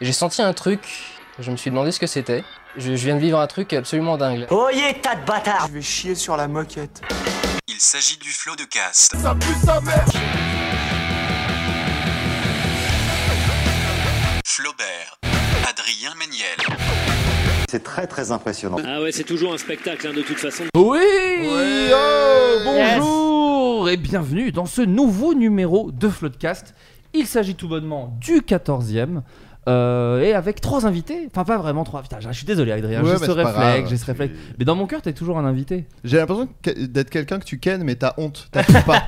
J'ai senti un truc, je me suis demandé ce que c'était. Je, je viens de vivre un truc absolument dingue. là. Oyez, tas de bâtards Je vais chier sur la moquette. Il s'agit du flot de cast. Flaubert. Adrien Méniel. C'est très très impressionnant. Ah ouais, c'est toujours un spectacle hein, de toute façon. Oui oh, Bonjour et bienvenue dans ce nouveau numéro de Floodcast. Il s'agit tout bonnement du 14e. euh, et avec trois invités, enfin pas vraiment trois. Putain, je suis désolé, Adrien, Ouais, j'ai mais ce c'est pas réflexe, grave, j'ai ce tu- réflexe. Mais dans mon cœur, t'es toujours un invité. J'ai l'impression que- d'être quelqu'un que tu kennes, mais t'as honte, t'assumes pas.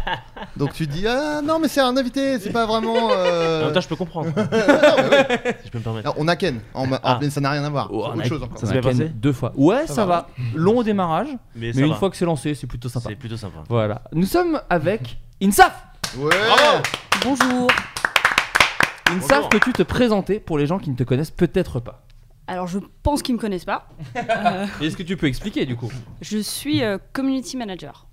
Donc tu dis ah non mais c'est un invité, c'est pas vraiment. euh, Ah En même temps, je peux comprendre. Si je peux me permettre. non, on a ken, en- en- Ah. mais ça n'a rien à voir. c'est autre chose encore. ça s'est Oh, On a bien ken passé Deux fois. Ouais, ça, Ça va. va. Long au démarrage, Mais, mais ça une va. fois que c'est lancé, c'est plutôt sympa. c'est plutôt sympa. Voilà. Nous sommes avec Insaf. Ouais. Bonjour. Insaf, Bonjour. peux-tu te présenter pour les gens qui ne te connaissent peut-être pas Alors je pense qu'ils me connaissent pas. Euh, Et Est-ce que tu peux expliquer du coup Je suis euh, community manager.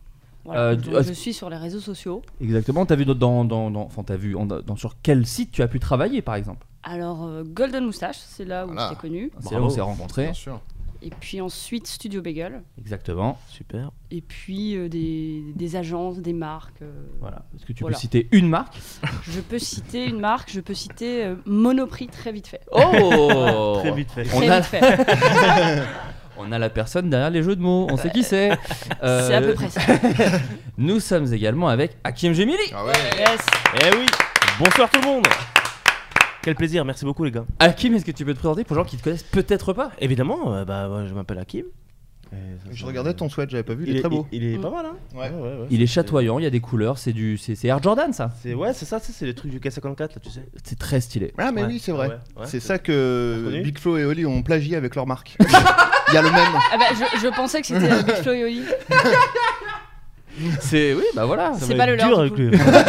Voilà. Euh, Donc, tu- est-ce- je suis sur les réseaux sociaux. Exactement. T'as vu dans, dans, dans- enfin t'as vu en- dans, sur quel site tu as pu travailler par exemple Alors euh, Golden Moustache, c'est là où Voilà. je t'ai connu. C'est là Bravo. où on s'est rencontrés. Bien sûr. Et puis ensuite Studio Bagel. Exactement. Super. Et puis euh, des, des agences, des marques. euh. Voilà. Est-ce que tu Voilà. peux citer une marque Je peux citer une marque, je peux citer euh, Monoprix très vite fait. Oh Très vite fait. On Très a- vite fait. On a la personne derrière les jeux de mots. On sait qui c'est. C'est à Euh, peu près ça. Nous sommes également avec Hakim Gemili. Ah ouais. Yes. Eh oui Bonsoir tout le monde Quel plaisir, merci beaucoup les gars. Hakim, est-ce que tu peux te présenter pour les gens qui te connaissent peut-être pas Évidemment, euh, bah, moi, je m'appelle Hakim. Et ça, Je ça- regardais ton sweat, j'avais pas vu, il, est très beau. Il, est Mm. pas mal, hein Ouais. Il est chatoyant, il y a des couleurs, c'est du, c'est c'est Air Jordan ça. C'est ouais, c'est ça, tu sais, c'est le truc du K54 là, tu sais. C'est très stylé. Ah mais Ouais. oui c'est vrai. Ouais, ouais, c'est- c'est ça T'as que reconnu Big Flo et Oli ont plagié avec leur marque. Il y a le même. Ah bah, je, je pensais que c'était euh, Big Flo et Oli. C'est oui, bah voilà. Ça C'est va pas être le leur, dur du avec coup. lui.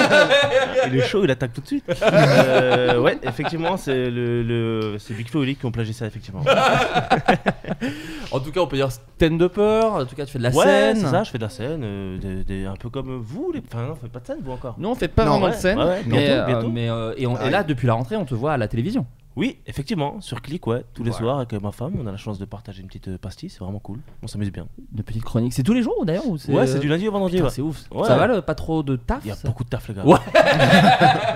il est chaud, il attaque tout de suite. Euh, ouais, effectivement, c'est le, le c'est Big Flo et Oli qui ont plagié ça effectivement. En tout cas, on peut dire stand-upper. En tout cas, tu fais de la ouais, scène. c'est ça, je fais de la scène, euh, des- des- un peu comme vous les enfin, on fait pas de scène vous encore. Nous, on fait pas Non, vraiment ouais, de scène. ouais, ouais, mais, bientôt, euh, bientôt. mais, euh, et, on- et Ah, là, depuis la rentrée, on te voit à la télévision. Oui, effectivement, sur Click, ouais, tous les Voilà. soirs avec euh, ma femme, on a la chance de partager une petite euh, pastille, c'est vraiment cool, on s'amuse bien. De petites chroniques. C'est tous les jours d'ailleurs ou Ouais, c'est du lundi au vendredi. Putain, ouais. C'est ouf. Ouais. Ça va, le- pas trop de taf. Il y a ça beaucoup de taf, les gars. Ouais.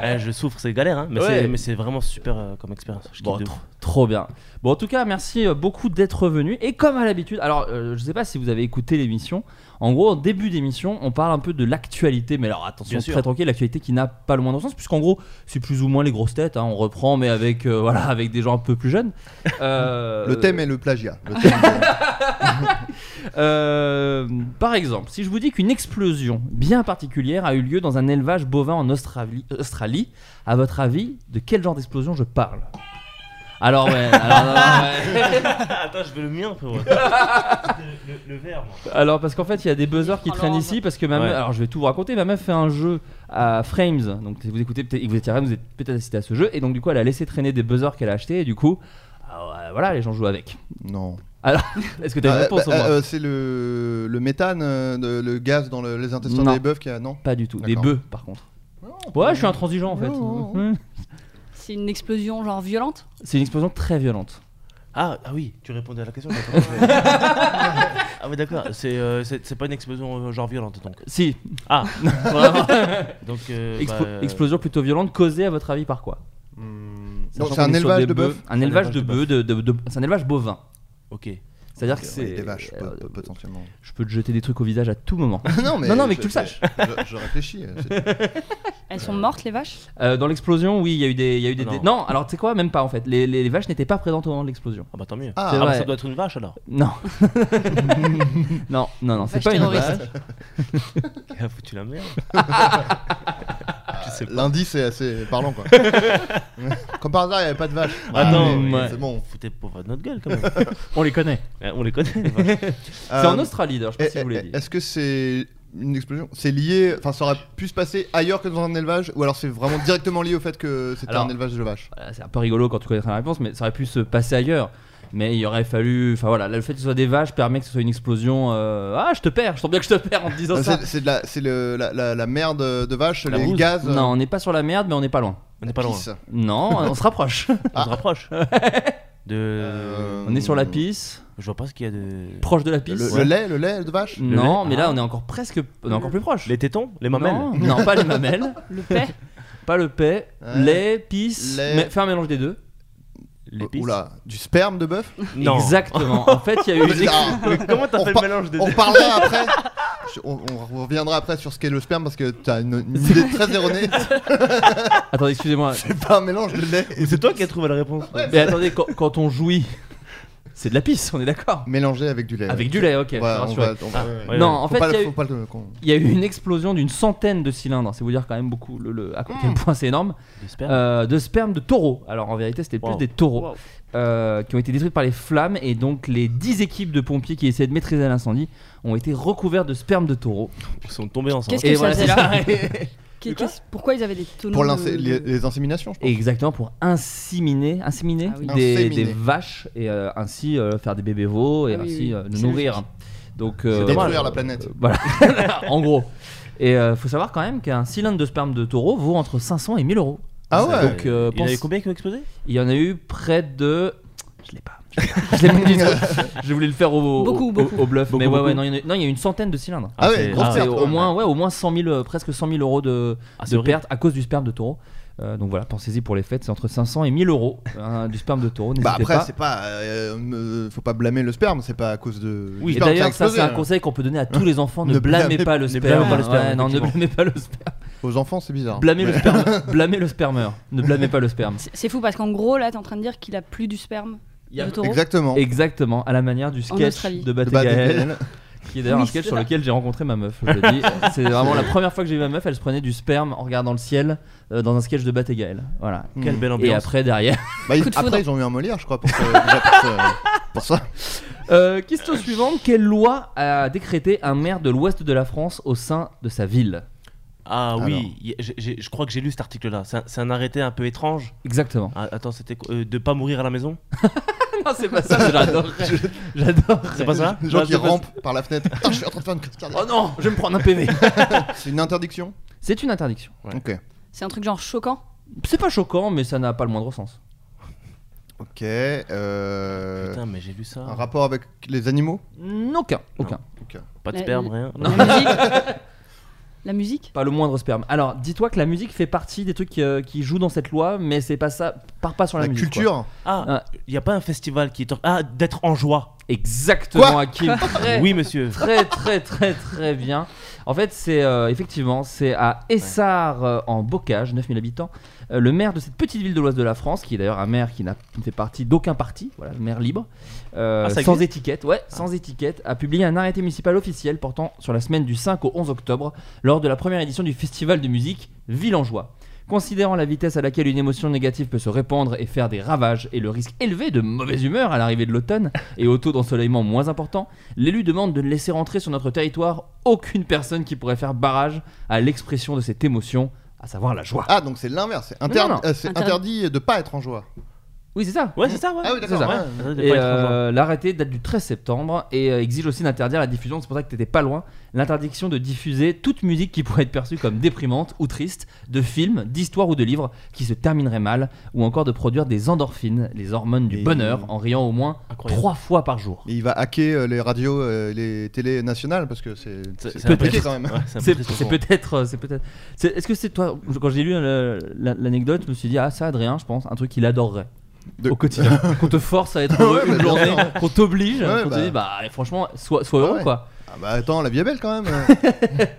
Eh, je souffre, c'est galère, hein, mais Ouais. c'est- mais c'est vraiment super euh, comme expérience. Je Bon, kiffe de trop, ouf. trop bien. Bon, en tout cas, merci euh, beaucoup d'être venu. Et comme à l'habitude, alors euh, je sais pas si vous avez écouté l'émission. En gros, au début d'émission, on parle un peu de l'actualité. Mais alors attention, Bien sûr. très tranquille, l'actualité qui n'a pas le moindre sens, puisqu'en gros, c'est plus ou moins les grosses têtes. hein, on reprend, mais avec euh, voilà, avec des gens un peu plus jeunes. Euh, Le thème est le plagiat. Le thème est- Euh, par exemple, si je vous dis qu'une explosion bien particulière a eu lieu dans un élevage bovin en Australie, Australie, à votre avis, de quel genre d'explosion je parle alors ouais, alors, non, non, ouais. Attends, je veux le mien, frérot. le, le- le verre, moi. Alors, parce qu'en fait il y a des buzzers qui traînent ici parce que ma Ouais. meuf, alors je vais tout vous raconter, ma meuf fait un jeu à Frames, donc si vous écoutez peut-être, vous étiez vous êtes peut-être assisté à ce jeu et donc du coup elle a laissé traîner des buzzers qu'elle a achetés et du coup ah, voilà les gens jouent avec. Non. Est-ce que t'as une Ah, réponse bah, au moins euh, c'est le, le méthane, euh, de- le gaz dans le- les intestins Non. des bœufs qui a. Non. Pas du tout, des D'accord. bœufs par contre. Ouais, je suis intransigeant en fait. Non. Mmh. C'est une explosion genre violente. C'est une explosion très violente. Ah, ah oui, tu répondais à la question. j'ai pas- ah, ouais, d'accord, c'est euh, c'est- c'est pas une explosion euh, genre violente, donc. Si, Ah, Vraiment. donc. euh, Explo- bah, euh, explosion plutôt violente causée à votre avis par quoi Donc, Sachant c'est qu'on Hum. un est sur des élevage de bœufs- bœufs. Un élevage de bœufs, de- de- de- c'est un élevage bovin. Ok. C'est-à-dire que Ouais, c'est. Des vaches, euh, pot- pot- potentiellement. je peux te jeter des trucs au visage à tout moment. non, Non, non, mais que tu je- le saches. Je, je réfléchis. euh, c'est- Elles sont mortes les vaches. Euh, dans l'explosion, oui, il y a eu des. il Y a eu des Ah des- non. non. alors tu sais quoi, même pas en fait. Les, les- les vaches n'étaient pas présentes au moment de l'explosion. Ah, bah tant mieux. Ah, C'est Ah, bah, vrai. ça doit être une vache alors. Non. non, non, non, c'est Vache pas une terroriste. vache. Qui a foutu la merde. Ah. je sais pas. L'indice est assez parlant, quoi. Comme par hasard, il n'y avait pas de vache. Bah, Ah, non, mais ouais. c'est bon. Foutez pauvre de notre gueule quand même. On les connaît. Eh, On les connaît, les vaches. C'est Euh, en Australie d'ailleurs, je sais pas si eh, vous l'avez eh, dit. Est-ce que c'est une explosion C'est lié. Enfin, ça aurait pu se passer ailleurs que dans un élevage Ou alors c'est vraiment directement lié au fait que c'était Alors- un élevage de vaches Voilà, c'est un peu rigolo quand tu connais la réponse, mais ça aurait pu se passer ailleurs. Mais il aurait fallu. Enfin voilà, là, le fait que ce soit des vaches permet que ce soit une explosion. euh, Ah, je te perds, je sens bien que je te perds en te disant Ah, ça. C'est c'est de la, c'est le- la, la- la merde de vache, La les bouse. gaz. euh, Non, on n'est pas sur la merde, mais on n'est pas loin. On n'est pas loin. Pisse. Non, on se rapproche. On se rapproche. De. Ah. Euh, On est sur la pisse, Je vois pas ce qu'il y a de. proche de la Le, pisse. le lait, le lait Ah. de vache Non, le lait. Ah. mais là on est encore presque, on est encore plus proche. Les tétons Les mamelles Non, non, pas les mamelles, Le paix. pas le paix, Ouais. lait, pisse, Lait. mais fais un mélange des deux. Les pistes Oula, du sperme de bœuf Non. Exactement. En fait, il y a eu une Ah, Comment t'as On fait le pa- mélange des On deux parlera après. Je- On, on reviendra après sur ce qu'est le sperme parce que t'as une, une idée très erronée. Attendez, excusez-moi. C'est pas un mélange de lait. et C'est toi qui as trouvé la réponse. Mais attendez, quand, quand on jouit, c'est de la pisse, on est d'accord. Mélangé avec du lait. Avec du lait, ok. je suis Ouais, on rassuré. va, on va- ouais, ouais. ouais. non, Faut en Faut fait, pas il y, le- a eu- faut pas le- qu'on- il y a eu une explosion d'une centaine de cylindres. C'est vous dire quand même beaucoup le, le- à Mm. quel point c'est énorme. Le sperme. Euh, de sperme de taureaux. Alors en vérité, c'était plus Wow. des taureaux Wow. euh, qui ont été détruits par les flammes. Et donc, les 10 équipes de pompiers qui essayaient de maîtriser l'incendie ont été recouvertes de sperme de taureaux. Ils sont tombés ensemble. Qu'est-ce que Et ça voilà, faisait c'est là ça. Qu'est- qu'est-ce- Pourquoi ils avaient des tonneaux Pour de- l'incé- les, de- les inséminations, je pense. Exactement, pour inséminer, inséminer Ah oui. des, Inséminer. des vaches et euh, ainsi euh, faire des bébés veaux et Ah oui, ainsi oui. euh, nous C'est nourrir. Donc, euh, détruire voilà. la planète. Euh, voilà, en gros. Et euh, faut savoir quand même qu'un cylindre de sperme de taureau vaut entre 500 et 1000 euros. Ah ouais. Donc, euh, Il y en avait pense- combien qui ont explosé Il y en a eu près de. Je l'ai pas. Je l'ai pas du tout. Je voulais le faire au, au- Beaucoup, au- beaucoup. au bluff. Beaucoup, mais ouais, beaucoup. ouais, non, il y en a- non, il y a eu une centaine de cylindres. Ah ouais, c'est- grosse C'est perte, au, quand même. moins, ouais, au moins 100 000, euh, presque 100 000 euros de, Ah, c'est de horrible. pertes à cause du sperme de taureau. Euh, donc voilà, pensez-y pour les fêtes, c'est entre 500 et 1000 euros hein, du sperme de taureau. N'hésitez Bah après, pas. c'est pas. euh, euh, faut pas blâmer le sperme, c'est pas à cause de. Et du sperme qui a d'ailleurs, ça, explosé, c'est un hein. conseil qu'on peut donner à tous les enfants ne, Ne blâmez, blâmez- pas le ne sperme. blâmez pas le sperme, Ouais, non, ne effectivement. blâmez pas le sperme. Aux enfants, c'est bizarre. Blâmez le Mais- sperme. blâmez le spermeur. Ne blâmez pas le sperme. C'est- C'est fou parce qu'en gros, là, t'es en train de dire qu'il a plus du sperme Il y a- de taureau. Exactement. Exactement, à la manière du En sketch Australie. de Le bas des Batégaël, ailes. qui est d'ailleurs Oui, un sketch c'est sur ça. lequel j'ai rencontré ma meuf. Je le dis, c'est vraiment la première fois que j'ai vu ma meuf. Elle se prenait du sperme en regardant le ciel euh, dans un sketch de Batégaël. Voilà. Quelle belle Et ambiance. après derrière. Hmm. Bah, ils- Coup de foudre. après, ils ont eu un Molière, je crois, pour, ce- déjà pour ce- pour ça. Euh, question suivante quelle loi a décrété un maire de l'ouest de la France au sein de sa ville Ah Alors. oui, y- j'ai- j'ai- je crois que j'ai lu cet article-là. C'est un- c'est un arrêté un peu étrange. Exactement. Ah, attends, c'était quoi Euh, de pas mourir à la maison non, c'est pas ça, j'adore. J'adore. C'est pas ça Les gens Non, qui c'est pas- rampent par la fenêtre. Putain, je suis en train de faire une crise cardiaque. Oh non, je vais me prendre un PV. C'est une interdiction c'est une interdiction. Ouais. Ok. C'est un truc genre choquant. C'est pas choquant, mais ça n'a pas le moindre sens. Ok. euh, Putain, mais j'ai lu ça. Un rapport avec les animaux Aucun, aucun. Pas de Mais- sperme, rien. La musique. La musique Pas le moindre sperme. Alors, dis-toi que la musique fait partie des trucs qui, euh, qui jouent dans cette loi, mais c'est pas ça. Part pas sur la, La musique, quoi. culture Ah, il y a pas un festival qui est. or- Ah, d'être en joie. Exactement, Quoi Hakim. Très, Oui, monsieur. très, très, très, très bien. En fait, c'est euh, effectivement, c'est à Essard euh, en Bocage, 9000 habitants. euh, le maire de cette petite ville de l'ouest de la France, qui est d'ailleurs un maire qui, n'a- qui ne fait partie d'aucun parti, voilà, le maire libre, euh, Ah, ça sans existe Ah. étiquette, ouais, sans étiquette, a publié un arrêté municipal officiel portant sur la semaine du 5 au 11 octobre, lors de la première édition du festival de musique Villangeois. Considérant la vitesse à laquelle une émotion négative peut se répandre et faire des ravages et le risque élevé de mauvaise humeur à l'arrivée de l'automne et au taux d'ensoleillement moins important, l'élu demande de ne laisser rentrer sur notre territoire aucune personne qui pourrait faire barrage à l'expression de cette émotion, à savoir la joie. Ah, donc c'est l'inverse. C'est non, inter- non. euh, c'est Inter- interdit de pas être en joie. Oui, c'est ça. Ouais, c'est ça, ouais. Ah oui, d'accord. C'est ça. ouais. Arrête de Et pas être en joie. euh, l'arrêté date du 13 septembre et euh, exige aussi d'interdire la diffusion, c'est pour ça que t'étais pas loin, l'interdiction de diffuser toute musique qui pourrait être perçue comme déprimante ou triste, de films, d'histoires ou de livres qui se termineraient mal, ou encore de produire des endorphines, les hormones du Et- bonheur, en riant au moins Incroyable. trois fois par jour. Et il va hacker euh, les radios, euh, les télés nationales parce que c'est C'est- c'est c'est un peu compliqué triste. quand même. Ouais, c'est un peu C'est triste, c'est franchement. peut-être, euh, c'est peut-être. c'est- Est-ce que c'est toi Quand j'ai lu euh, la- l'anecdote, je me suis dit ah ça Adrien, je pense un truc qu'il adorerait De- au quotidien. qu'on te force à être Ouais, heureux bah, une bien journée, sûr. qu'on t'oblige, Ouais, qu'on te bah. dit bah allez, franchement sois, sois Ouais, heureux ouais. quoi. Ah bah attends, la vie est belle quand même. euh.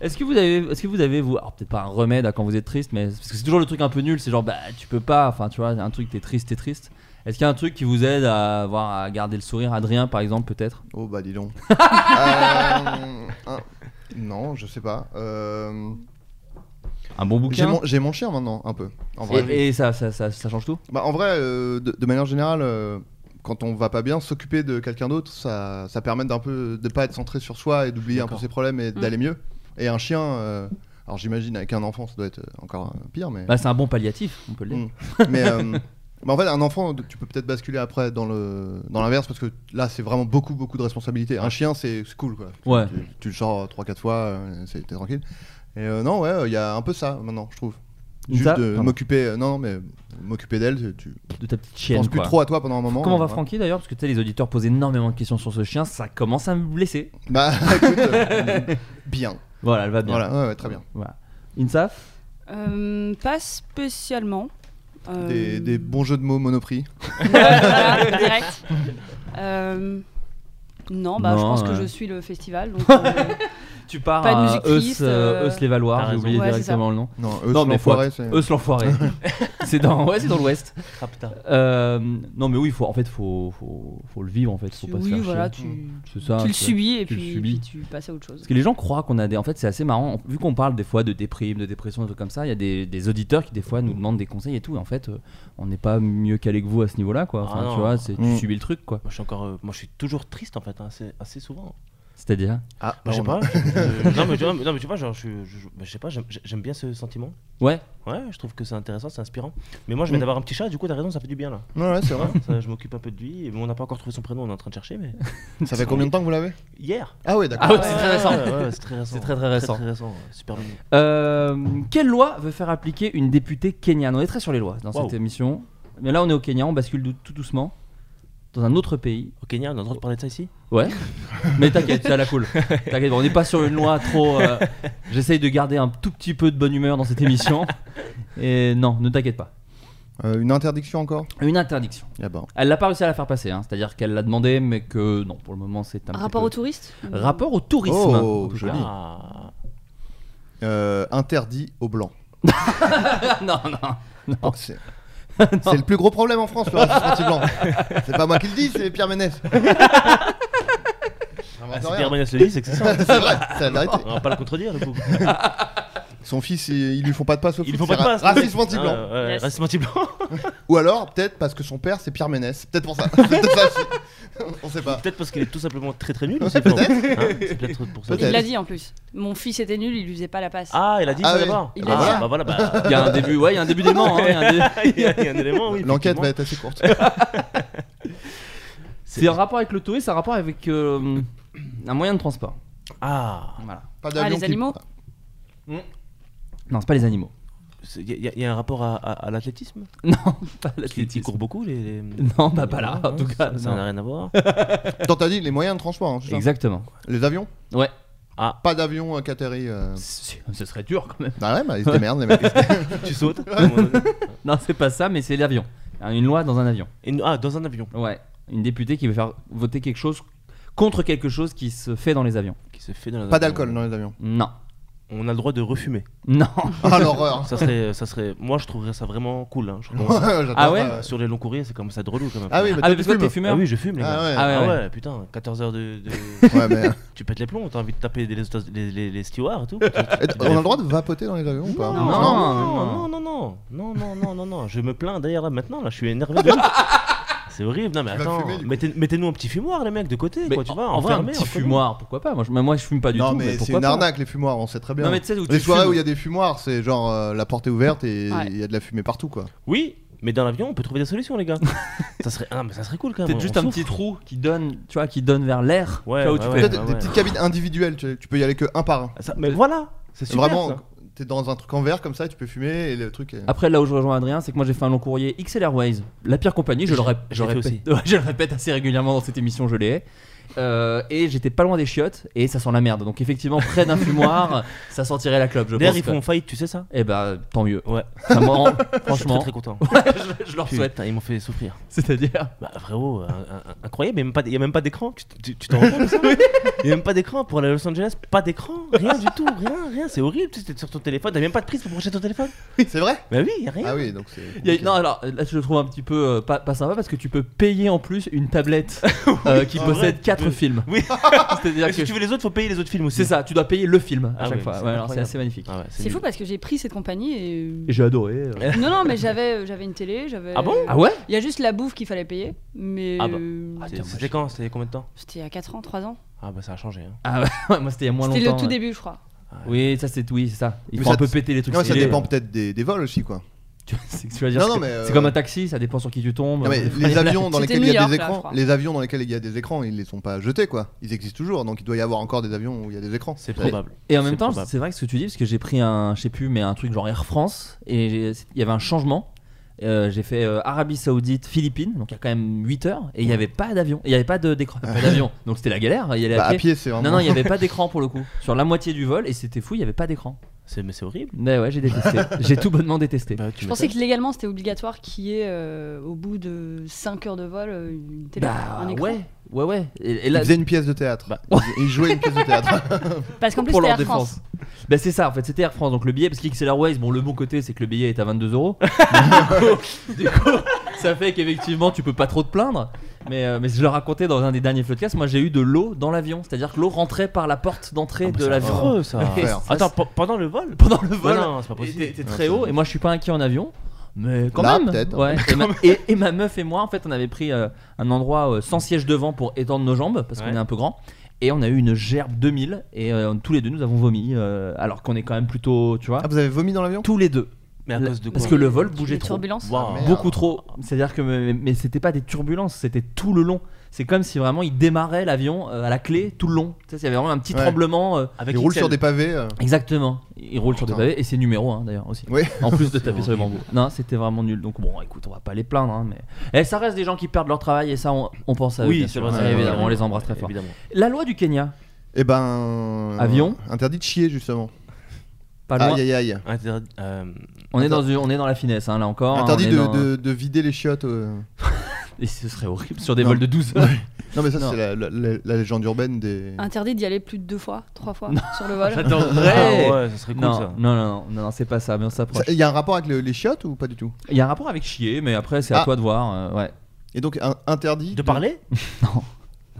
Est-ce que vous avez, est-ce que vous avez vous, alors peut-être pas un remède à quand vous êtes triste, mais parce que c'est toujours le truc un peu nul, c'est genre bah tu peux pas, enfin tu vois un truc t'es triste t'es triste. Est-ce qu'il y a un truc qui vous aide à avoir à garder le sourire, Adrien par exemple peut-être oh bah dis donc. Euh, un- Non, je sais pas. Euh, un bon J'ai bouquin mon, j'ai mon chien maintenant, un peu. En vrai. et, et ça, ça, ça, ça change tout. Bah, en vrai, euh, de, de manière générale, euh, quand on va pas bien, s'occuper de quelqu'un d'autre, ça, ça permet d'un peu de pas être centré sur soi et d'oublier un peu D'accord. ses problèmes et d'aller mieux. Et un chien, euh, alors j'imagine avec un enfant, ça doit être encore euh, pire, mais. Bah, c'est un bon palliatif, on peut le dire. mais euh, bah, en fait, un enfant, tu peux peut-être basculer après dans le dans l'inverse parce que là, c'est vraiment beaucoup beaucoup de responsabilités. Un chien, c'est c'est cool quoi. Ouais. Tu, euh, tu le sors 3-4 fois, euh, c'est t'es tranquille. Et euh, non, ouais, il y a un peu ça maintenant, je trouve. Nita, Juste de pardon. m'occuper. euh, Non, non, mais m'occuper d'elle, tu de ta petite tu chienne. penses plus quoi. trop à toi pendant un moment. Comment euh, va voilà. Francky d'ailleurs Parce que tu sais, les auditeurs posent énormément de questions sur ce chien, ça commence à me blesser. Bah écoute, euh, bien. Voilà, elle va bien. Voilà, ouais, ouais, très bien. Voilà. Insaf Euh, pas spécialement. Euh, Des, des bons jeux de mots monoprix. Ouais, voilà, direct. Euh, non, bah, je Non, pense que ouais. je suis le festival. Donc, euh, Tu pars Pas de à musique triste, Ah, Eus, euh, euh, Eus les Valoirs, t'as j'ai raison. oublié Ouais, c'est directement le nom. Non, eux, Non, c'est mais faut l'enfoiré, c'est. Eus l'enfoiré. c'est dans, ouais, c'est dans l'ouest. Ah putain. Euh, non mais oui, faut, en fait, faut, faut, faut le vivre en fait, faut pas se oui, faire voilà, chier. tu, C'est ça, tu le c'est- subis et tu le puis, subis. puis tu passes à autre chose. Parce que les gens croient qu'on a des. En fait, c'est assez marrant. Vu qu'on parle des fois de déprime, de dépression, de trucs comme ça, il y a des, des auditeurs qui des fois nous demandent des conseils et tout. Et en fait, euh, on n'est pas mieux calé que vous à ce niveau-là, quoi. Enfin, Ah non. tu vois, c'est- tu Mm. subis le truc, quoi. Moi je suis encore, euh, moi je suis toujours triste en fait, hein, assez, assez souvent. C'est-à-dire. Ah, Bah, je sais pardon. pas. je- je- non, mais, tu vois, non mais tu vois, genre je, suis- je- bah, je sais pas, j'aime- j'aime bien ce sentiment. Ouais. Ouais, je trouve que c'est intéressant, c'est inspirant. Mais moi je viens Mm. d'avoir un petit chat, du coup t'as raison, ça fait du bien là. Ouais, ouais, c'est vrai. Hein, ça, je m'occupe un peu de lui. Et bon, on n'a pas encore trouvé son prénom, on est en train de chercher, mais Ça fait combien de temps que vous l'avez hier. Ah ouais, Ah d'accord. ouais, c'est très récent. Ouais, ouais, c'est très récent. C'est très, très récent. ouais, Super mignon. Euh, quelle loi veut faire appliquer une députée kenyane On est très sur les lois dans Waouh. cette émission. Mais là, on est au Kenya, on bascule dou- tout doucement dans un autre pays. Au Kenya, on a le droit de parler de ça ici Ouais. Mais t'inquiète, c'est à la cool. T'inquiète, on n'est pas sur une loi trop. euh, J'essaye de garder un tout petit peu de bonne humeur dans cette émission. Et non, ne t'inquiète pas. Euh, une interdiction encore Une interdiction. Ah bah. Elle n'a pas réussi à la faire passer, hein. c'est-à-dire qu'elle l'a demandé, mais que non, pour le moment c'est un petit Rapport peu- aux touristes rapport au tourisme. Oh, en tout cas. joli. Ah. Euh, interdit aux blancs. non, non. Oh, c'est c'est le plus gros problème en France, le racisme anti-blanc. C'est pas moi qui le dis, c'est Pierre Ménès. Ah, J'invente si rien. Pierre Ménès le dit, Ah, c'est que c'est ça. c'est vrai, c'est la vérité. On va pas le contredire du coup. Son fils, il- ils lui font pas de passe au Il foot, faut pas c'est de ra- passe. Racisme anti-blanc. Ah, ouais, Yes. Racisme anti-blanc. Ou alors, peut-être parce que son père, c'est Pierre Ménès. C'est Peut-être pour ça. C'est peut-être ça aussi. On sait pas. Peut-être parce qu'il est tout simplement très très nul. aussi, blanc. Hein, C'est peut-être pour ça. Il l'a Peut-être. dit en plus. Mon fils était nul, il lui faisait pas la passe. Ah, il a dit Ah ça oui. d'abord. Il l'a Ah, dit. bah voilà, bah. Il y a un début, ouais, il y a un début d'aimant. hein, il y a un dé- il y a il y a un élément, oui. L'enquête effectivement. va être assez courte. C'est un rapport avec le tourisme, c'est un rapport avec euh, un moyen de transport. Ah, Voilà. Pas Ah, d'avion les qui- animaux Non, c'est pas les animaux. il y, a- y a un rapport à, à- à l'athlétisme Non, Ils pas ils l'athlétisme. courent beaucoup les. les- Non, bah pas là, Ouais, en tout ça- cas. Ça non. n'a rien à voir. Attends, t'as dit les moyens de transport. hein, c'est ça Exactement. Les avions Ouais. Ah. Pas d'avion euh, qui atterrit. euh. C'est- Ce serait dur quand même. Bah ouais, bah, ils se démerdent, les mecs. tu sautes. à un moment donné. Non, c'est pas ça, mais c'est l'avion. Hein, Une loi dans un avion. Et- Ah, dans un avion Ouais. Une députée qui veut faire voter quelque chose contre quelque chose qui se fait dans les avions. qui se fait dans un Pas avion. d'alcool dans les avions. Non. On a le droit de refumer. Non. Ah l'horreur. Ça serait, ça serait, moi je trouverais ça vraiment cool. Hein, je recommande ça. J'adore Ah ouais ça. Sur les longs courriers, c'est comme ça de relou quand même. Ah oui, mais Ah, mais toi, tu parce que toi, fumes. t'es fumeur Ah oui, je fume les Ah gars. ouais. Ah ouais, ouais. putain, 14 heures de. de- Ouais, mais euh. tu pètes les plombs, t'as envie de taper des- les, les, les, les stewards et tout. Et on a le droit de vapoter dans les avions ou pas Non. non, non, non, non, non, non, non, non, non. Je me plains Ah, d'ailleurs là maintenant, là, je suis énervé. de ouf. C'est horrible, non, mais Tu vas attends, fumer, du coup. mettez- mettez-nous un petit fumoir, les mecs, de côté, Mais quoi, tu en- vois, en vrai, un enfermé, petit entre nous. fumoir, pourquoi pas moi, je- mais moi, je fume pas du Non, tout. mais c'est pourquoi une pas arnaque les fumoirs, on sait très bien. Non, mais tu sais où tu les soirées fumes. où il y a des fumoirs, c'est genre euh, la porte est ouverte et il Ouais. y a de la fumée partout quoi. Oui, mais dans l'avion, on peut trouver des solutions, les gars. ça serait, ah, mais ça serait cool quand même. Peut-être on juste un souffre. petit trou qui donne, tu vois, qui donne vers l'air. Ouais, tu vois, où tu ouais, fais- Peut-être ouais, des ouais. petites cabines individuelles, tu, tu peux y aller que un par un. Ça- mais voilà, c'est super. Vraiment, ça. t'es dans un truc en verre comme ça, tu peux fumer et le truc. Est... Après, là où je rejoins Adrien, c'est que moi j'ai fait un long courrier XL Airways, la pire compagnie, je le, rép- je je l'ai fait répète, Ouais, je le répète assez régulièrement dans cette émission, je l'ai. Euh, et j'étais pas loin des chiottes, et ça sent la merde. Donc, effectivement, près d'un fumoir, ça sentirait la clope, je D'ailleurs, pense. ils font faillite, tu sais ça Et bah, tant mieux. Ouais. Ça me rend- Je suis très, franchement, très content. je, je leur souhaite. Putain, ils m'ont fait souffrir. C'est-à-dire. Bah, frérot, un- un- incroyable, il n'y a même pas d'écran. Tu- Tu tu t'en rends compte de ça Il n'y a même pas d'écran pour aller à Los Angeles, pas d'écran, rien du tout, rien, rien, c'est horrible. Tu es sur ton téléphone, t'as même pas de prise pour brancher ton téléphone. C'est vrai Bah oui, y a rien. Ah oui, donc c'est. Il y a- compliqué. non, alors là, je le trouve un petit peu euh, pas, pas sympa parce que tu peux payer en plus une tablette euh, qui en possède vrai, quatre de- films. Oui. C'est-à-dire Mais si que tu veux les autres, faut payer les autres films aussi. c'est ça, tu dois payer le film à Ah chaque oui, fois. c'est Ouais, alors, C'est incroyable. assez magnifique. Ah ouais, C'est fou nul. parce que j'ai pris cette compagnie et. Et j'ai adoré. euh. non, non, mais j'avais euh, j'avais une télé, j'avais. euh, Ah bon Ah ouais Il y a juste la bouffe qu'il fallait payer, mais. Ah bah. euh, Ah, C'est- C'était quand C'était combien de temps C'était à 4 ans, 3 ans. Ah bah ça a changé. hein. Ah ouais, ouais, moi c'était il y a moins C'était longtemps. le tout ouais. début, je crois. Oui, ça c'est oui, c'est ça. Il Mais faut ça un peu te- péter les trucs. Non, mais ça stylés. dépend peut-être des, des vols aussi quoi. Tu vois, C'est tu vas dire, Non, c'est non, que- mais, euh, c'est comme un taxi, ça dépend sur qui tu tombes. Non, mais les Voilà. avions dans C'était lesquels il y New a York, des là, je écrans, crois. les avions dans lesquels il y a des écrans, ils les sont pas jetés quoi. Ils existent toujours, donc il doit y avoir encore des avions où il y a des écrans. C'est probable. Et en même C'est temps, probable. c'est vrai que ce que tu dis, parce que j'ai pris un, je sais plus, mais un truc genre Air France, et j'ai- il y avait un changement. Euh, j'ai fait euh, Arabie Saoudite, Philippines, donc il y a quand même 8 heures, et il n'y avait pas d'avion, il n'y avait pas de- d'écran, pas d'avion, donc c'était la galère, il y allait Bah, à à pied. pied, c'est vraiment. Non, non, il n'y avait pas d'écran pour le coup, sur la moitié du vol, et c'était fou, il n'y avait pas d'écran. C'est- Mais c'est horrible. Mais ouais, j'ai détesté, j'ai tout bonnement détesté. Bah, tu Je pensais que légalement c'était obligatoire qu'il y ait euh, au bout de 5 heures de vol euh, une télé, Bah un écran. ouais, ouais, ouais. Et, et Ils là, faisaient une pièce de théâtre. Bah. Ils jouaient une pièce de théâtre. Parce qu'en plus pour c'était Air leur défense. France. Bah c'est ça en fait, c'était Air France. Donc le billet, parce qu'XL Airways, bon le bon côté c'est que le billet est à 22 euros. Du coup- du coup, ça fait qu'effectivement tu peux pas trop te plaindre. Mais, euh, mais je le racontais dans un des derniers podcasts, moi j'ai eu de l'eau dans l'avion. C'est-à-dire que l'eau rentrait par la porte Ah, d'entrée de la l'avion. affreux ça. Et Enfer. ça, Attends, pe- pendant le vol pendant le vol, Ouais, Non, c'est pas et t'es possible. t'es très Ouais, haut. Et moi je suis pas inquiet en avion. Mais quand Là, même. peut-être. Ouais. et, ma, et- et ma meuf et moi, en fait, on avait pris euh, un endroit euh, sans siège devant pour étendre nos jambes parce qu'on Ouais. est un peu grand. Et on a eu une gerbe 2000 et euh, tous les deux nous avons vomi euh, alors qu'on est quand même plutôt, tu vois, Ah, vous avez vomi dans l'avion Ah, tous les deux. Mais à La- cause de quoi parce que le vol bougeait Les trop. turbulences. Waouh. Merde. Beaucoup trop. C'est-à-dire que mais, mais c'était pas des turbulences, c'était tout le long. C'est comme si vraiment il démarrait l'avion euh, à la clé tout le long. Tu sais, il y avait vraiment un petit Ouais. tremblement. euh, Avec Ils roulent XL. sur des pavés. euh. Exactement. Il roule sur des Putain. pavés et c'est numéro 1 d'ailleurs aussi. Oui. En plus de taper sur les bambous. Non, c'était vraiment nul. Donc bon, écoute, on va pas les plaindre. hein, mais... Eh, ça reste des gens qui perdent leur travail et ça, on, on pense à eux. Oui, bien c'est sûr. vrai, c'est vrai. Évidemment, on les embrasse très fort. Évidemment. La loi du Kenya, Eh ben. Avion Interdit de chier justement. Ah, pas loin. Aïe aïe aïe. Interd- euh, On, est dans, une- on est dans la finesse hein, là encore. hein, Interdit on est de, dans- de- de vider les chiottes. euh. Et ce serait horrible sur des Non. vols de 12 heures. Non mais ça Non. c'est la, la- la- la légende urbaine des. Interdit d'y aller plus de deux fois, trois fois sur le vol. Ouais. Ah ouais, ça serait cool non, ça. non, non, non, non, c'est pas ça, mais on s'approche. Ça- Il y a un rapport avec le- les chiottes ou pas du tout Il y a un rapport avec chier, mais après, c'est à Ah. toi de voir. euh, ouais. Et donc un- interdit De parler Non.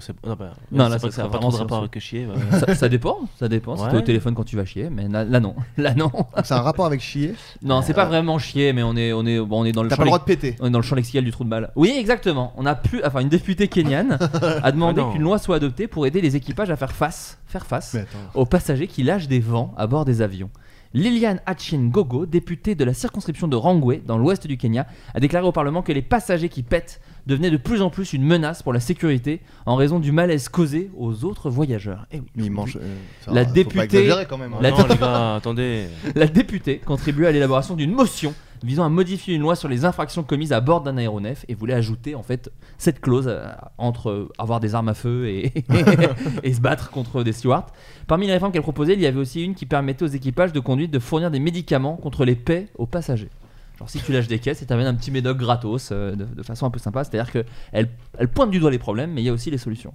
C'est- Non, bah, Non, c'est là, ça pas que ça sera a pas vraiment trop de rapport sur- avec que chier. bah. ça, ça dépend, ça dépend. Si Ouais. t'es au téléphone quand tu vas chier, mais là, là, non. Là non. Donc, C'est un rapport avec chier. Non, c'est pas vraiment chier, mais on est, on est, bon, on est dans le Euh, T'as champ pas le lex- droit de péter. on est dans le champ lexical du trou de balle. Oui, exactement. On a plus, enfin, une députée kenyane a demandé Ah non. qu'une loi soit adoptée pour aider les équipages à faire face, faire face Mais attends. aux passagers qui lâchent des vents à bord des avions. Liliane Achin Gogo, députée de la circonscription de Rangwe, dans l'ouest du Kenya, a déclaré au Parlement que les passagers qui pètent devenaient de plus en plus une menace pour la sécurité en raison du malaise causé aux autres voyageurs. Eh oui. Mais il mange. euh, ça La va, faut pas députée- exagérer, quand même. hein. La- Non, les gars, attendez. La députée contribue à l'élaboration d'une motion visant à modifier une loi sur les infractions commises à bord d'un aéronef et voulait ajouter en fait cette clause euh, entre euh, avoir des armes à feu et, et se battre contre des stewards. Parmi les réformes qu'elle proposait, il y avait aussi une qui permettait aux équipages de conduite de fournir des médicaments contre les paix aux passagers. Genre si tu lâches des caisses, et t'amènes un petit médoc gratos euh, de, de façon un peu sympa, c'est-à-dire que elle, elle pointe du doigt les problèmes, mais il y a aussi les solutions.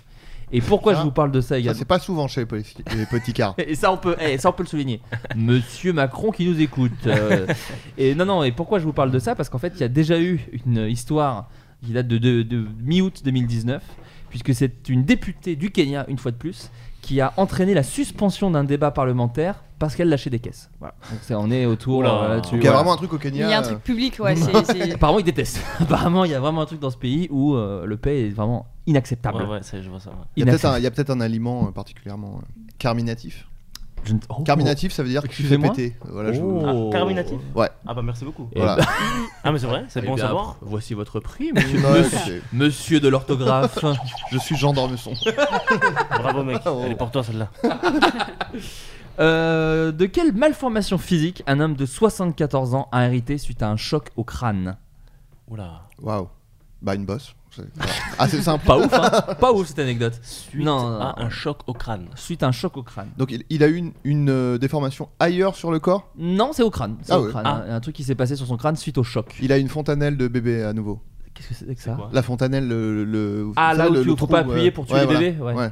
Et pourquoi Ça, je vous parle de ça Ça, également c'est pas souvent chez les, policiers- les petits cars. et ça, on peut, eh, ça, on peut le souligner. Monsieur Macron qui nous écoute. euh, et non, non, et pourquoi je vous parle de ça Parce qu'en fait, il y a déjà eu une histoire qui date de, de- de mi-août 2019, puisque c'est une députée du Kenya, une fois de plus, qui a entraîné la suspension d'un débat parlementaire parce qu'elle lâchait des caisses. Voilà. Donc, c'est- on est autour Oula. euh, là-dessus. Donc il y a voilà. vraiment un truc au Il Kenya. y a un euh, truc public, ouais. c'est- c'est- Apparemment, ils détestent. Apparemment, il y a vraiment un truc dans ce pays où euh, le paix est vraiment inacceptable. Ouais, ouais, ça, je vois ça. ouais. Il y a peut-être Inacceptable. un, il y a peut-être un aliment euh, particulièrement euh, carminatif. Je ne- Oh. Carminatif, ça veut dire que tu fais Excusez-moi. péter. Voilà, je- Oh. Ah, carminatif Ouais. Ah bah merci beaucoup. Eh voilà. ben, Ah, mais c'est vrai, c'est eh bon à bien, savoir. Voici votre prix, monsieur, Ouais, monsieur, c'est- monsieur de l'orthographe. je suis Jean Dormesson. Bravo, mec. Elle est pour toi, celle-là. Euh, de quelle malformation physique un homme de 74 ans a hérité suite à un choc au crâne Oula. Waouh. Bah, une bosse. Ah, C'est voilà. assez simple. Pas ouf, hein Pas ouf cette anecdote. Suite Non, non, à non. un choc au crâne. Suite à un choc au crâne. Donc, il, il a eu une, une, euh, déformation ailleurs sur le corps. Non, c'est au crâne. C'est Ah au oui. crâne. Ah. Un, un truc qui s'est passé sur son crâne suite au choc. Il a une fontanelle de bébé à nouveau. Qu'est-ce que c'est que ça quoi La fontanelle, le. le- Ah, vous là savez, où le- tu- le faut trou, pas appuyer euh, pour tuer les voilà. bébés, ouais.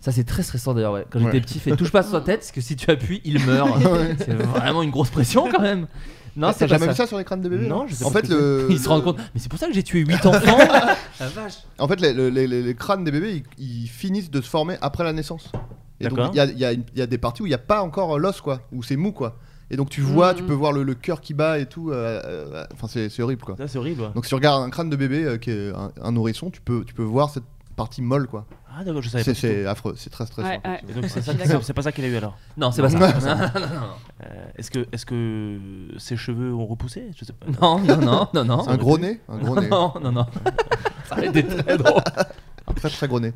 Ça, c'est très stressant d'ailleurs. ouais. Quand j'étais Ouais. petit, fais touche pas sur sa tête parce que si tu appuies, il meurt. c'est vraiment une grosse pression quand même. Non, c'est Bah, T'as pas jamais ça. vu ça sur les crânes de bébés Non, je sais En pas fait, ce que le, Ils se rendent le- compte. Mais c'est pour ça que j'ai tué 8 enfants. La vache. En fait, les, les- les- les crânes des bébés, ils, ils finissent de se former après la naissance. Et donc, D'accord. il y a, il y a une- il y a des parties où il n'y a pas encore euh, l'os, quoi, où c'est mou, quoi. Et donc, tu vois, Mhm. tu peux voir le, le cœur qui bat et tout. euh, euh, Enfin, c'est c'est horrible, quoi. Ça, c'est horrible. ouais. Donc, si tu regardes un crâne de bébé euh, qui est un, un nourrisson, tu peux, tu peux voir cette partie molle, quoi. Ah, d'accord, je savais C'est pas. du c'est affreux, c'est très stressant. Ouais, ouais. tout. Et donc, c'est Je ça suis que- d'accord. c'est pas ça qu'il a eu alors. Non, c'est pas ça. Euh, est-ce que, est-ce que ses cheveux ont repoussé Je sais pas. Non, non, non, non, non. Un gros nez Un gros nez. Non, non, non. Ça aurait été très drôle. Un très très gros nez.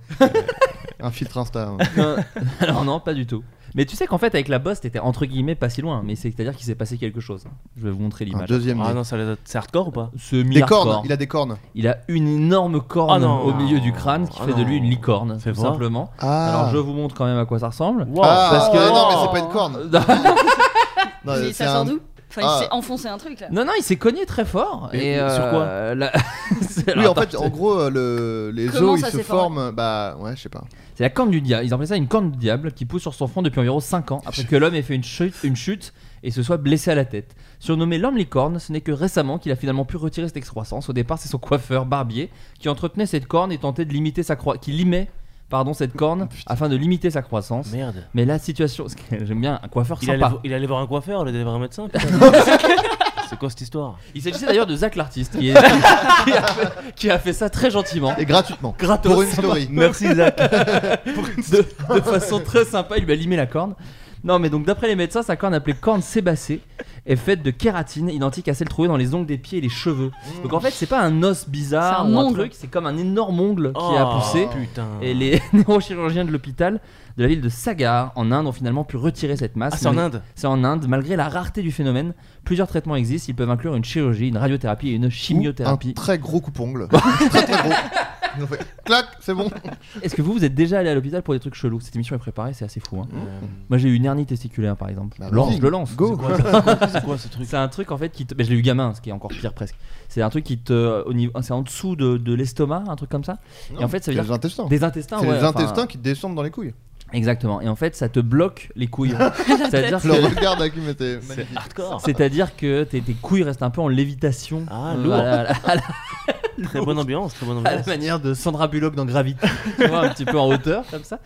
Un filtre Insta. hein. Non, Alors non, pas du tout. Mais tu sais qu'en fait, avec la bosse, t'étais entre guillemets pas si loin. Mais c'est-à-dire qu'il s'est passé quelque chose. Je vais vous montrer Un l'image. deuxième Ah nez. non, ça les a- c'est hardcore ou pas Ce Des mi-hardcore. cornes, il a des cornes. Il a une énorme Ah corne non. au milieu du crâne qui Ah fait de non. lui une licorne, Fais tout voir. simplement. Ah. Alors je vous montre quand même à quoi ça ressemble. Ah, parce que- non, mais c'est pas une corne. Non, Puis c'est ça sort un- d'où Enfin, Ah. il s'est enfoncé un truc là. Non, non, il s'est cogné très fort. Mais et sur quoi euh, la- C'est- Oui, alors, en fait, attends, en gros, euh, le- les Comment os ils ça se s'est formé forment. Bah ouais, je sais pas. C'est la corne du diable. Ils appellent ça une corne du diable qui pousse sur son front depuis environ 5 ans après que l'homme ait fait une chute, une chute et se soit blessé à la tête. Surnommé l'homme licorne, ce n'est que récemment qu'il a finalement pu retirer cette excroissance. Au départ, c'est son coiffeur barbier qui entretenait cette corne et tentait de limiter sa croi- qui limait pardon cette corne afin de limiter sa croissance. Mais, Merde. la situation, parce que j'aime bien un coiffeur Il allait, sympa. vo- il allait voir un coiffeur, il allait voir un médecin. putain. c'est quoi cette histoire Il s'agissait d'ailleurs de Zach l'artiste qui, est- qui a fait- qui a fait ça très gentiment. Et gratuitement. Gratos. Pour une story. Merci Zach. de, de façon très sympa, il lui a limé la corne. Non, mais donc d'après les médecins, sa corne appelée corne sébacée est faite de kératine identique à celle trouvée dans les ongles des pieds et les cheveux. Mmh. Donc en fait, c'est pas un os bizarre C'est un Ah, ou un ongle. truc, c'est comme un énorme ongle qui a poussé. Oh, Putain. Et les neurochirurgiens de l'hôpital de la ville de Sagar en Inde ont finalement pu retirer cette masse. Ah, c'est en Mal- Inde C'est en Inde. Malgré la rareté du phénomène, plusieurs traitements existent. Ils peuvent inclure une chirurgie, une radiothérapie et une Un chimiothérapie. très gros coupongle. très très gros. Ils ont fait clac, c'est bon. Est-ce que vous, vous êtes déjà allé à l'hôpital pour des trucs chelous Cette émission est préparée, c'est assez fou. hein. Euh, Moi j'ai eu une hernie testiculaire par exemple. Bah, lance, vas-y, je le lance. go. C'est quoi C'est quoi ce truc C'est un truc en fait qui te. Mais je l'ai eu gamin, ce qui est encore pire presque. C'est un truc qui te. euh, Au niveau... C'est en dessous de, de l'estomac, un truc comme ça. et en fait, ça veut dire. C'est les intestins. Des intestins, C'est ouais, les enfin, intestins qui descendent dans les couilles. Exactement. Et en fait, ça te bloque les couilles. C'est-à-dire Le que. regard d'Akim était C'est magnifique. hardcore. C'est-à-dire que tes, tes couilles restent un peu en lévitation. Ah, Euh, lourd. à la- à la- à la- Très bonne ambiance, très bonne à la ambiance. manière de Sandra Bullock dans Gravity, tu vois, un petit peu en hauteur comme ça.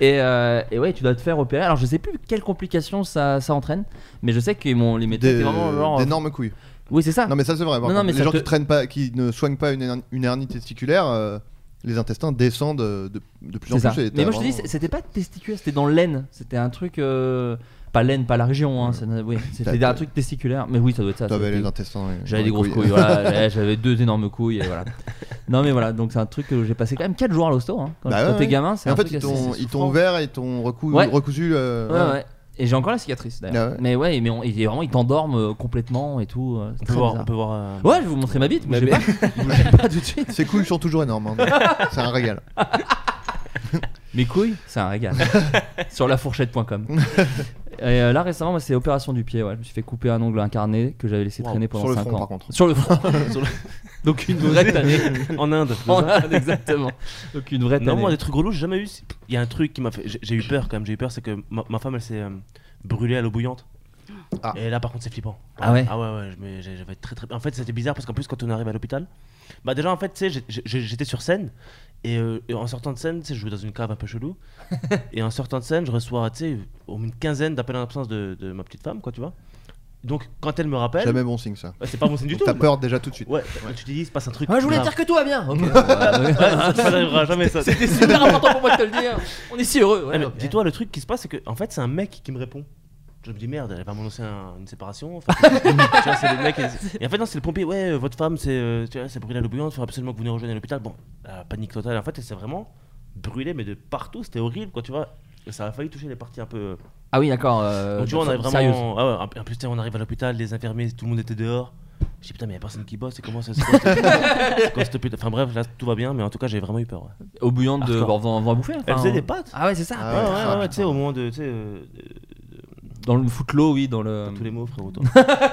Et, euh, et ouais, tu dois te faire opérer. Alors je sais plus quelles complications ça, ça entraîne, mais je sais que mon, les médecins Des- étaient vraiment genre. euh, D'énormes couilles. Oui, c'est ça. Non mais ça c'est vrai. par Non, non, contre. mais les ça gens te- qui traînent pas, qui ne soignent pas une, hernie- une hernie testiculaire, euh, les intestins descendent euh, de, de plus en C'est ça. plus. et Mais t'as moi je te dis, vraiment- c'est- c'était pas testiculaire, c'était dans l'aine. C'était un truc. euh, pas l'aine, pas la région. Hein, ça n'a- oui, c'était T'as- un truc testiculaire. Mais oui, ça doit être ça. ça doit T'avais être- les intestins. et- J'avais dans les des grosses couilles, voilà, j'avais- j'avais deux énormes couilles. Et voilà. non, mais voilà, donc c'est un truc que j'ai passé quand même 4 jours à l'hosto. hein. Quand, Bah quand ouais, t'es ouais. gamin, Et c'est en un fait truc ils assez- t'ont assez ils souffrant. t'ont ouvert et ils t'ont recou- Ouais. recousu. euh, Ouais, ouais. Et j'ai encore la cicatrice d'ailleurs. Ah ouais. Mais ouais, mais on- il est vraiment, ils t'endorment euh, complètement et tout. euh, c'est On très peut voir. bizarre. On peut voir euh, Ouais, je vais vous montrer ma bite, Ma bougez pas. Bougez pas tout de suite. Ces couilles sont toujours énormes. hein. c'est un régal. Mes couilles, c'est un régal. Sur lafourchette.com. Et euh, là récemment, moi, c'est opération du pied. Ouais. Je me suis fait couper un ongle incarné que j'avais laissé Wow. traîner pendant Sur le 5 front, ans. par contre. Sur le front. Sur le- Donc une vraie tannée. en Inde. En Inde, exactement. Donc une vraie Non, tannée. moi, des trucs relous, j'ai jamais eu. Il y a un truc qui m'a fait. j'ai- J'ai eu peur quand même, j'ai eu peur, c'est que ma, ma femme, elle s'est euh, brûlée à l'eau bouillante. Ah. Et là, par contre, c'est flippant. Ah ouais Ah ouais, ouais, je me- j'ai- j'avais très très. En fait, c'était bizarre parce qu'en plus, quand on arrive à l'hôpital, bah déjà, en fait, tu sais, j'ai- j'ai- j'étais sur scène et, euh, et en sortant de scène, tu sais, je jouais dans une cave un peu chelou. et en sortant de scène, je reçois, tu sais, au moins une quinzaine d'appels en absence de, de ma petite femme, quoi, tu vois. Donc, quand elle me rappelle. Jamais bon signe ça. Ouais, c'est pas bon signe du Donc tout. T'as peur déjà tout de suite. Ouais, tu te dis, il se passe un truc. Ouais, Ah, je voulais grave. dire que tout va bien. Ok. Ouais, ça, ça n'arrivera jamais ça. C'était super important pour moi de te le dire. On est si heureux. Ouais, Ouais, mais ok. Dis-toi, le truc qui se passe, c'est que en fait, c'est un mec qui me répond. Je me dis merde, elle va m'annoncer un- une séparation. enfin, tu vois, c'est le mec. Et en fait, non, c'est le pompier. Ouais, euh, votre femme, c'est, euh, tu vois, c'est brûlé à l'eau bouillante. Il faut absolument que vous nous rejoigniez à l'hôpital. Bon, la panique totale. En fait, elle s'est vraiment brûlée, mais de partout. C'était horrible, quoi, tu vois. Et ça a failli toucher les parties un peu. Ah oui, d'accord. euh, Donc, tu vois, on est vraiment. sérieux. Ah ouais, en plus, tu sais, on arrive à l'hôpital, les infirmiers, tout le monde était dehors. Je dis putain, mais y a personne qui bosse. Et comment ça se passe C'est quoi cette putain- Enfin bref, là, tout va bien, mais en tout cas, j'ai vraiment eu peur. ouais. Au bouillant de. Hardcore. Bon, Euh, bah, on va- on va bouffer. Elle enfin, faisait on- des pâtes. Ah ouais, c'est ça. Ah Ah ouais, ouais, ouais, ah, ouais, tu sais, au moment de. tu sais, euh, Dans le footlo, oui, dans le. euh, tous les mots, frérot. toi.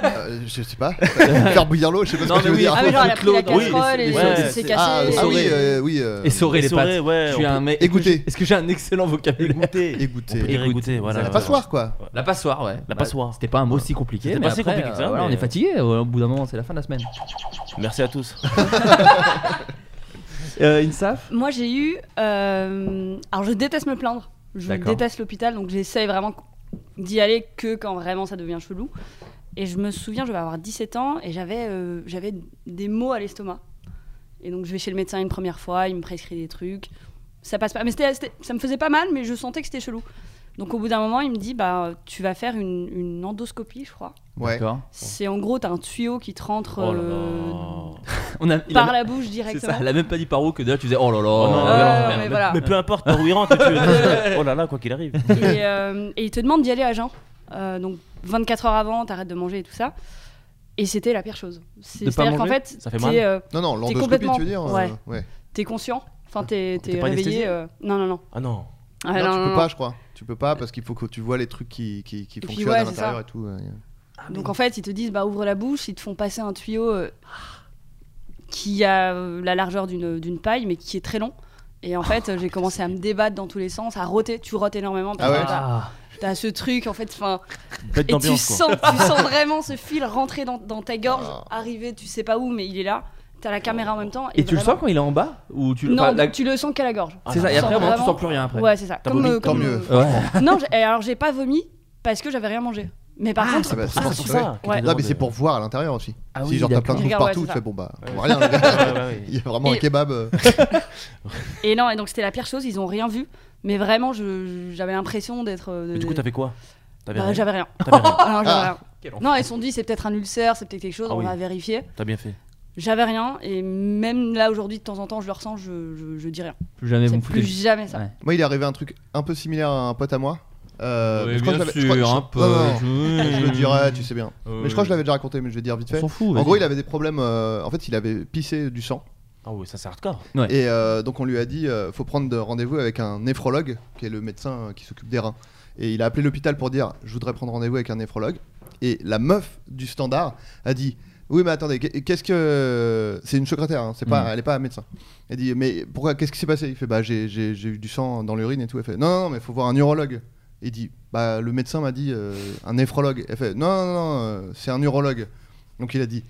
Euh, je sais pas. Faire bouillir l'eau, je sais pas Non, ce mais que je veux oui, dire. Ah, mais genre, elle a pris la Claude, oui, casserole et les- ouais, elle c'est- s'est Ah, cassée. ah oui, Essoré. euh, oui. euh, Et saurer les pattes. Essoré, ouais. Je suis un mec. Écoutez. Est-ce que j'ai un excellent vocabulaire Égoutté. Égoutté. On peut dire Égoutté. égoutté, voilà. La Ouais, passoire quoi. La passoire, ouais. La Bah, passoire. C'était pas un mot si compliqué. C'était mais pas si après, compliqué que ça, euh, voilà, mais- On est fatigué. euh, Au bout d'un moment, c'est la fin de la semaine. Merci à tous. Euh, Insaf Moi, j'ai eu. euh, Alors, je déteste me plaindre. Je D'accord. déteste l'hôpital, donc j'essaye vraiment d'y aller que quand vraiment ça devient chelou. Et je me souviens, je vais avoir 17 ans et j'avais euh, j'avais des maux à l'estomac. Et donc je vais chez le médecin une première fois, il me prescrit des trucs. Ça passe pas. Mais c'était- c'était- ça me faisait pas mal, mais je sentais que c'était chelou. Donc au bout d'un moment, il me dit bah tu vas faire une, une endoscopie, je crois. Ouais. D'accord. C'est en gros t'as un tuyau qui te rentre Oh là euh, là. On a, il a- par la bouche c'est directement. ça, elle a même pas dit par où que d'ailleurs tu faisais oh là là. non, oh ouais, là là. non, mais voilà. Mais peu importe par où il rentre, tu veux. Oh là là, quoi qu'il arrive. et, euh, et il te demande d'y aller à jeun. Euh, donc 24 heures avant, t'arrêtes de manger et tout ça. Et c'était la pire chose. C'est- De pas C'est-à-dire qu'en manger fait, Ça fait t'es, mal euh, Non, non, l'endoscopie, complètement- tu veux dire euh, ouais. ouais. t'es conscient, enfin t'es, T'es t'es pas anesthésié réveillé. euh, Non, non, non. Ah non. Ah, non, non, tu non, peux non. pas, je crois. Tu peux pas parce qu'il faut que tu vois les trucs qui, qui, qui puis, fonctionnent ouais, à c'est ça. Ah, l'intérieur et tout. ouais. Ah, Donc en fait, ils te disent bah ouvre la bouche, ils te font passer un tuyau euh, qui a euh, la largeur d'une, d'une paille, mais qui est très long. Et en fait, euh, j'ai commencé à me débattre dans tous les sens, à roter. Tu rotes énormément parce Ah ouais que t'as, t'as ce truc en fait. Enfin, Bête Et tu d'ambiance quoi. sens, tu sens vraiment ce fil rentrer dans, dans ta gorge, Ah. arriver, tu sais pas où, mais il est là. T'as la caméra en même temps. Et tu le vraiment- sens quand il est en bas ou tu le- Non, enfin, la- tu le sens qu'à la gorge. Ah, C'est ça. Et tu après, sens vraiment, tu vraiment- sens plus rien après. Ouais, c'est ça. T'as Comme, vomi, euh, Tant comme, mieux. euh, Ouais. Non, j'ai- et alors j'ai pas vomi parce que j'avais rien mangé. Mais par Ah, contre, Ah bah, c'est Ah, pour c'est ça. ça. Ouais. qu'il te Non, mais c'est demande. pour voir à l'intérieur aussi. Ah si genre t'as plein de d'accord. trucs Regarde, partout, ouais, tu c'est fais bon bah, on Ouais. voit rien, le Ouais, gars. ouais, ouais. Il y a vraiment un Et- kebab. euh. et non, et donc c'était la pire chose. Ils ont rien vu. Mais vraiment, je- j'avais l'impression d'être. euh, Mais du coup, t'as fait quoi T'avais Bah, rien J'avais rien. T'avais rien. Ah, non, j'avais Ah. rien. Quel Non, ils se sont dit c'est peut-être un ulcère, c'est peut-être quelque chose. Ah on oui. va vérifier. T'as bien fait. J'avais rien et même là aujourd'hui, de temps en temps, je le ressens, je, je, je dis rien. Plus jamais vous C'est me foutez. plus jamais ça. Ouais. Moi, il est arrivé un truc un peu similaire à un pote à moi. Euh, Ouais, je crois que bien je l'avais- je crois- sûr, je- un peu. Non, non, Je le Oui. dirais, tu sais bien. Euh, Mais je crois que je l'avais déjà raconté, mais je vais dire vite on fait. s'en fout. En gros, vas-y. il avait des problèmes. euh, en fait, il avait pissé du sang. Ah oui, ça c'est hardcore. Ouais. Et euh, donc, on lui a dit euh, faut prendre de rendez-vous avec un néphrologue, qui est le médecin euh, qui s'occupe des reins. Et il a appelé l'hôpital pour dire je voudrais prendre rendez-vous avec un néphrologue. Et la meuf du standard a dit oui, mais attendez, qu'est- qu'est-ce que. C'est une secrétaire, hein, c'est pas, Mhm. elle est pas un médecin. Elle dit mais pourquoi Qu'est-ce qui s'est passé Il fait bah j'ai j'ai- j'ai eu du sang dans l'urine et tout. Elle fait non, non, non, mais faut voir un urologue. Il dit bah le médecin m'a dit euh, un néphrologue. Elle fait non, non, non, euh, c'est un urologue. Donc il a dit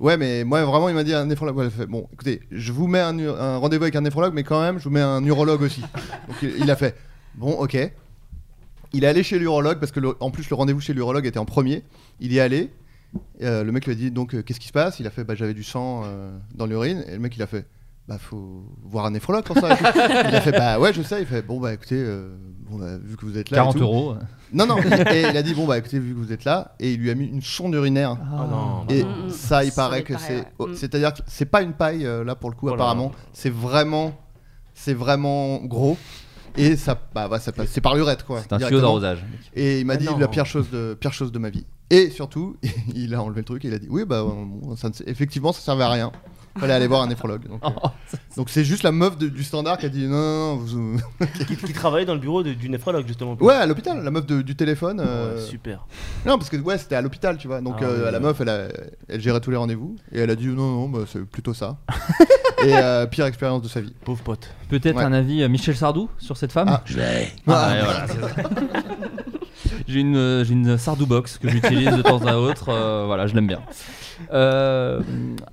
Ouais, mais moi vraiment, il m'a dit un néphrologue. Ouais, elle fait, bon, écoutez, je vous mets un, u- un rendez-vous avec un néphrologue, mais quand même, je vous mets un urologue aussi. Donc il, il a fait bon, ok. Il est allé chez l'urologue parce que le- en plus le rendez-vous chez l'urologue était en premier. Il y est allé. Euh, le mec lui a dit donc euh, qu'est-ce qui se passe Il a fait bah j'avais du sang euh, dans l'urine et le mec il a fait bah faut voir un néphrologue pour ça. et tout. il a fait bah ouais je sais. Il fait bon bah écoutez euh, bon, bah, vu que vous êtes là. et 40 tout. euros. Non non. et il a dit bon bah écoutez vu que vous êtes là et il lui a mis une sonde urinaire. Ah non. Et non, non. Mm, mm. ça, il Ça, paraît il que paraît, c'est. ouais. oh, Mm. C'est-à-dire que c'est pas une paille euh, là pour le coup, Oh là apparemment. là. C'est vraiment, c'est vraiment gros. Et ça, bah, bah, ça passe- c'est par l'urette quoi. C'est un tuyau directement. d'arrosage. Et il m'a Ah dit non. la pire chose de pire chose de ma vie. Et surtout, il a enlevé le truc et il a dit oui bah bon, ça ne- effectivement ça servait à rien. Fallait aller voir un néphrologue. Donc euh, donc c'est juste la meuf de- du standard qui a dit non non, non vous... Qui, qui travaillait dans le bureau de- du néphrologue justement. ouais à l'hôpital la meuf de- du téléphone. Ouais, euh, Super. Non, parce que ouais, c'était à l'hôpital, tu vois. Donc Ah, euh, oui, la oui. meuf, elle, a- elle gérait tous les rendez-vous et elle a dit non, non, bah, c'est plutôt ça. et euh, pire expérience de sa vie. Pauvre pote. Peut-être Ouais. un avis euh, Michel Sardou sur cette femme Ah. Ah, ouais, voilà, c'est ça. J'ai une, euh, j'ai une Sardou box que j'utilise de temps à autre. euh, voilà, je l'aime bien. Euh,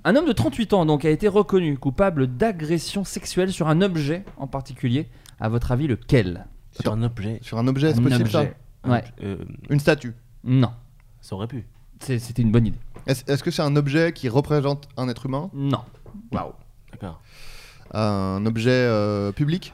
un homme de 38 ans donc a été reconnu coupable d'agression sexuelle sur un objet en particulier. À votre avis, lequel Sur un objet. Sur un objet, c'est Un possible objet. un Ouais. objet, euh, ça Une statue. Non, ça aurait pu. C'est- c'était une bonne idée. Est-ce est-ce que c'est un objet qui représente un être humain Non. D'accord. Un objet euh, public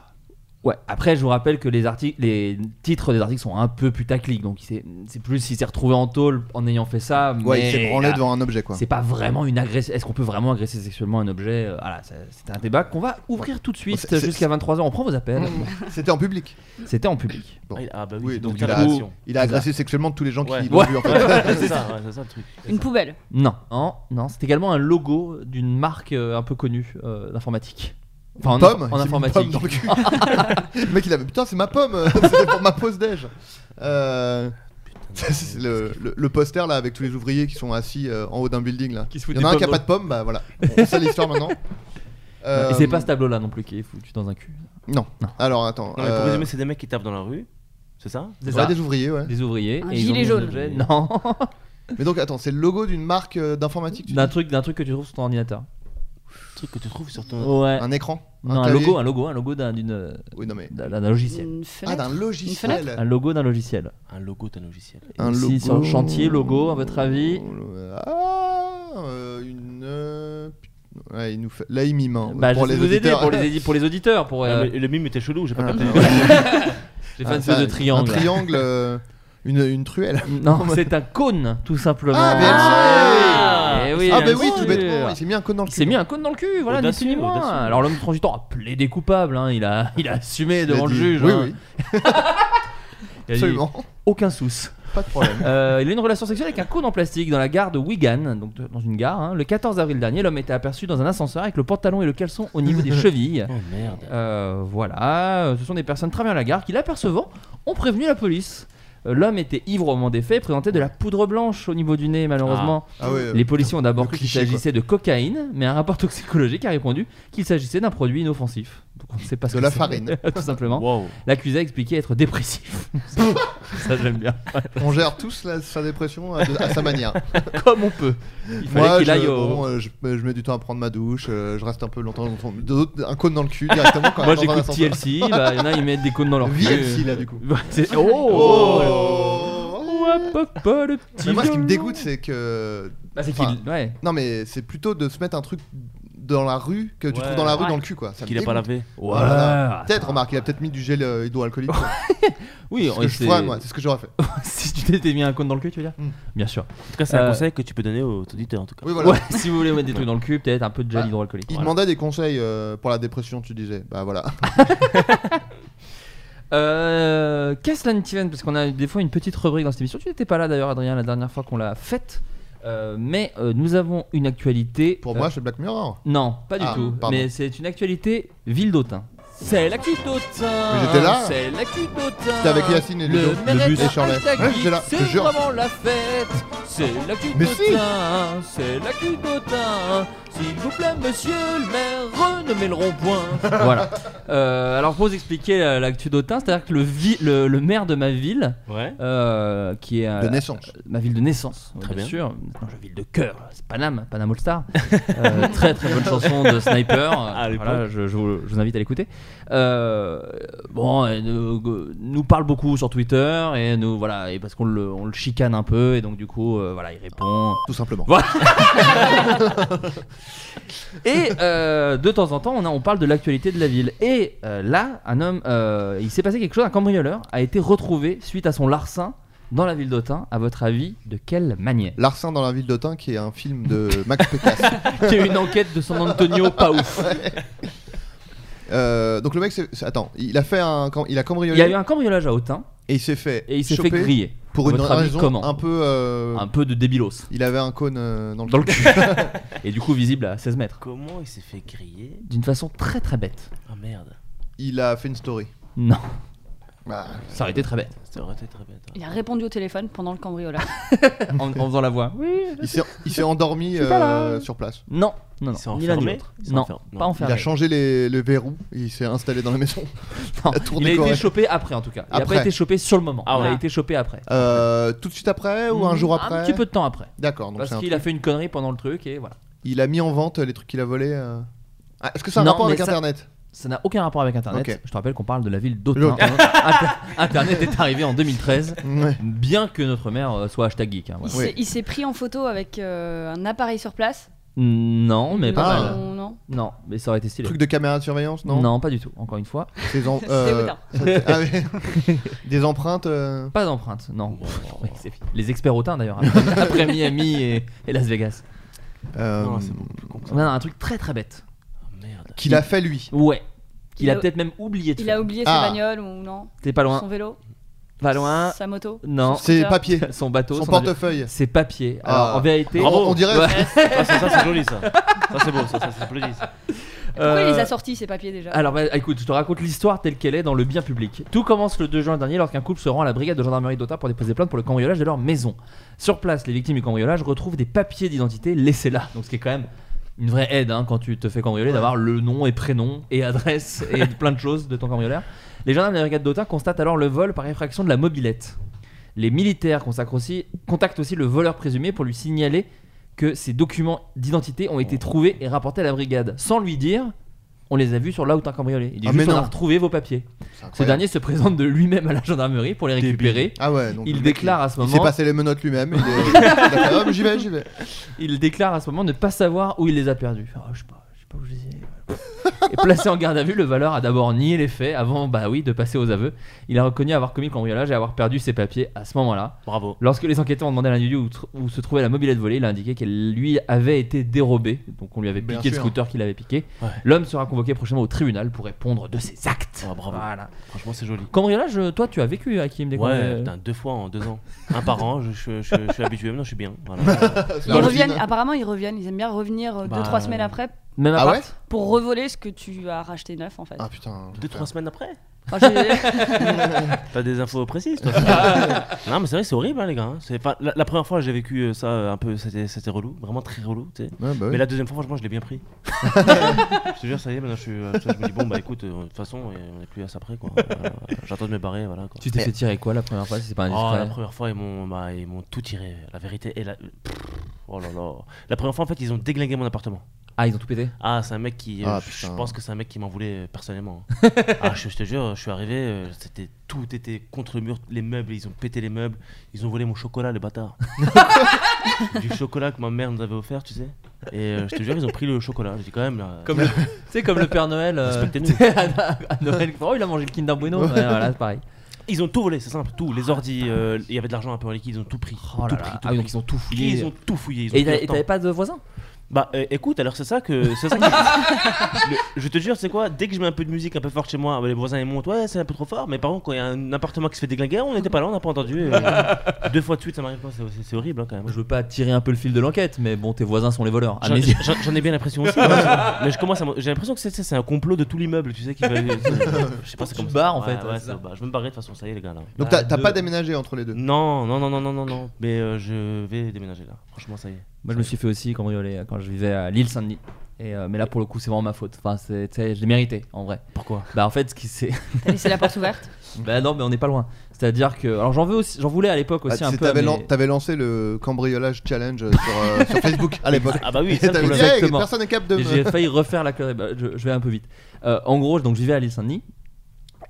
Ouais, après je vous rappelle que les articles les titres des articles sont un peu putaclic donc c'est c'est plus s'il s'est retrouvé en tôle en ayant fait ça mais Ouais, il s'est branlé ah, devant un objet, quoi. C'est pas vraiment une agression. Est-ce qu'on peut vraiment agresser sexuellement un objet Euh, Voilà, ça- c'est un débat qu'on va ouvrir tout de suite c'est- c'est- jusqu'à 23h. On prend vos appels. C'était en public. C'était en public. Bon. Ah, il- Ah bah Oui, oui, donc donc il a- l'agression. Il a agressé sexuellement tous les gens Ouais. qui l'ont Ouais. vu, en fait. Ouais, c'est ça, ouais, c'est ça le truc. Une poubelle. Non, non, non. C'est également un logo d'une marque euh, un peu connue euh, d'informatique. Enfin, en, pomme en il s'est mis une informatique. pomme dans le cul. le mec, il avait putain, c'est ma pomme, euh, c'était pour ma pause déj. Euh, c'est le, le- le poster là avec tous les ouvriers qui sont assis euh, en haut d'un building là. Qui se Il foutent y en a des un qui a pommes pas de pomme, bah voilà. On sait l'histoire maintenant. Euh, Et c'est pas ce tableau-là non plus qui est foutu dans un cul. Non. Non. Alors attends. Non, mais pour euh, résumer, c'est des mecs qui tapent dans la rue. C'est ça C'est ouais, ça. des ouvriers, ouais. Des ouvriers. Un et ils ont gilet mis jaune. objet- Non. Mais donc attends, c'est le logo d'une marque euh, d'informatique, tu dis d'un truc, d'un truc que tu trouves sur ton ordinateur. Le truc que tu trouves sur ton. Ouais. Un écran non, un clavier logo, un logo, un logo d'un d'une- euh, Oui, non mais. d'un- d'un logiciel. Une Ah, fenêtre. d'un Un logiciel. logo d'un logiciel. Un logo d'un logiciel. Un Si, logo. sur le chantier, logo, à votre avis Ah, euh, une. euh, Ouais, il nous fait... Là, il mime. hein, Bah, pour, je vais les vous aider, auditeurs. pour les édi- pour les auditeurs, pour euh, Ah, mais le mime était chelou, j'ai pas Ah, capté. attends, ouais. j'ai fait Ah, une espèce de un- triangle. Un triangle, euh, une, une truelle. Non, c'est un cône, tout simplement. Ah, bien Ah, sûr. eh oui, ah, un bah oui, tout cône. bêtement, il s'est mis un code dans le Il cul. s'est mis un cône dans le cul, voilà, ni plus Audacieux, ni moins. audacieux. Alors l'homme transitant a plaidé coupable, hein, il, a, il a assumé Il a devant le dit, juge. Oui, hein. oui, Il a dit, absolument. Aucun souce. Pas de problème. Euh, il a eu une relation sexuelle avec un cône en plastique dans la gare de Wigan, donc de- dans une gare. hein. Le 14 avril dernier, l'homme était aperçu dans un ascenseur avec le pantalon et le caleçon au niveau des chevilles. Oh merde. Euh, voilà, euh, ce sont des personnes traversant la gare qui, l'apercevant, ont prévenu la police. Euh, L'homme était ivre au moment des faits, présentait de la poudre blanche au niveau du nez, malheureusement. Ah ouais, euh, Les policiers ont d'abord le cru qu'il cliché, quoi. s'agissait de cocaïne, mais un rapport toxicologique a répondu qu'il s'agissait d'un produit inoffensif. Donc on ne sait pas ce De que la c'est. farine. Tout simplement. Wow. L'accusé a expliqué être dépressif. ça, j'aime bien. On gère tous la- sa dépression à, de- à sa manière. Comme on peut. Il fallait Moi, qu'il je, aille au. bon, euh, je, euh, je mets du temps à prendre ma douche, euh, je reste un peu longtemps dans ton- d'autres- un cône dans le cul directement quand Moi dans un j'écoute ascenseur. TLC, bah, il y en a ils mettent des cônes dans leur cul. VLC, là, du coup. Oh. Bah, c'est- Oh, Hop, hop, hop, le petit Mais moi, ce qui me violon. dégoûte, c'est que. Bah, c'est Enfin, qu'il. Ouais. Non, mais c'est plutôt de se mettre un truc dans la rue que tu Ouais. trouves dans la rue Ouais. dans le cul, quoi. Ça me Qu'il a pas dégoûte. lavé. Oh là là. Ouais. Peut-être, remarque, il a peut-être mis du gel euh, hydroalcoolique. quoi. Oui, C'est ce on que je sait- ferais, moi, c'est ce que j'aurais fait. si tu t'étais mis un cône dans le cul, tu veux dire Mm. Bien sûr. En tout cas, c'est un Euh, conseil que tu peux donner aux auditeurs en tout cas. Oui, voilà. Ouais, si vous voulez mettre des trucs dans le cul, peut-être un peu de gel Bah, hydroalcoolique. Il Voilà. demandait des conseils euh, pour la dépression, tu disais. Bah voilà. Euh, Qu'est-ce la Nitiven Parce qu'on a des fois une petite rubrique dans cette émission. Tu n'étais pas là d'ailleurs, Adrien, la dernière fois qu'on l'a faite. Euh, mais euh, nous avons une actualité. Pour euh, moi, c'est Black Mirror. Non, pas du Ah, tout. pardon. Mais c'est une actualité ville d'Autun. C'est l'actu d'Autun. Mais j'étais là. C'est l'actu d'Autun. C'était avec Yacine et le Ludo. Meret bus et Shirley. hashtag Ouais, geek, j'étais là, je C'est te jure. vraiment la fête. C'est l'actu Mais d'Autun. C'est l'actu d'Autun. S'il vous plaît, monsieur le maire, renommez le rond-point. voilà. Euh, alors pour vous expliquer euh, l'actu d'Autun, c'est-à-dire que le, vi- le, le maire de ma ville, Ouais. euh, qui est euh, De naissance. ma ville de naissance, Très bien, bien. sûr. Maintenant, je ville de cœur, c'est Paname, Paname All Star. Euh, très très bonne chanson de Sniper. À l'époque. Voilà, je, je vous, je vous invite à l'écouter. Euh, bon, elle nous, nous parle beaucoup sur Twitter et nous voilà et parce qu'on le, on le chicane un peu et donc du coup euh, voilà il répond. Tout simplement. Et euh, de temps en temps, on, a- on parle de l'actualité de la ville. Et euh, là, un homme, euh, il s'est passé quelque chose, un cambrioleur a été retrouvé suite à son larcin dans la ville d'Autun. À votre avis, de quelle manière Larcin dans la ville d'Autun, qui est un film de Max Pécasse. Qui est une enquête de San Antonio pas ouf. Euh, donc le mec, c'est- c'est- attends, il a fait un, cam- il a Il cambriolé y a eu un cambriolage à Autun et il s'est fait et il s'est fait choper griller. pour À une votre avis, raison comment un peu. euh, Un peu de débilos Il avait un cône euh, dans le. dans le cul. et du coup, visible à 16 mètres. Comment il s'est fait griller D'une façon très très bête. Ah merde. Il a fait une story. Non, Bah, ça aurait été très bête. Ça aurait été très bête. hein. Il a répondu au téléphone pendant le cambriolage. En, en faisant la voix. Oui. il s'est, il s'est endormi pas là. euh, sur place. Non, non, Il s'est non. Ni l'un ni enfermé l'autre. Il s'est Non, enfermé. Non. pas Il a enfermé. changé les, les verrous. et Il s'est installé dans la maison. Non, la tour Il a été décorée. chopé après en tout cas. Il a Après. pas été chopé sur le moment. Ah Il a ouais. été chopé après. Mm, Euh, tout de suite après ou un jour après Hmm, Un petit peu de temps après. D'accord. Donc c'est parce un qu'il a fait une connerie pendant le truc et voilà. truc- il a mis en vente les trucs qu'il a volés. euh. Ah, est-ce que c'est un Non, rapport mais avec ça- Internet Ça n'a aucun rapport avec Internet. Ok. Je te rappelle qu'on parle de la ville Le- d'Autun. Inter- Internet est arrivé en 2013, Ouais. bien que notre maire euh, soit hashtag geek. hein, Il voilà. Oui. s'est- il s'est pris en photo avec euh, un appareil sur place. Non, mais pas Ah. mal. Non, non. Non, mais ça aurait été stylé. Truc de caméra de surveillance, non pas du tout, encore une fois. Des, en- C'est euh, Odin. ah oui. Des empreintes. euh, Pas d'empreinte, non. Oui, c'est fini. Les experts autins d'ailleurs, après, après Miami et, et Las Vegas. euh, Non, c'est beaucoup plus con que ça. On a un truc très très bête. Ah, merde. Qu'il a fait lui. Ouais. Qu'il Il a a- peut-être même oublié de Il faire. a oublié Ah. sa bagnole ou non T'es pas Son loin. vélo Pas loin. Sa moto Non. Ses scooter. papiers. Son bateau. Son avion. portefeuille. C'est papier. Alors Ah. en vérité. On- On, dirait. Ouais. Ah, ça, ça, c'est joli ça. Ça c'est beau, ça, ça c'est joli. ça. Pourquoi il les Euh, a sortis ces papiers déjà Alors bah, écoute, je te raconte l'histoire telle qu'elle est dans le bien public. Tout commence le 2 juin dernier lorsqu'un couple se rend à la brigade de gendarmerie d'Autun pour déposer plainte pour le cambriolage de leur maison. Sur place, les victimes du cambriolage retrouvent des papiers d'identité laissés là. Donc ce qui est quand même une vraie aide hein, quand tu te fais cambrioler d'avoir le nom et prénom et adresse et plein de choses de ton cambrioleur. Les gendarmes de la brigade d'Autun constatent alors le vol par effraction de la mobilette. Les militaires consacrent aussi, contactent aussi le voleur présumé pour lui signaler que ses documents d'identité ont été trouvés et rapportés à la brigade, sans lui dire on les a vus sur là où t'as cambriolé. Il dit Ah, mais juste on a non. retrouvé vos papiers. Ce dernier se présente de lui-même à la gendarmerie pour les récupérer. Ah ouais, donc Il le mec, déclare à ce Il s'est moment, passé les menottes lui-même. Il est- il a fait, Hop, j'y vais, j'y vais. il déclare à ce moment ne pas savoir où il les a perdus. Ah, je sais pas, je sais pas où je les ai. Et placé en garde à vue, le valeur a d'abord nié les faits avant, bah oui, de passer aux aveux. Il a reconnu avoir commis le cambriolage et avoir perdu ses papiers à ce moment-là. Bravo. Lorsque les enquêteurs ont demandé à l'individu où, tr- où se trouvait la mobilette volée, il a indiqué qu'elle lui avait été dérobée, donc on lui avait Bien piqué le sûr. scooter qu'il avait piqué. Ouais. L'homme sera convoqué prochainement au tribunal pour répondre de ses actes. Ah, bravo. Voilà. Franchement, c'est joli. Cambriolage, euh, toi tu as vécu Hakim des Ouais, cambriolages. putain, deux fois en deux ans. Un par an, je, je- je- je suis habitué. Maintenant, je suis bien. Voilà. C'est Ils la reviennent, routine. apparemment, ils reviennent. Ils aiment bien revenir Bah, 2-3 semaines après Même à Ah ouais pour revoler ce que tu as racheté neuf, en fait. Ah putain. Deux, trois semaines après Enfin, j'ai- T'as des infos précises, toi Non, mais c'est vrai, c'est horrible, hein, les gars. hein. C'est pas... la, la première fois, j'ai vécu euh, ça euh, un peu, c'était c'était relou, vraiment très relou, tu sais. Ouais, bah oui. Mais la deuxième fois, franchement, je l'ai bien pris. je te jure, ça y est, maintenant je, suis, euh, je me dis, bon, bah écoute, euh, de toute façon, euh, on est plus à ça près, quoi. Euh, J'attends de me barrer, voilà, quoi. Tu t'es fait tirer quoi la première fois si c'est pas Oh, indiscret la première fois, ils m'ont bah, ils m'ont tout tiré, la vérité. Et la... Pfff, Oh là là. La première fois, en fait, ils ont déglingué mon appartement. Ah, ils ont tout pété Ah, c'est un mec qui. euh, Ah, je putain. pense que c'est un mec qui m'en voulait euh, personnellement. ah, je, je te jure, je suis arrivé, euh, c'était tout était contre le mur, les meubles, ils ont pété les meubles, ils ont volé mon chocolat, les bâtards. du chocolat que ma mère nous avait offert, tu sais. Et euh, je te jure, ils ont pris le chocolat. J'ai dit quand même. là, euh, Comme le... tu sais, comme le Père Noël. euh, Respectez-nous. tu sais, à, à Noël. Oh, il a mangé le Kinder Bueno. Ouais, voilà, c'est pareil. Ils ont tout volé, c'est simple, tout. Les ordi, euh, il y avait de l'argent un peu en liquide, ils ont tout pris. Ah, Oh tout là pris, là. tout Ah, pris. oui, donc ils ont tout fouillé. Ils ont tout fouillé. Ils ont Et pris t'as- leur et temps. t'avais pas de voisins Bah euh, écoute, alors c'est ça que. C'est ça que- Le- je te jure, c'est quoi Dès que je mets un peu de musique un peu forte chez moi, bah, les voisins ils montent, ouais, c'est un peu trop fort, mais par contre, quand il y a un appartement qui se fait déglinguer, on n'était pas là, on n'a pas entendu. et, euh, deux fois de suite, ça m'arrive pas, c'est- c'est c'est horrible hein, quand même. Je veux pas tirer un peu le fil de l'enquête, mais bon, tes voisins sont les voleurs. J'en- Amnésie. J'en j'en ai bien l'impression aussi. hein, mais je commence à m'en- J'ai l'impression que c'est- c'est c'est un complot de tout l'immeuble, tu sais, qui va. euh, Je sais pas, c'est Tu comme te ça. barres, en Ouais, fait, ouais, ouais, c'est- c'est ça. bah, je vais me barrer de toute façon, ça y est, les gars là. Donc t'as Bah, t'as deux. pas déménagé entre les deux. Non, non, non, non, non, non, non, mais euh, je vais déménager là. Franchement, ça y est. Moi, je me suis fait aussi cambrioler euh, quand je vivais à Lille Saint-Denis. Et, euh, mais là, pour le coup, c'est vraiment ma faute. Enfin, c'est, tu sais, je l'ai mérité, en vrai. Pourquoi Bah, en fait, ce qui c'est. T'as laissé la porte ouverte. bah, non, mais on n'est pas loin. C'est-à-dire que. Alors, j'en, veux aussi, j'en voulais à l'époque Ah, aussi tu un sais, peu. à T'avais mes- lan- t'avais lancé le cambriolage challenge euh, sur, euh, sur Facebook à l'époque. Ah bah oui, Et ça, t'avais le dit, problème. hey, Exactement. personne n'est capable de. Et me- J'ai failli refaire la queue. Bah, je, je vais un peu vite. Euh, en gros, donc, je vivais à l'île Saint-Denis.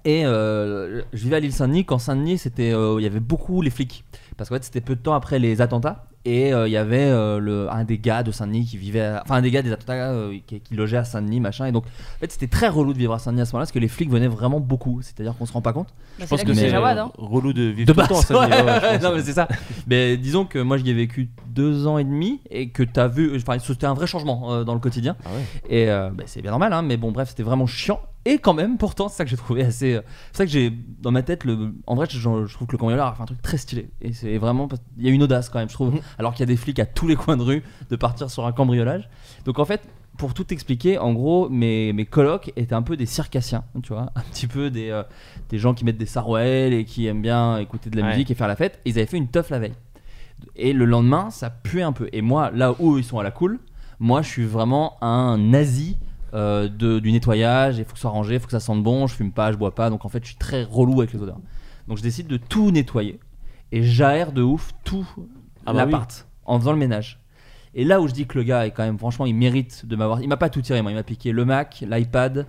Et euh, je vivais à l'île Saint-Denis quand Saint-Denis, c'était, euh, il y avait beaucoup les flics. Parce que c'était peu de temps après les attentats. Et euh, il y avait euh, le, un des gars de Saint-Denis qui vivait. à- Enfin, un des gars des attentats euh, qui, qui logeait à Saint-Denis, machin. Et donc, en fait, c'était très relou de vivre à Saint-Denis à ce moment-là parce que les flics venaient vraiment beaucoup. C'est-à-dire qu'on se rend pas compte. Bah, Je c'est pense là que c'est c'est Jawad. hein. relou de vivre euh, De tout le base, temps à Saint-Denis, ouais, ouais, ouais, je pense. non, mais c'est ça. Mais disons que moi, j'y ai vécu deux ans et demi et que t'as vu. Enfin, c'était un vrai changement euh, dans le quotidien. Ah ouais. Et euh, bah, c'est bien normal, hein, mais bon, bref, c'était vraiment chiant. Et quand même, pourtant, c'est ça que j'ai trouvé assez. euh, c'est ça que j'ai dans ma tête. Le, en vrai, je, je trouve que le cambrioleur a fait un truc très stylé. Et c'est vraiment. parce- Il y a une audace quand même, je trouve. Mm. Alors qu'il y a des flics à tous les coins de rue de partir sur un cambriolage. Donc en fait, pour tout expliquer, en gros, mes, mes colocs étaient un peu des circassiens, tu vois. Un petit peu des, euh, des gens qui mettent des sarouels et qui aiment bien écouter de la Ouais. musique et faire la fête. Ils avaient fait une teuf la veille. Et le lendemain, ça puait un peu. Et moi, là où ils sont à la cool, moi, je suis vraiment un nazi euh, de- du nettoyage. Il faut que ce soit rangé, il faut que ça sente bon. Je fume pas, je bois pas. Donc en fait, je suis très relou avec les odeurs. Donc je décide de tout nettoyer et j'aère de ouf tout Ah bah l'appart en faisant le ménage. Et là où je dis que le gars est quand même, franchement, il mérite de m'avoir. Il m'a pas tout tiré, moi. Il m'a piqué le Mac, l'iPad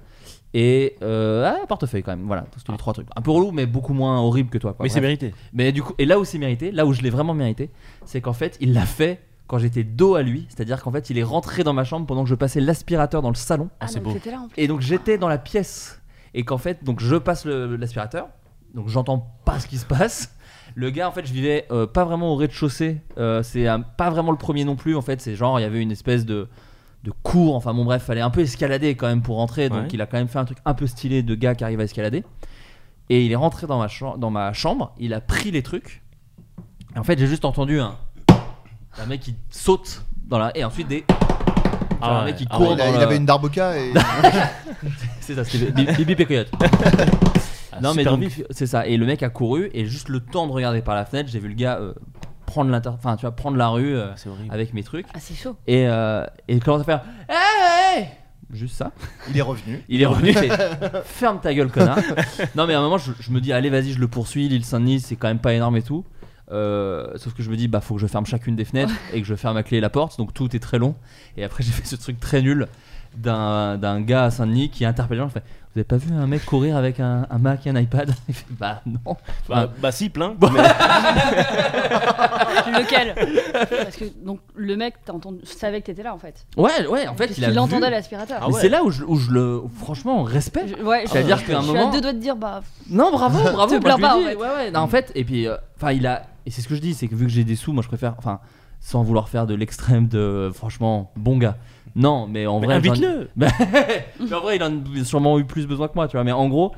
et euh, ah, portefeuille quand même. Voilà, donc Ah. c'était les trois trucs. Un peu relou, mais beaucoup moins horrible que toi. Quoi. Mais c'est Bref. mérité. Mais du coup, et là où c'est mérité, là où je l'ai vraiment mérité, c'est qu'en fait, il l'a fait quand j'étais dos à lui. C'est-à-dire qu'en fait, il est rentré dans ma chambre pendant que je passais l'aspirateur dans le salon. Ah, c'est donc beau. t'étais là en plus. Et donc, j'étais dans la pièce. Et qu'en fait, donc je passe le- l'aspirateur. Donc, j'entends pas ce qui se passe. Le gars, en fait, je vivais euh, pas vraiment au rez-de-chaussée. Euh, c'est euh, pas vraiment le premier non plus. En fait, c'est genre, il y avait une espèce de de cours, enfin bon bref, fallait un peu escalader quand même pour rentrer, donc Ouais. il a quand même fait un truc un peu stylé de gars qui arrive à escalader. Et il est rentré dans ma, cham- dans ma chambre, il a pris les trucs. Et en fait, j'ai juste entendu un, un mec qui saute dans la. Et ensuite des. Ah un ouais. mec qui Ah court Il, a- dans il le- avait une darboka et. C'est ça, c'était Bi- Bibi Pécoyote. non, Ah, mais super donc, vif. c'est ça. Et le mec a couru, et juste le temps de regarder par la fenêtre, j'ai vu le gars euh, prendre, l'inter... Enfin, tu vois, prendre la rue euh, Ah, C'est horrible. avec mes trucs. Ah, c'est chaud. Et, euh, et il commence à faire. Hey, hey Juste ça. Il est revenu. Il est revenu, il fait ferme ta gueule, connard. non, mais à un moment, je, je me dis, allez, vas-y, je le poursuis. L'île Saint-Denis, c'est quand même pas énorme et tout. Euh, sauf que je me dis, bah, faut que je ferme chacune des fenêtres et que je ferme à clé la porte. Donc tout est très long. Et après, j'ai fait ce truc très nul. d'un d'un gars à Saint-Denis qui interpelle les gens. il fait, Vous avez pas vu un mec courir avec un, un Mac et un iPad Il fait, Bah non. Bah, bah si, plein. mais- Lequel Parce que donc le mec, t'as entendu, savais que t'étais là en fait. Ouais, ouais, en fait, Parce il qu'il a. vu. entendait l'aspirateur. Ah Mais ouais. c'est là où je, où je le. Franchement, respect. Je- ouais, je- C'est-à-dire qu'à un je suis moment- à deux doigts de dire bah Non, bravo, bravo. Te moi, plains je lui pas, dis, en fait. Ouais, ouais. Non, en fait, et puis, euh, enfin, il a. Et c'est ce que je dis, c'est que vu que j'ai des sous, moi, je préfère. Enfin, sans vouloir faire de l'extrême de. euh, Franchement, bon gars. Non, mais en mais vrai. j'en- Bah, invite-le. Mais mais en vrai, il en a sûrement eu plus besoin que moi, tu vois. Mais en gros,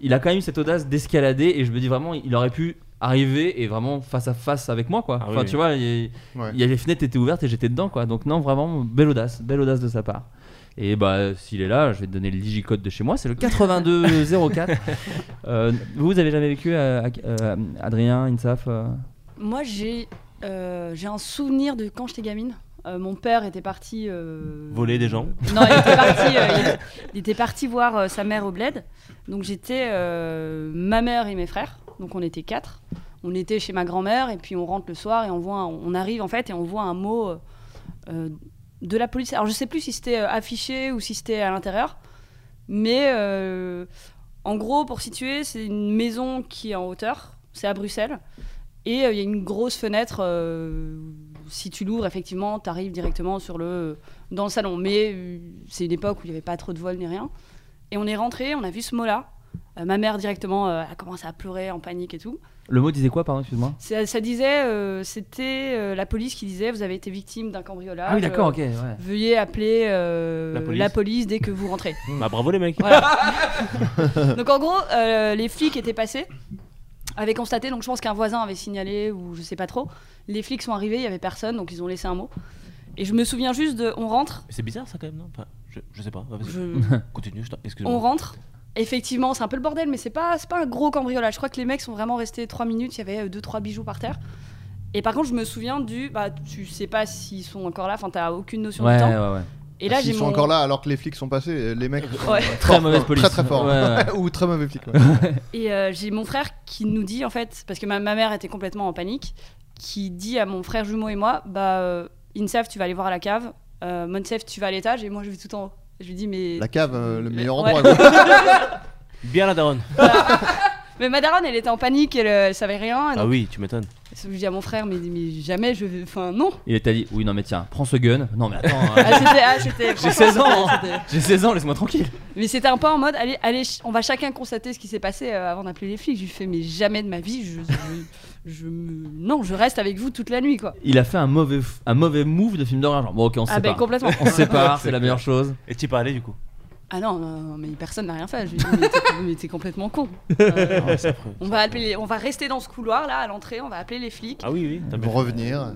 il a quand même eu cette audace d'escalader et je me dis vraiment, il aurait pu arriver et vraiment face à face avec moi, quoi. Ah enfin, oui. tu vois, il, Ouais. il y a les fenêtres étaient ouvertes et j'étais dedans, quoi. Donc non, vraiment, belle audace, belle audace de sa part. Et bah, s'il est là, je vais te donner le digicode de chez moi, c'est le 8204. Euh, vous avez jamais vécu, euh, à- euh, Adrien, Insaf euh, moi j'ai euh, j'ai un souvenir de quand j'étais gamine. Euh, mon père était parti euh, Voler des gens. Non, il était parti, euh, il était- il était parti voir euh, sa mère au bled. Donc j'étais euh, ma mère et mes frères. Donc on était quatre. On était chez ma grand-mère et puis on rentre le soir et on voit, un- on arrive en fait et on voit un mot euh, euh, de la police. Alors je sais plus si c'était euh, affiché ou si c'était à l'intérieur, mais euh, en gros pour situer, c'est une maison qui est en hauteur. C'est à Bruxelles. Et euh, il y a une grosse fenêtre. euh, si tu l'ouvres, effectivement, tu arrives directement sur le, dans le salon. Mais euh, c'est une époque où il n'y avait pas trop de vols ni rien. Et on est rentré, on a vu ce mot-là. Euh, ma mère directement euh, a commencé à pleurer en panique et tout. Le mot disait quoi, pardon, excuse-moi Ça, ça disait, euh, c'était euh, la police qui disait vous avez été victime d'un cambriolage. Ah oui, d'accord, euh, ok, ouais. Veuillez appeler euh, La la, police. police. dès que vous rentrez. Hmm. Bah bravo les mecs. donc en gros, euh, les flics étaient passés, avaient constaté, donc je pense qu'un voisin avait signalé ou je sais pas trop. Les flics sont arrivés, il y avait personne, donc ils ont laissé un mot. Et je me souviens juste de, on rentre, Mais C'est bizarre ça quand même, non Enfin, je, je sais pas. Bah, vas-y. je- Continue, je t'en- excuse-moi. On rentre. Effectivement, c'est un peu le bordel, mais c'est pas, c'est pas un gros cambriolage. Je crois que les mecs sont vraiment restés 3 minutes. Il y avait 2-3 bijoux par terre. Et par contre, je me souviens du. Bah, tu sais pas s'ils sont encore là. Enfin, t'as aucune notion Ouais, du temps. ouais, ouais. Et là, j'ai Ils Ah, sont mon- encore là alors que les flics sont passés, les mecs. Ouais. Très mauvaise police. Très très fort. Ouais, ouais. Ou très mauvais flic. ouais. Et euh, j'ai mon frère qui nous dit, en fait, parce que ma, ma mère était complètement en panique, qui dit à mon frère jumeau et moi Bah, euh, Insaf, tu vas aller voir à la cave. Euh, Monsef, tu vas à l'étage. Et moi, je vais tout en haut. Je lui dis, mais. La cave, euh, le meilleur Ouais. endroit. quoi. Bien la daronne. Mais ma daronne, elle était en panique, elle, euh, elle savait rien. Et Ah donc, oui, tu m'étonnes. Je lui dis à mon frère, mais, mais jamais je vais. Enfin, non. Il t'a dit, oui, non, mais tiens, prends ce gun. Non, mais attends, euh, Ah, c'était- ah, c'était- j'ai 16 ans, hein. j'ai 16 ans, laisse-moi tranquille. Mais c'était un peu en mode, allez, allez, ch- on va chacun constater ce qui s'est passé euh, avant d'appeler les flics. Je lui fais, mais jamais de ma vie, je, je, je me- non, je reste avec vous toute la nuit, quoi. Il a fait un mauvais, f- un mauvais move de film d'horreur. Genre, bon, ok, on se ah ben sépare. complètement. on se sépare, c'est la meilleure chose. Et t'y es pas allé du coup. Ah non, non, non, mais personne n'a rien fait. Je lui dis, mais t'es- mais t'es complètement con. Euh, Ah, c'est affreux. on va appeler, les- on va rester dans ce couloir là à l'entrée, on va appeler les flics. Ah oui, oui. t'as bien Pour fait. revenir.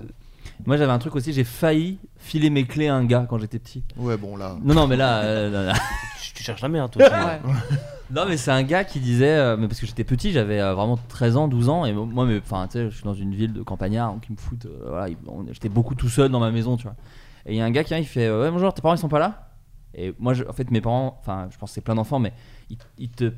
Moi, j'avais un truc aussi, j'ai failli filer mes clés à un gars quand j'étais petit. Ouais, bon là. Non, non, mais là. euh, là, là. Tu, tu cherches la merde toi. tu- Ouais. Non, mais c'est un gars qui disait. euh, mais parce que j'étais petit, j'avais euh, vraiment 13 ans, 12 ans. Et moi, mais, enfin, tu sais, je suis dans une ville de campagnard, donc ils me foutent. euh, voilà, ils- on- j'étais beaucoup tout seul dans ma maison, tu vois. Et il y a un gars qui vient, il fait euh, Ouais, bonjour, tes parents, ils sont pas là Et moi, je- en fait, mes parents, enfin, je pense que c'est plein d'enfants, mais ils, ils te.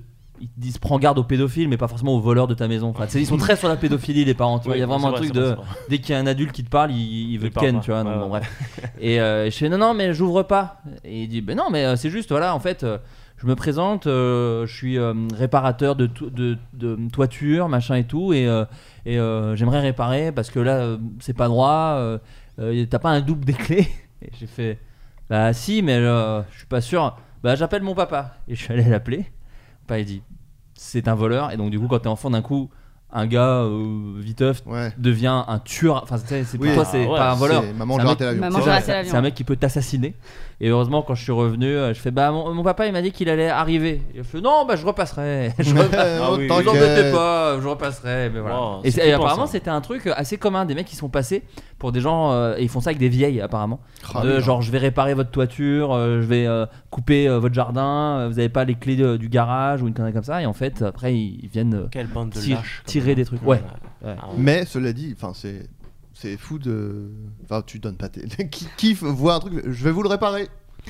Ils te disent prends garde aux pédophiles, mais pas forcément aux voleurs de ta maison. Enfin, tu sais, ils sont très sur la pédophilie, les parents. Tu vois, il y a Oui, vraiment un c'est vrai, truc c'est vrai, de. c'est vrai. Dès qu'il y a un adulte qui te parle, il, il veut Il te parle ken, pas. tu vois. donc Ouais, bon, ouais. bref. Et euh, je fais non, non, mais j'ouvre pas. Et il dit, ben non, mais euh, c'est juste, voilà, en fait, euh, je me présente, euh, je suis euh, réparateur de, to- de, de toiture, machin et tout, et, euh, et euh, j'aimerais réparer parce que là, euh, c'est pas droit, euh, euh, t'as pas un double des clés. Et j'ai fait, bah si, mais euh, je suis pas sûr. Bah j'appelle mon papa. Et je suis allé l'appeler. Papa, il dit, c'est un voleur. Et donc, du coup, quand t'es enfant, d'un coup, un gars euh, viteuf Ouais. devient un tueur. Enfin, tu sais, c'est pour Oui. toi, c'est Ah, ouais, pas un voleur. C'est Maman, C'est j'ai un raté l'avion. Maman, C'est j'ai ça, raté c'est- l'avion. C'est un mec qui peut t'assassiner. Et heureusement, quand je suis revenu, euh, je fais Bah, mon, mon papa, il m'a dit qu'il allait arriver. Il fait Non, bah, je repasserai. Je Ouais, repasserai. oh, Ah oui, oui. Vous t'inquiète. embêtez pas, je repasserai. Mais Ah voilà. Wow, c'est et, c'est- et flippant, apparemment, ça. c'était un truc euh, assez commun. Des mecs qui sont passés pour des gens. euh, et ils font ça avec des vieilles, apparemment. Ah, de oui, genre, je vais réparer votre toiture, euh, je vais euh, couper euh, votre jardin, euh, vous avez pas les clés de- du garage ou une connerie comme ça. Et en fait, après, ils, ils viennent euh, Quelle bande de tir- lâches. comme tirer ça. des trucs. Ouais. Ouais. Ah Mais cela dit, enfin c'est c'est fou de enfin tu donnes pas tes qui kiffe voir un truc, je vais vous le réparer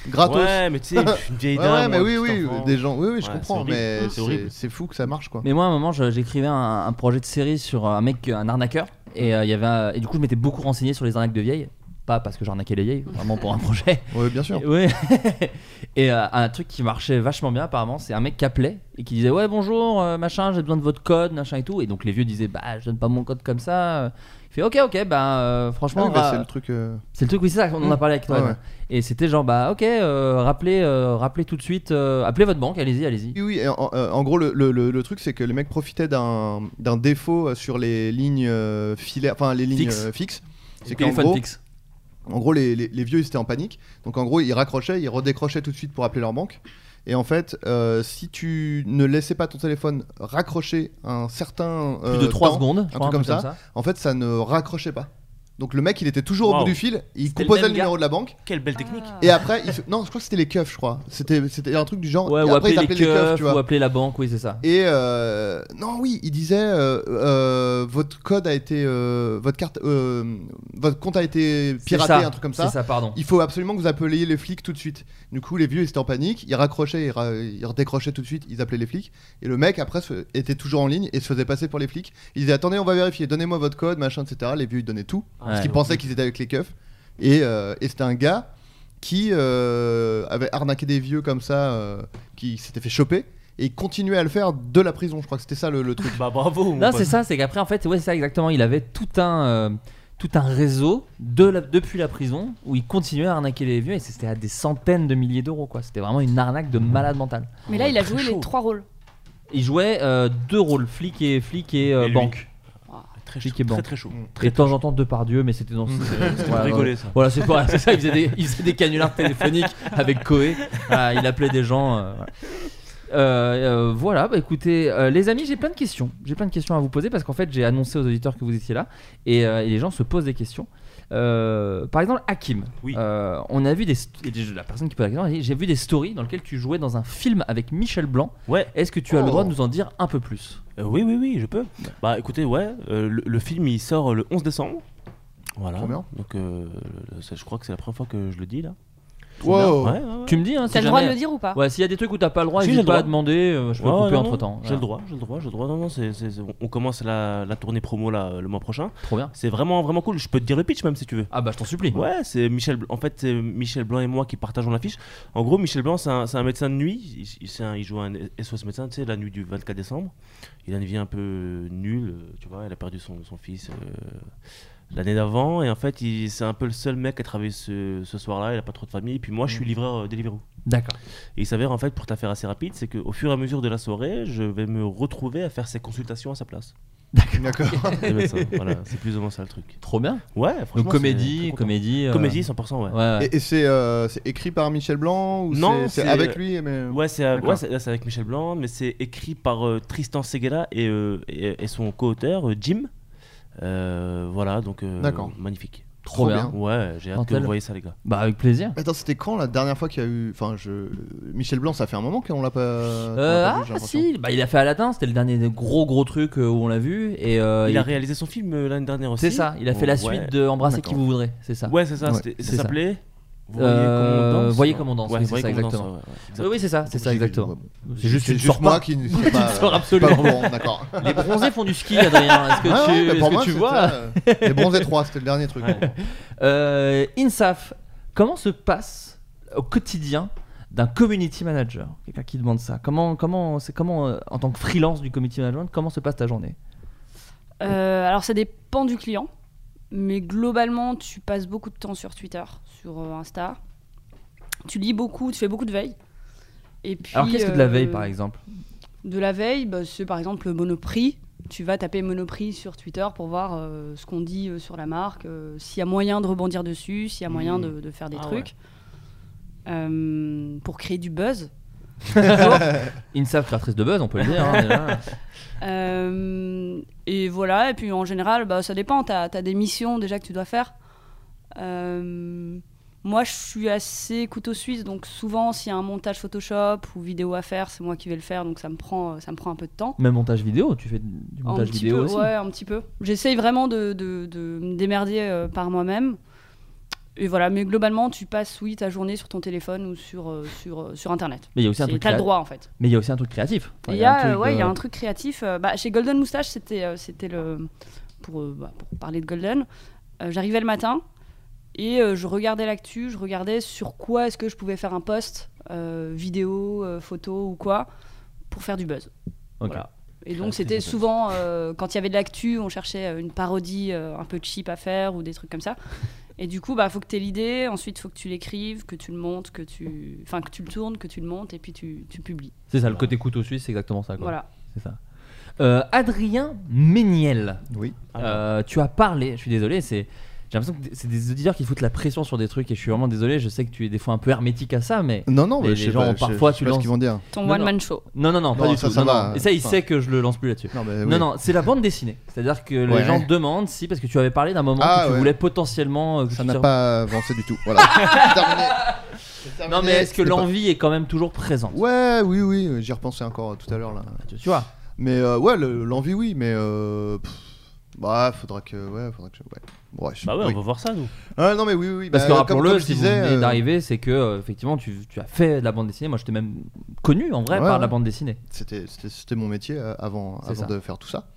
gratos. Ouais, mais tu sais, je suis une vieille Ouais, dame. ouais, mais moi, oui, petit oui, enfant. des gens, oui, oui, je Ouais, c'est comprends, horrible. mais C'est horrible. c'est- c'est fou que ça marche quoi. Mais moi, à un moment, je- j'écrivais un, un projet de série sur un mec, un arnaqueur, et euh, il y avait un- et du coup, je m'étais beaucoup renseigné sur les arnaques de vieilles. pas parce que j'arnaquais les vieilles, vraiment pour un projet. Ouais, bien sûr. Et- Ouais. et euh, un truc qui marchait vachement bien apparemment, c'est un mec qui appelait et qui disait ouais bonjour euh, machin, j'ai besoin de votre code machin et tout. Et donc les vieux disaient bah je donne pas mon code comme ça. Il fait ok ok bah euh, Ah franchement oui, bah, ra- c'est le truc. euh, c'est le truc oui c'est ça on en a parlé avec toi. Ouais, ouais. Et c'était genre bah ok euh, rappelez euh, rappelez tout de suite euh, appelez votre banque allez-y allez-y. Oui, oui, et en, euh, en gros, le, le- le- le truc, c'est que les mecs profitaient d'un d'un défaut euh, sur les lignes euh, filaires, enfin les lignes Fixes. euh, fixes. C'est qu'en téléphone gros, fixe. en gros les, les- les vieux, ils étaient en panique. Donc en gros, ils raccrochaient, ils redécrochaient tout de suite pour appeler leur banque. Et en fait, euh, si tu ne laissais pas ton téléphone raccrocher un certain. Plus euh, de 3 temps, secondes, je crois, un truc comme ça. En fait, ça ne raccrochait pas. Donc le mec, il était toujours au Wow. bout du fil, il C'était le composait le, même gars. numéro de la banque. Quelle belle technique. Ah. Et après, il se- non, je crois que c'était les keufs, je crois. C'était c'était un truc du genre. Ouais, et ou appeler après, ils les appelaient les keufs, keufs, tu ou vois. appeler la banque, oui c'est ça. Et euh, non, oui, il disait euh, euh, votre code a été, euh, votre carte, euh, votre compte a été C'est piraté, ça, un truc comme ça. C'est ça pardon. Il faut absolument que vous appeliez les flics tout de suite. Du coup, les vieux ils étaient en panique, ils raccrochaient, ils, ra- ils redécrochaient tout de suite, ils appelaient les flics. Et le mec après se- était toujours en ligne et se faisait passer pour les flics. Il disait attendez, on va vérifier, donnez-moi votre code, machin, etc. Les vieux ils donnaient tout Ouais. parce qu'ils pensaient qu'ils étaient avec les keufs. Et, euh, et c'était un gars qui euh, avait arnaqué des vieux comme ça, euh, qui s'était fait choper, et il continuait à le faire de la prison. Je crois que c'était ça le, le truc. Bah bravo. mon Non, pote. c'est ça, c'est qu'après, en fait, ouais, c'est ça exactement. Il avait tout un, euh, tout un réseau de la- depuis la prison où il continuait à arnaquer les vieux et c'était à des centaines de milliers d'euros, quoi. C'était vraiment une arnaque de malade mental. Mais là, il a joué chaud. les trois rôles. Il jouait euh, deux rôles, flic et, flic et, euh, Et lui. banque. Très Chic chaud. et bon. Très très chaud. Mm. Et de temps en temps, deux par Dieu, mais c'était dans ce. C'était voilà, pour rigoler ça. Voilà, c'est voilà, c'est ça, il faisait, des, il faisait des canulars téléphoniques avec Koé. Voilà, il appelait des gens. euh, voilà. Euh, euh, voilà, bah écoutez, euh, les amis, j'ai plein de questions. J'ai plein de questions à vous poser parce qu'en fait, j'ai annoncé aux auditeurs que vous étiez là et, euh, et les gens se posent des questions. Euh, par exemple, Hakim, Oui. Euh, on a vu des. st- et La personne qui pose la question, elle dit, j'ai vu des stories dans lesquelles tu jouais dans un film avec Michel Blanc. Ouais. Est-ce que tu as le Oh. droit de nous en dire un peu plus Euh, oui, oui, oui, je peux. Bah écoutez, ouais, euh, le, le film il sort le 11 décembre. Voilà. Trop bien. Donc euh, ça, je crois que c'est la première fois que je le dis là. Wow. Ouais, ouais, ouais. Tu me dis, hein, si T'as le droit de jamais- le dire ou pas Ouais, s'il y a des trucs où t'as pas le droit, Si, n'hésite j'ai le pas à droit. demander, euh, je peux Ouais, ouais, couper non, entre temps. J'ai le droit, j'ai le droit, j'ai le droit. Non, non, c'est- c'est- c'est- on commence la, la tournée promo là euh, le mois prochain. Trop bien. C'est vraiment, vraiment cool. Je peux te dire le pitch même si tu veux. Ah bah je t'en supplie. Ouais, c'est Michel. Bl- En fait, c'est Michel Blanc et moi qui partageons l'affiche. En gros, Michel Blanc, c'est un, c'est un médecin de nuit. Il, il- c'est un- il joue un SOS médecin, tu sais, la nuit du 24 décembre. Il a une vie un peu nulle, euh, tu vois. Il a perdu son, son fils euh, l'année d'avant. Et en fait, il- c'est un peu le seul mec à travailler ce, ce soir-là. Il a pas trop de famille. Et puis moi, je suis livreur euh, Deliveroo. Mmh. D'accord. Et il s'avère en fait, pour t'affaire assez rapide, c'est qu'au fur et à mesure de la soirée, je vais me retrouver à faire ses consultations à sa place. D'accord. Les médecins, voilà, c'est plus ou moins ça le truc. Trop bien. Ouais, franchement. Donc c'est très comédie, content. comédie. euh, Comédie, 100%, ouais. Ouais. ouais. Et, et c'est euh, c'est écrit par Michel Blanc ou Non, c'est- c'est c'est- avec lui mais... Ouais, c'est euh, D'accord. ouais, c'est- là, c'est avec Michel Blanc, mais c'est écrit par euh, Tristan Seguela et, euh, et, et son co-auteur euh, Jim. Euh, voilà, donc euh, D'accord. magnifique. Trop bien. Ouais, j'ai hâte que Mental. vous voyez ça, les gars. Bah avec plaisir. Attends, c'était quand la dernière fois qu'il y a eu. Enfin, je. Michel Blanc, ça fait un moment qu'on l'a pas. qu'on Euh, l'a pas vu, j'ai ah l'impression. si, bah il a fait Aladdin, c'était le dernier des gros gros truc euh, où on l'a vu et euh, il a il- réalisé son film euh, l'année dernière aussi. c'est ça, il a fait Ouais. la suite de Embrasser qui D'accord. vous voudrez, c'est ça. Ouais, c'est ça. Ouais, c'était- c'est Ça ça. s'appelait. Euh, Voyez ouais. comment on danse, Ouais, oui, c'est voyez ça, comment on danse, exactement. ouais, ouais, Oui, exactement. oui, c'est ça, c'est ça J'ai- exactement. ouais, bon. C'est juste C'est tu ne juste sors moi pas. qui ne Tu suis ne pas. euh, sors pas absolument. au courant, d'accord. Les bronzés font du ski, Adrien. Est-ce que Ah tu, ouais, bah est-ce pour que moi, tu c'était, vois euh, Les bronzés 3, c'était le dernier truc. Euh, Insaf, comment se passe au quotidien d'un community manager Quelqu'un qui demande ça. Comment, comment, c'est comment euh, en tant que freelance du community management, comment se passe ta journée Euh, Alors, ça dépend du client. Mais globalement, tu passes beaucoup de temps sur Twitter, sur euh, Insta. Tu lis beaucoup, tu fais beaucoup de veille. Et puis, Alors qu'est-ce que de la veille euh, par exemple De la veille, bah, c'est par exemple le Monoprix. Tu vas taper Monoprix sur Twitter pour voir euh, ce qu'on dit euh, sur la marque, euh, s'il y a moyen de rebondir dessus, s'il y a moyen Hmm. de, de faire des Ah trucs. Euh, pour créer du buzz. Insaf, créatrice de buzz, on peut le dire. hein, déjà. Euh, et voilà, et puis en général, bah, ça dépend, tu as, des missions déjà que tu dois faire. Euh, moi, je suis assez couteau suisse, donc souvent, s'il y a un montage Photoshop ou vidéo à faire, c'est moi qui vais le faire, donc ça me prend, ça me prend un peu de temps. Même montage vidéo, tu fais du Oh, Un montage petit vidéo peu, aussi. Ouais, un petit peu. J'essaye vraiment de, de- de me démerder euh, par moi-même. Et voilà, mais globalement, tu passes, oui, ta journée sur ton téléphone ou sur, euh, sur, euh, sur Internet. Mais il y a aussi un C'est- truc. T'as le créa- droit, en fait. Mais il y a aussi un truc créatif. Enfin, Il y a, un euh, truc, ouais, il y a euh, un truc créatif. euh, bah, chez Golden Moustache, c'était, euh, c'était le pour, euh, bah, pour parler de Golden. euh, j'arrivais le matin, Et euh, je regardais l'actu, je regardais sur quoi est-ce que je pouvais faire un post, euh, vidéo, euh, photo ou quoi, pour faire du buzz. Ok. Voilà. Et Ah, donc c'était c'est souvent, euh, quand il y avait de l'actu, on cherchait euh, une parodie euh, un peu cheap à faire ou des trucs comme ça. Et du coup, bah faut que tu aies l'idée, ensuite faut que tu l'écrives, que tu le montes, que tu... Enfin, que tu le tournes, que tu le montes et puis tu, tu publies. C'est ça, le côté couteau suisse, c'est exactement ça. quoi. Voilà. C'est ça. Euh, Adrien Méniel, Oui. euh, tu as parlé, je suis désolé, c'est. J'ai l'impression que c'est des auditeurs qui foutent la pression sur des trucs et je suis vraiment désolé, je sais que tu es des fois un peu hermétique à ça, mais. Non, non, Mais mais je les sais gens, pas, je- parfois, je sais tu pas ce lances- qu'ils vont dire. Ton Non, non. one-man show. Non, non, non, pas Non, du ça, tout. ça non, va. non. Et ça, il Enfin. sait que je le lance plus là-dessus. Non, mais oui. Non, non, c'est la bande dessinée. C'est-à-dire que les Ouais. gens demandent si, parce que tu avais parlé d'un moment Ah, que tu ouais. voulais potentiellement. euh, que ça tu n'a te- pas avancé du tout. Voilà. C'est terminé. C'est terminé. Non, mais est-ce que C'était pas- l'envie est quand même toujours présente Ouais, oui, oui, j'y repensais encore tout à l'heure là. Tu vois Mais euh, ouais, le- l'envie, oui, mais. Euh, pff, bah, faudra que. Ouais, faudra que. je- Ouais. Ouais, je- Bah ouais, oui. on va voir ça, nous. Ah, non, mais oui, oui, oui. Parce bah, que comme- rappelons-le, comme je si vous disais, venez euh, d'arriver, c'est que euh, effectivement tu, tu as fait de la bande dessinée. Moi, je t'ai même connu en vrai Ouais, par ouais. la bande dessinée. C'était c'était- c'était mon métier euh, avant, C'est avant ça. de faire tout ça.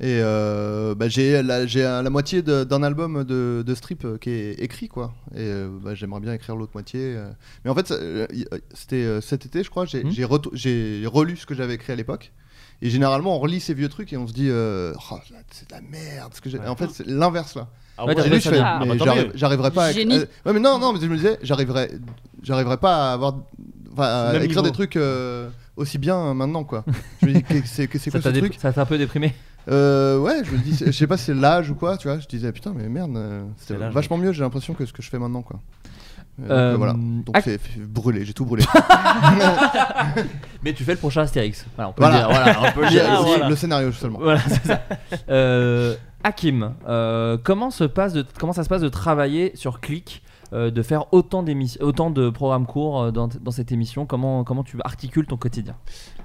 Et euh, bah, j'ai la, j'ai la moitié de- d'un album de, de strip euh, qui est écrit, quoi. Et euh, bah, j'aimerais bien écrire l'autre moitié. euh. Mais en fait, ça, euh, y- euh, c'était euh, cet été, je crois, j'ai Hmm. j'ai retou- j'ai relu ce que j'avais écrit à l'époque. Et généralement, on relit ces vieux trucs et on se dit, euh, Oh, là, c'est de la merde. ce que j'ai- Ouais. En fait, c'est l'inverse là. Ah Ouais, ouais, t'as J'ai trouvé lu, ça je fais, bien. Ah, mais bah, tant j'arrive- mieux. j'arriverai pas à Génie. euh, ouais, mais non, non, mais je me disais, j'arriverai, j'arriverai pas à avoir, enfin, à Même écrire niveau. des trucs euh, aussi bien euh, maintenant, quoi. Je me dis, que- c'est que- c'est Ça quoi ce t'a dé- truc ça t'a un peu déprimé. Euh, Ouais, je me dis, c'est- je sais pas, c'est l'âge ou quoi, tu vois. Je disais, putain, mais merde, euh, C'est c'était l'âge, vachement mieux, j'ai l'impression que ce que je fais maintenant, quoi. Euh, donc, Euh, euh, voilà. Donc, ac- c'est c'est brûlé, j'ai tout brûlé. Mais tu fais le prochain Astérix. Voilà, on peut Voilà. le dire. Voilà, on peut le dire. Ah, Le- voilà. Le scénario seulement. Voilà, c'est ça. Euh, Hakim, euh, comment, se passe de, comment ça se passe de travailler sur Click, euh, de faire autant, d'émis- autant de programmes courts euh, dans, dans cette émission comment, comment tu articules ton quotidien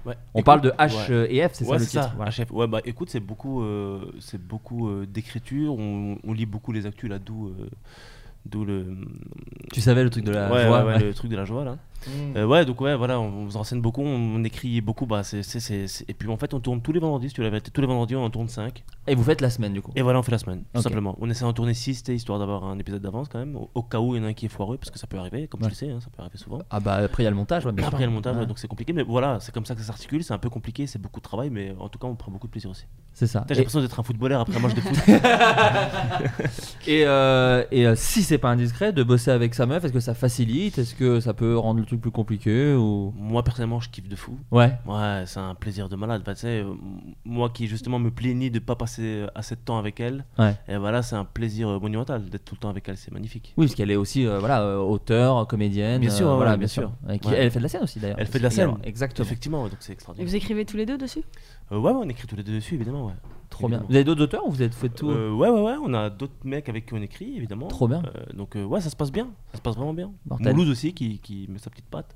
Ouais. On Écoute, parle de H ouais. euh, et F, c'est Ouais, c'est ça le titre ça, voilà. un chef. Ouais, bah écoute, c'est beaucoup, euh, c'est beaucoup euh, d'écriture. On, on lit beaucoup les actus là, d'où, euh, d'où le, Tu savais le truc de la ouais, joie ouais, ouais, ouais. le truc de la joie là. Euh, ouais, donc ouais, voilà, on, on se renseigne beaucoup, on, on écrit beaucoup. Bah, c'est, c'est, c'est- c'est- Et puis en fait, on tourne tous les vendredis, si tu l'as vérité, tous les vendredis, on en tourne 5. Et vous faites la semaine du coup. Et voilà, on fait la semaine, tout Ok. simplement. On essaie d'en tourner 6, histoire d'avoir un épisode d'avance quand même, au, au cas où il y en a un qui est foireux, parce que ça peut arriver, comme Ouais. tu le sais, hein, ça peut arriver souvent. Ah bah après il y a le montage. ouais, bien Après, il sûr. y a le montage, Ouais. ouais, donc c'est compliqué, mais voilà, c'est comme ça que ça s'articule, c'est un peu compliqué, c'est beaucoup de travail, mais en tout cas, on prend beaucoup de plaisir aussi. C'est ça. Putain, J'ai Et, l'impression d'être un footballeur après un match de foot. et, euh, et, euh, si c'est pas indiscret, de bosser avec sa meuf, est-ce que ça facilite Est-ce que ça peut rendre le truc plus compliqué ou... Moi, personnellement, je kiffe de fou. Ouais. Ouais, c'est un plaisir de malade. Bah, tu sais, euh, moi qui justement me plaignais de pas passer euh, assez de temps avec elle, Ouais. et voilà, c'est un plaisir euh, monumental d'être tout le temps avec elle, c'est magnifique. Oui, parce qu'elle est aussi euh, voilà, euh, auteure, comédienne. Bien sûr, euh, ouais, voilà, ouais, bien bien sûr. sûr. Et qui- Ouais. Elle fait de la scène aussi d'ailleurs. Elle fait de la Également, scène. Exactement. Effectivement, ouais, donc c'est Et extraordinaire. vous écrivez tous les deux dessus Euh, ouais, ouais, on écrit tous les deux dessus, évidemment. Ouais. Trop bien. Évidemment. Vous avez d'autres auteurs ou vous êtes fait tout hein Euh, ouais, ouais, ouais, on a d'autres mecs avec qui on écrit, évidemment. Trop bien. Euh, donc, euh, ouais, ça se passe bien. Ça se passe vraiment bien. Mortel. Mouloud aussi qui, qui met sa petite patte.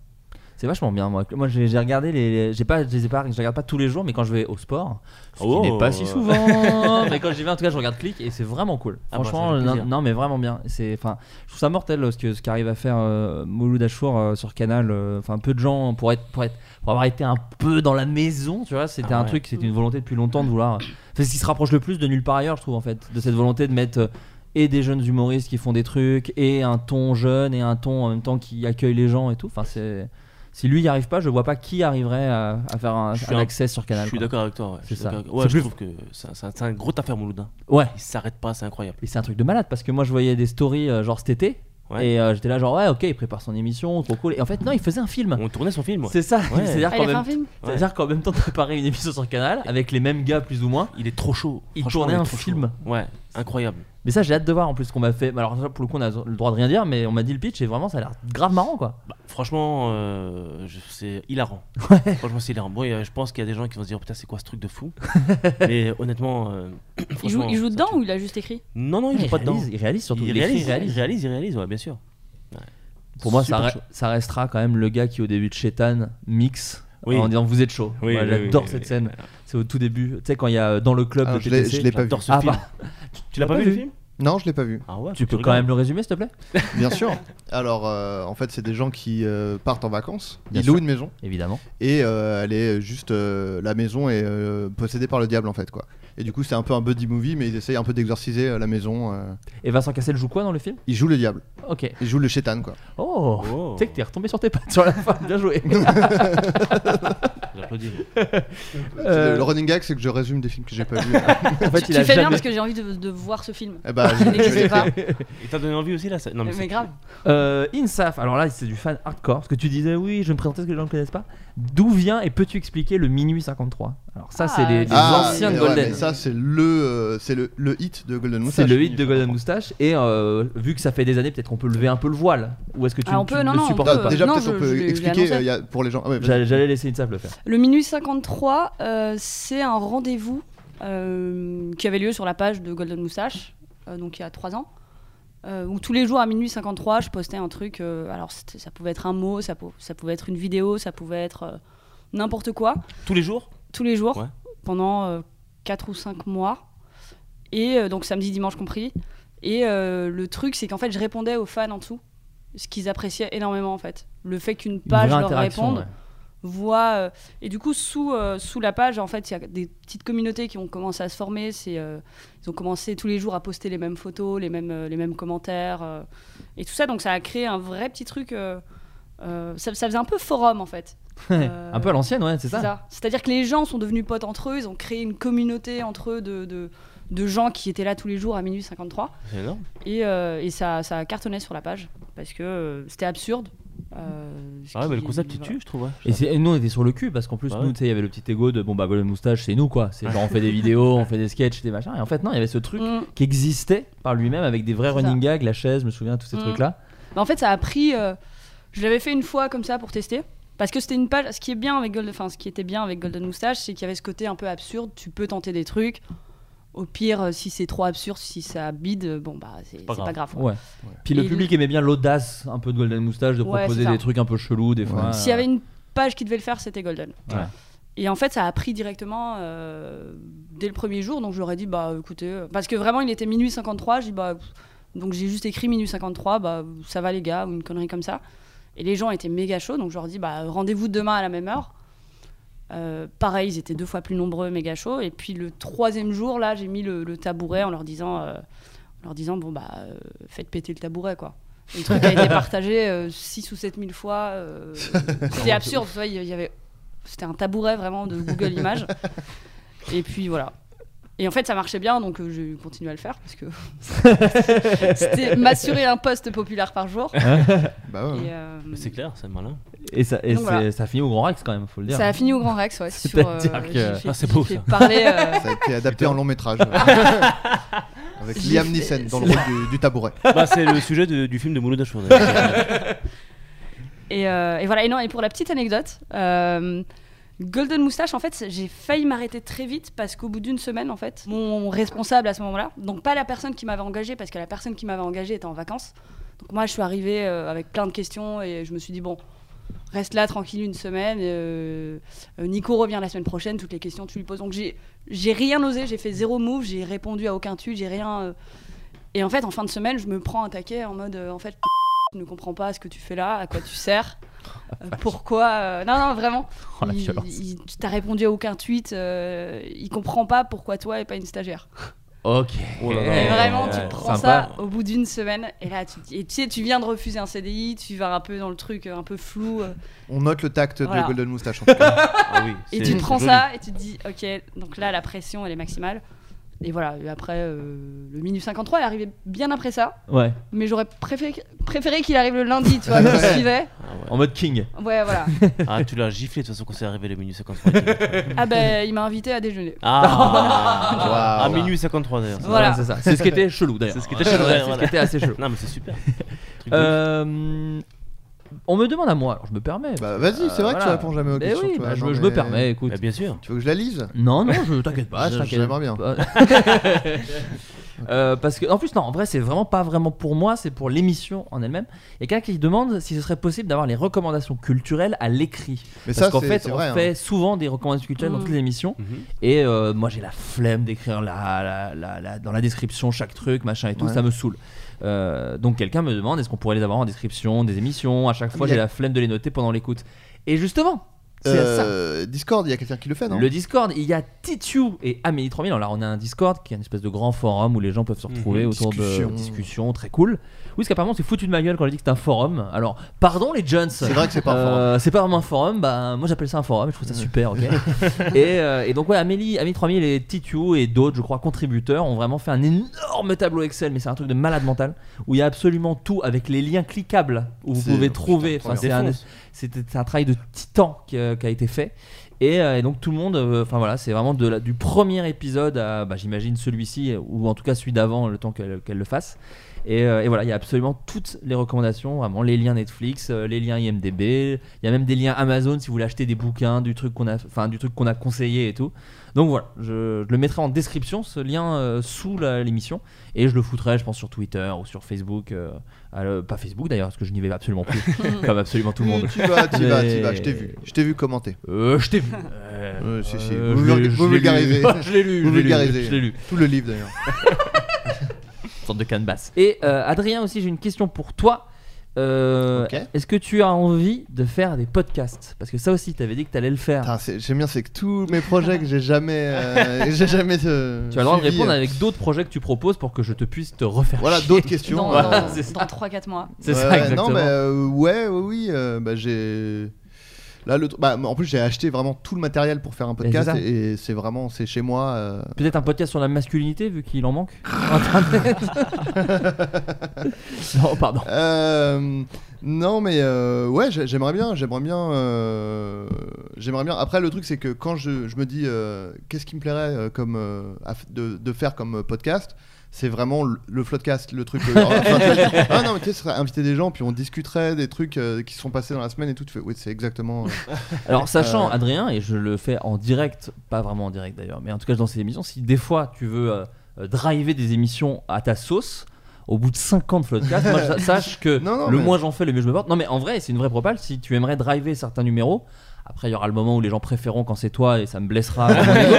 C'est vachement bien. Moi, moi j'ai j'ai regardé les. les- J'ai pas, je les ai pas, je les regarde pas tous les jours, mais quand je vais au sport, ce qui Oh. n'est pas si souvent. mais quand j'y vais, en tout cas, je regarde Click et c'est vraiment cool. Ah bah, ça Franchement, fait non, plaisir. non, mais vraiment bien. C'est, enfin, je trouve ça mortel euh, ce que ce qu'arrive à faire euh, Mouloud Achour euh, sur Canal. euh, Enfin, peu de gens pour être, pour être, pour avoir été un peu dans la maison, tu vois. C'était Ah un ouais. truc, c'était une volonté depuis longtemps de vouloir. C'est ce qui se rapproche le plus de nulle part ailleurs, je trouve en fait, de cette volonté de mettre euh, et des jeunes humoristes qui font des trucs et un ton jeune et un ton en même temps qui accueille les gens et tout. Enfin, c'est si lui y arrive pas, je vois pas qui arriverait à, à faire un, Je suis un un- accès sur Canal. je suis quoi. d'accord avec toi. Ouais, Je suis C'est ça. d'accord avec- C'est Ouais, je plus- trouve que c'est un- c'est un, c'est un gros affaire, Mouloud. hein. Ouais. Il s'arrête pas, c'est incroyable. Et c'est un truc de malade parce que moi je voyais des stories euh, genre cet été Ouais. et euh, j'étais là genre ouais ok il prépare son émission trop cool et en fait non il faisait un film. On tournait son film. ouais. C'est ça. Ouais. C'est-à-dire Ah, qu'en il a fait même, un film c'est-à-dire qu'en même temps de préparer une émission sur Canal avec les mêmes gars plus ou moins. Il est trop chaud. Il Franchement, tournait est un trop chaud. film. Ouais, incroyable. Mais ça j'ai hâte de voir en plus qu'on m'a fait. Alors ça, pour le coup on a le droit de rien dire mais on m'a dit le pitch et vraiment ça a l'air grave marrant quoi. Bah, franchement, euh, je- c'est hilarant. Franchement, c'est hilarant. Bon, il y a- je pense qu'il y a des gens qui vont se dire putain, c'est quoi ce truc de fou Mais honnêtement, euh, il joue, franchement, il joue ça dedans tue. ou il a juste écrit Non, non, il joue pas dedans. réalise, il réalise surtout. Il écrit, réalise, il réalise. il réalise, il réalise, ouais, bien sûr. Pour moi Super ça, re- chaud. ça restera quand même le gars qui au début de Shetan mixe. Oui. En disant vous êtes chaud. Oui, Moi, oui, J'adore oui, cette oui. scène. C'est au tout début. Tu sais quand il y a euh, dans le club. Ah, de je l'ai- TTC. je l'ai pas vu. J'adore ce Ah film. bah. Tu l'as pas vu le film Non, je l'ai pas vu. Ah ouais, Tu peux quand rigoles. même le résumer, s'il te plaît Bien sûr. Alors, euh, en fait, c'est des gens qui euh, partent en vacances. Bien ils sûr. louent une maison Évidemment. et euh, elle est juste euh, la maison est euh, possédée par le diable en fait quoi. Et du coup, c'est un peu un buddy movie, mais ils essayent un peu d'exorciser euh, la maison. euh. Et Vincent Cassel joue quoi dans le film Ils jouent le diable. Ok. Ils jouent le chétan quoi. Oh, Oh. Tu sais que t'es retombé sur tes pattes sur la fin, bien joué. J'applaudis. Euh, Le running gag, c'est que je résume des films que j'ai pas vus. hein. en fait, tu il a fais bien jamais. parce que j'ai envie de, de voir ce film. Eh bah, je- Il je n'existe l'ai pas. fait. Et t'as donné envie aussi là ça- Non mais, Mais, c'est- grave. Euh, Insaf, alors là, c'est du fan hardcore. Parce que tu disais, oui, je vais me présenter ce que les gens ne connaissent pas. D'où vient et peux-tu expliquer le minuit 53 Alors, ça, c'est Ah, les, les Ah, anciens de mais ouais, Golden. mais ça, c'est le, euh, c'est le, le hit de Golden C'est Moustache. le hit de Golden Moustache et euh, vu que ça fait des années, peut-être qu'on peut lever un peu le voile. Ou est-ce que tu, Ah, on tu peut, non, le non, on supportes peut. Ah, pas Déjà, Non, peut-être je- on je peut l'ai- je l'ai expliquer annoncé. euh, il y a- pour les gens. Ah ouais, vas-y. J'allais j'allais laisser Insaf le faire. Le Minuit 53, euh, c'est un rendez-vous euh, qui avait lieu sur la page de Golden Moustache, euh, donc il y a trois ans, euh, où tous les jours à minuit 53, je postais un truc. euh, alors c'était- ça pouvait être un mot, ça, pou- ça pouvait être une vidéo, ça pouvait être euh, n'importe quoi, tous les jours tous les jours, Ouais. pendant euh, quatre ou cinq mois, et euh, donc samedi, dimanche compris. Et euh, le truc, c'est qu'en fait, je répondais aux fans en dessous, ce qu'ils appréciaient énormément en fait. Le fait qu'une Une page vraie leur interaction, réponde ouais. voit. euh, et du coup, sous, euh, sous la page, en fait, il y a des petites communautés qui ont commencé à se former. C'est, euh, ils ont commencé tous les jours à poster les mêmes photos, les mêmes, euh, les mêmes commentaires euh, et tout ça. Donc, ça a créé un vrai petit truc. euh, euh, ça, ça faisait un peu forum, en fait. Euh, un peu à l'ancienne, ouais, c'est C'est ça. ça. C'est-à-dire que les gens sont devenus potes entre eux. Ils ont créé une communauté entre eux de, de, de gens qui étaient là tous les jours à minuit 53. C'est énorme. Et, euh, et ça, ça cartonnait sur la page parce que euh, c'était absurde. euh, ce Ah bah, ouais, mais le qui- concept il voilà. tue, je trouve. ouais. Et, c'est- et nous on était sur le cul parce qu'en plus Bah nous ouais. tu sais il y avait le petit ego de bon bah Golden Moustache c'est nous quoi c'est genre on fait des vidéos on fait des sketchs des machins et en fait non il y avait ce truc Mm. qui existait par lui-même avec des vrais C'est running gags la chaise je me souviens tous ces Mm. trucs là Bah, en fait, ça a pris. euh, je l'avais fait une fois comme ça pour tester. Parce que c'était une page. Ce qui est bien avec Golden, enfin, ce qui était bien avec Golden Moustache, c'est qu'il y avait ce côté un peu absurde. Tu peux tenter des trucs. Au pire, euh, si c'est trop absurde, si ça bide, euh, bon bah c'est c'est pas pas, grave. grave. quoi. ouais puis le Et- public aimait bien l'audace un peu de Golden Moustache de Ouais, proposer c'est ça. des trucs un peu chelous des fois S'il y euh, avait une page qui devait le faire, c'était Golden. Ouais. Et en fait, ça a pris directement euh, dès le premier jour. Donc j'aurais dit bah écoutez, euh, parce que vraiment il était minuit 53, j'ai dit bah pff, donc j'ai juste écrit minuit 53, bah ça va les gars ou une connerie comme ça. Et les gens étaient méga chauds, donc je leur dis bah rendez-vous demain à la même heure. Euh, pareil, ils étaient deux fois plus nombreux, méga chauds. Et puis le troisième jour, là, j'ai mis le, le tabouret en leur disant, euh, en leur disant bon bah euh, faites péter le tabouret quoi. Et le truc a été partagé 6 ou 7 000 fois. euh, c'était absurde, tu vois, il y avait, c'était un tabouret vraiment de Google Images. Et puis voilà. Et en fait, ça marchait bien, donc euh, j'ai continué à le faire parce que c'était m'assurer un poste populaire par jour. Et, Bah ouais. euh, Mais C'est clair, c'est malin. et ça et Donc, voilà. c'est- ça finit au Grand Rex quand même faut le dire ça a fini au Grand Rex, ouais. sur, C'est-à-dire euh, que- j'ai fait- Ah, c'est beau, j'ai ça. fait parler, euh, Ça a été adapté en long métrage. euh, Avec J'ai Liam fait- Neeson dans le rôle du, du tabouret. bah, c'est le sujet de- du film de Mouloud Achour. d'ailleurs. Et, euh, et voilà, et non, et pour la petite anecdote, euh, Golden Moustache, en fait, c'est- j'ai failli m'arrêter très vite parce qu'au bout d'une semaine, en fait, mon responsable à ce moment-là, donc pas la personne qui m'avait engagé, parce que la personne qui m'avait engagé était en vacances. Donc moi, je suis arrivée euh, avec plein de questions et je me suis dit, bon, reste là tranquille une semaine. euh, euh, Nico revient la semaine prochaine, toutes les questions, tu lui poses. Donc j'ai j'ai rien osé, j'ai fait zéro move, j'ai répondu à aucun tu, j'ai rien. euh. Et en fait, en fin de semaine, je me prends un taquet en mode, euh, en fait, je ne comprends pas ce que tu fais là, à quoi tu sers, euh, pourquoi. euh, Non, non, vraiment. Oh, la il violence. il- tu t'as répondu à aucun tweet, euh, il comprend pas pourquoi toi et pas une stagiaire. ok Oh Et Ouais, vraiment, tu ouais, prends sympa. ça au bout d'une semaine, et là, tu, te dis- et tu sais, tu viens de refuser un CDI, tu vas un peu dans le truc euh, un peu flou. euh, On note le tact Voilà. de Golden Moustache. En tout cas. Ah oui. Et c'est- tu te prends c'est ça et tu te dis, ok, donc là, la pression, elle est maximale. Et voilà, et après, euh, le minus 53 est arrivé bien après ça, ouais mais j'aurais préféré, préféré qu'il arrive le lundi, tu vois, je Ouais. suivais. joli. Ah, ouais. en mode king Ouais, voilà. Ah, tu l'as giflé de toute façon quand c'est arrivé le minuit 53. Ah ben, il m'a invité à déjeuner. Ah, à Waouh. minuit 53 d'ailleurs. ça. Voilà. c'est ça c'est ce qui était chelou d'ailleurs C'est ce qui était chelou, Ouais, ouais, c'est ce qui voilà. était assez chelou Non, mais c'est super. Truc de Euh, on me demande à moi alors je me permets Euh, Bah vas-y, c'est vrai que tu voilà. réponds jamais aux Mais questions. oui, toi, bah, je, non, je mais- me permets, ouf. écoute. Bah, bien sûr. Tu veux que je la lise Ah, Non, non, je t'inquiète pas, Je- je t'inquiète j'aimerais bien. pas. Euh, parce que, en plus, non, en vrai, c'est vraiment pas vraiment pour moi, c'est pour l'émission en elle-même. Il y a quelqu'un qui demande si ce serait possible d'avoir les recommandations culturelles à l'écrit. Mais Parce ça, qu'en c'est- fait, c'est on vrai, hein. fait souvent des recommandations culturelles dans Mhm. toutes les émissions. Mhm. Et euh, moi, j'ai la flemme d'écrire la, la- la- la- dans la description chaque truc, machin et tout. Ouais. Ça me saoule. Euh, donc, quelqu'un me demande est-ce qu'on pourrait les avoir en description des émissions À chaque fois, Mais il y j'ai a- la flemme de les noter pendant l'écoute. Et justement, c'est ça. Euh, Discord, il y a quelqu'un qui le fait, non Le Discord, il y a Titu et Amélie 3000. Alors là, on a un Discord qui est une espèce de grand forum où les gens peuvent se retrouver Mhm, autour discussion. de discussions très cool. Oui, parce qu'apparemment, c'est foutu de ma gueule quand j'ai dit que c'était un forum. Alors, pardon les Jones. C'est vrai que c'est pas un forum. Euh, c'est pas vraiment un forum, bah moi j'appelle ça un forum, et je trouve ça super, ok. et, euh, et donc ouais, Amélie, Amélie 3000 et Titu et d'autres, je crois, contributeurs ont vraiment fait un énorme tableau Excel, mais c'est un truc de malade mental où il y a absolument tout avec les liens cliquables où vous C'est- pouvez putain, trouver. Ça Enfin, me c'est un, défonce. c'était c'est un travail de titan qui, euh, qui a été fait. Et, euh, et donc tout le monde, euh, enfin voilà, c'est vraiment de la- du premier épisode à, bah, j'imagine, celui-ci, ou en tout cas celui d'avant, le temps qu'elle qu'elle le fasse. Et, euh, et voilà, il y a absolument toutes les recommandations, vraiment les liens Netflix, euh, les liens IMDB, il y a même des liens Amazon si vous voulez acheter des bouquins, du truc qu'on a, enfin du truc qu'on a conseillé et tout. Donc voilà, je, je le mettrai en description ce lien euh, sous la- l'émission et je le foutrai, je pense, sur Twitter ou sur Facebook, euh, à le- pas Facebook d'ailleurs parce que je n'y vais absolument plus, comme absolument tout le monde. Tu vas, tu vas, tu Mais- vas, je t'ai vu. Je t'ai vu commenter. Euh, je t'ai vu. Euh, Ouais, si, si. euh, Vous je l'ai- vulga- je vous l'ai lu. vulgarisez. je l'ai lu. Vous je l'ai lu, vulgarisez. Je l'ai lu. Tout le livre d'ailleurs. Une sorte de canvas. Et euh, Adrien aussi, j'ai une question pour toi. Euh, Ok. Est-ce que tu as envie de faire des podcasts Parce que ça aussi, t'avais dit que t'allais le faire. Putain, Ah, c'est- J'aime bien, c'est que tous mes projets que j'ai jamais. euh, j'ai jamais. euh, tu as le droit de suivi, répondre euh, avec d'autres projets que tu proposes pour que je te puisse te refaire. Voilà chier. d'autres questions. Dans, euh, Voilà, dans, c'est ça. dans 3-4 mois. C'est Ouais, ça, ouais, exactement. Non, mais euh, ouais, ouais, oui. euh, bah, j'ai. Là, le tr- bah, en plus, j'ai acheté vraiment tout le matériel pour faire un podcast c'est ça. et c'est vraiment, c'est chez moi. euh, Peut-être un podcast sur la masculinité, vu qu'il en manque. Internet. non, pardon. Euh, non mais euh, ouais j'ai- j'aimerais bien j'aimerais bien euh, j'aimerais bien après le truc c'est que quand je, je me dis euh, qu'est-ce qui me plairait euh, comme euh, à f- de, de faire comme euh, podcast c'est vraiment le, le floodcast le truc euh, enfin, tu vois, je dis, ah non mais tu sais ce serait inviter des gens puis on discuterait des trucs euh, qui se sont passés dans la semaine et tout tu fais oui c'est exactement euh, Alors sachant Euh, Adrien et je le fais en direct, pas vraiment en direct d'ailleurs, mais en tout cas dans ces émissions, si des fois tu veux euh, euh, driver des émissions à ta sauce, au bout de 50 floodcasts, moi je- sache que Non, non, le mais- moins j'en fais, le mieux je me porte. Non mais en vrai, c'est une vraie propale. Si tu aimerais driver certains numéros, après il y aura le moment où les gens préféreront quand c'est toi et ça me blessera. à mon ego.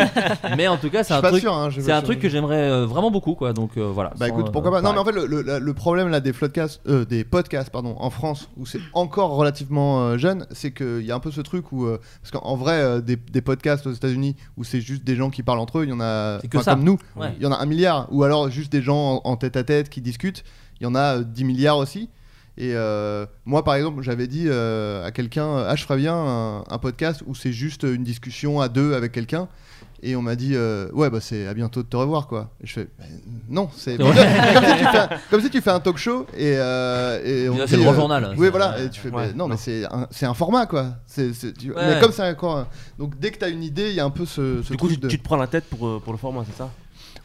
mais en tout cas, je c'est suis un pas truc, sûr hein, je- c'est un je- truc que j'aimerais euh, vraiment beaucoup quoi. Donc euh, voilà. sans, Bah écoute, euh, pourquoi pas. Non, mais pareil. en fait, le, le- le problème là des floodcasts, euh, des podcasts, pardon, en France, où c'est encore relativement euh, jeune, c'est qu'il y a un peu ce truc où. euh, parce qu'en en vrai, euh, des, des podcasts aux États-Unis où c'est juste des gens qui parlent entre eux, il y en a. C'est que enfin, ça. Comme nous, Ouais. il y en a un milliard. Ou alors juste des gens en, tête à tête qui discutent, il y en a euh, 10 milliards aussi. Et euh, moi, par exemple, j'avais dit euh, à quelqu'un Ah, je ferais bien un, un podcast où c'est juste une discussion à deux avec quelqu'un. Et on m'a dit euh, Ouais, bah c'est à bientôt de te revoir, quoi. Et je fais Bah, Non, c'est. Ouais. comme, si tu fais un, comme si tu fais un talk show et. euh, et on Là, te c'est le dit, grand euh, journal. Oui, voilà. Et tu fais Ouais, Mais Non, non. mais c'est un, c'est un format, quoi. C'est c'est- tu- Ouais, mais ouais. comme c'est encore. un- euh, Donc dès que t'as une idée, il y a un peu ce, ce Du coup, truc tu, de. tu te prends la tête pour, euh, pour le format, c'est ça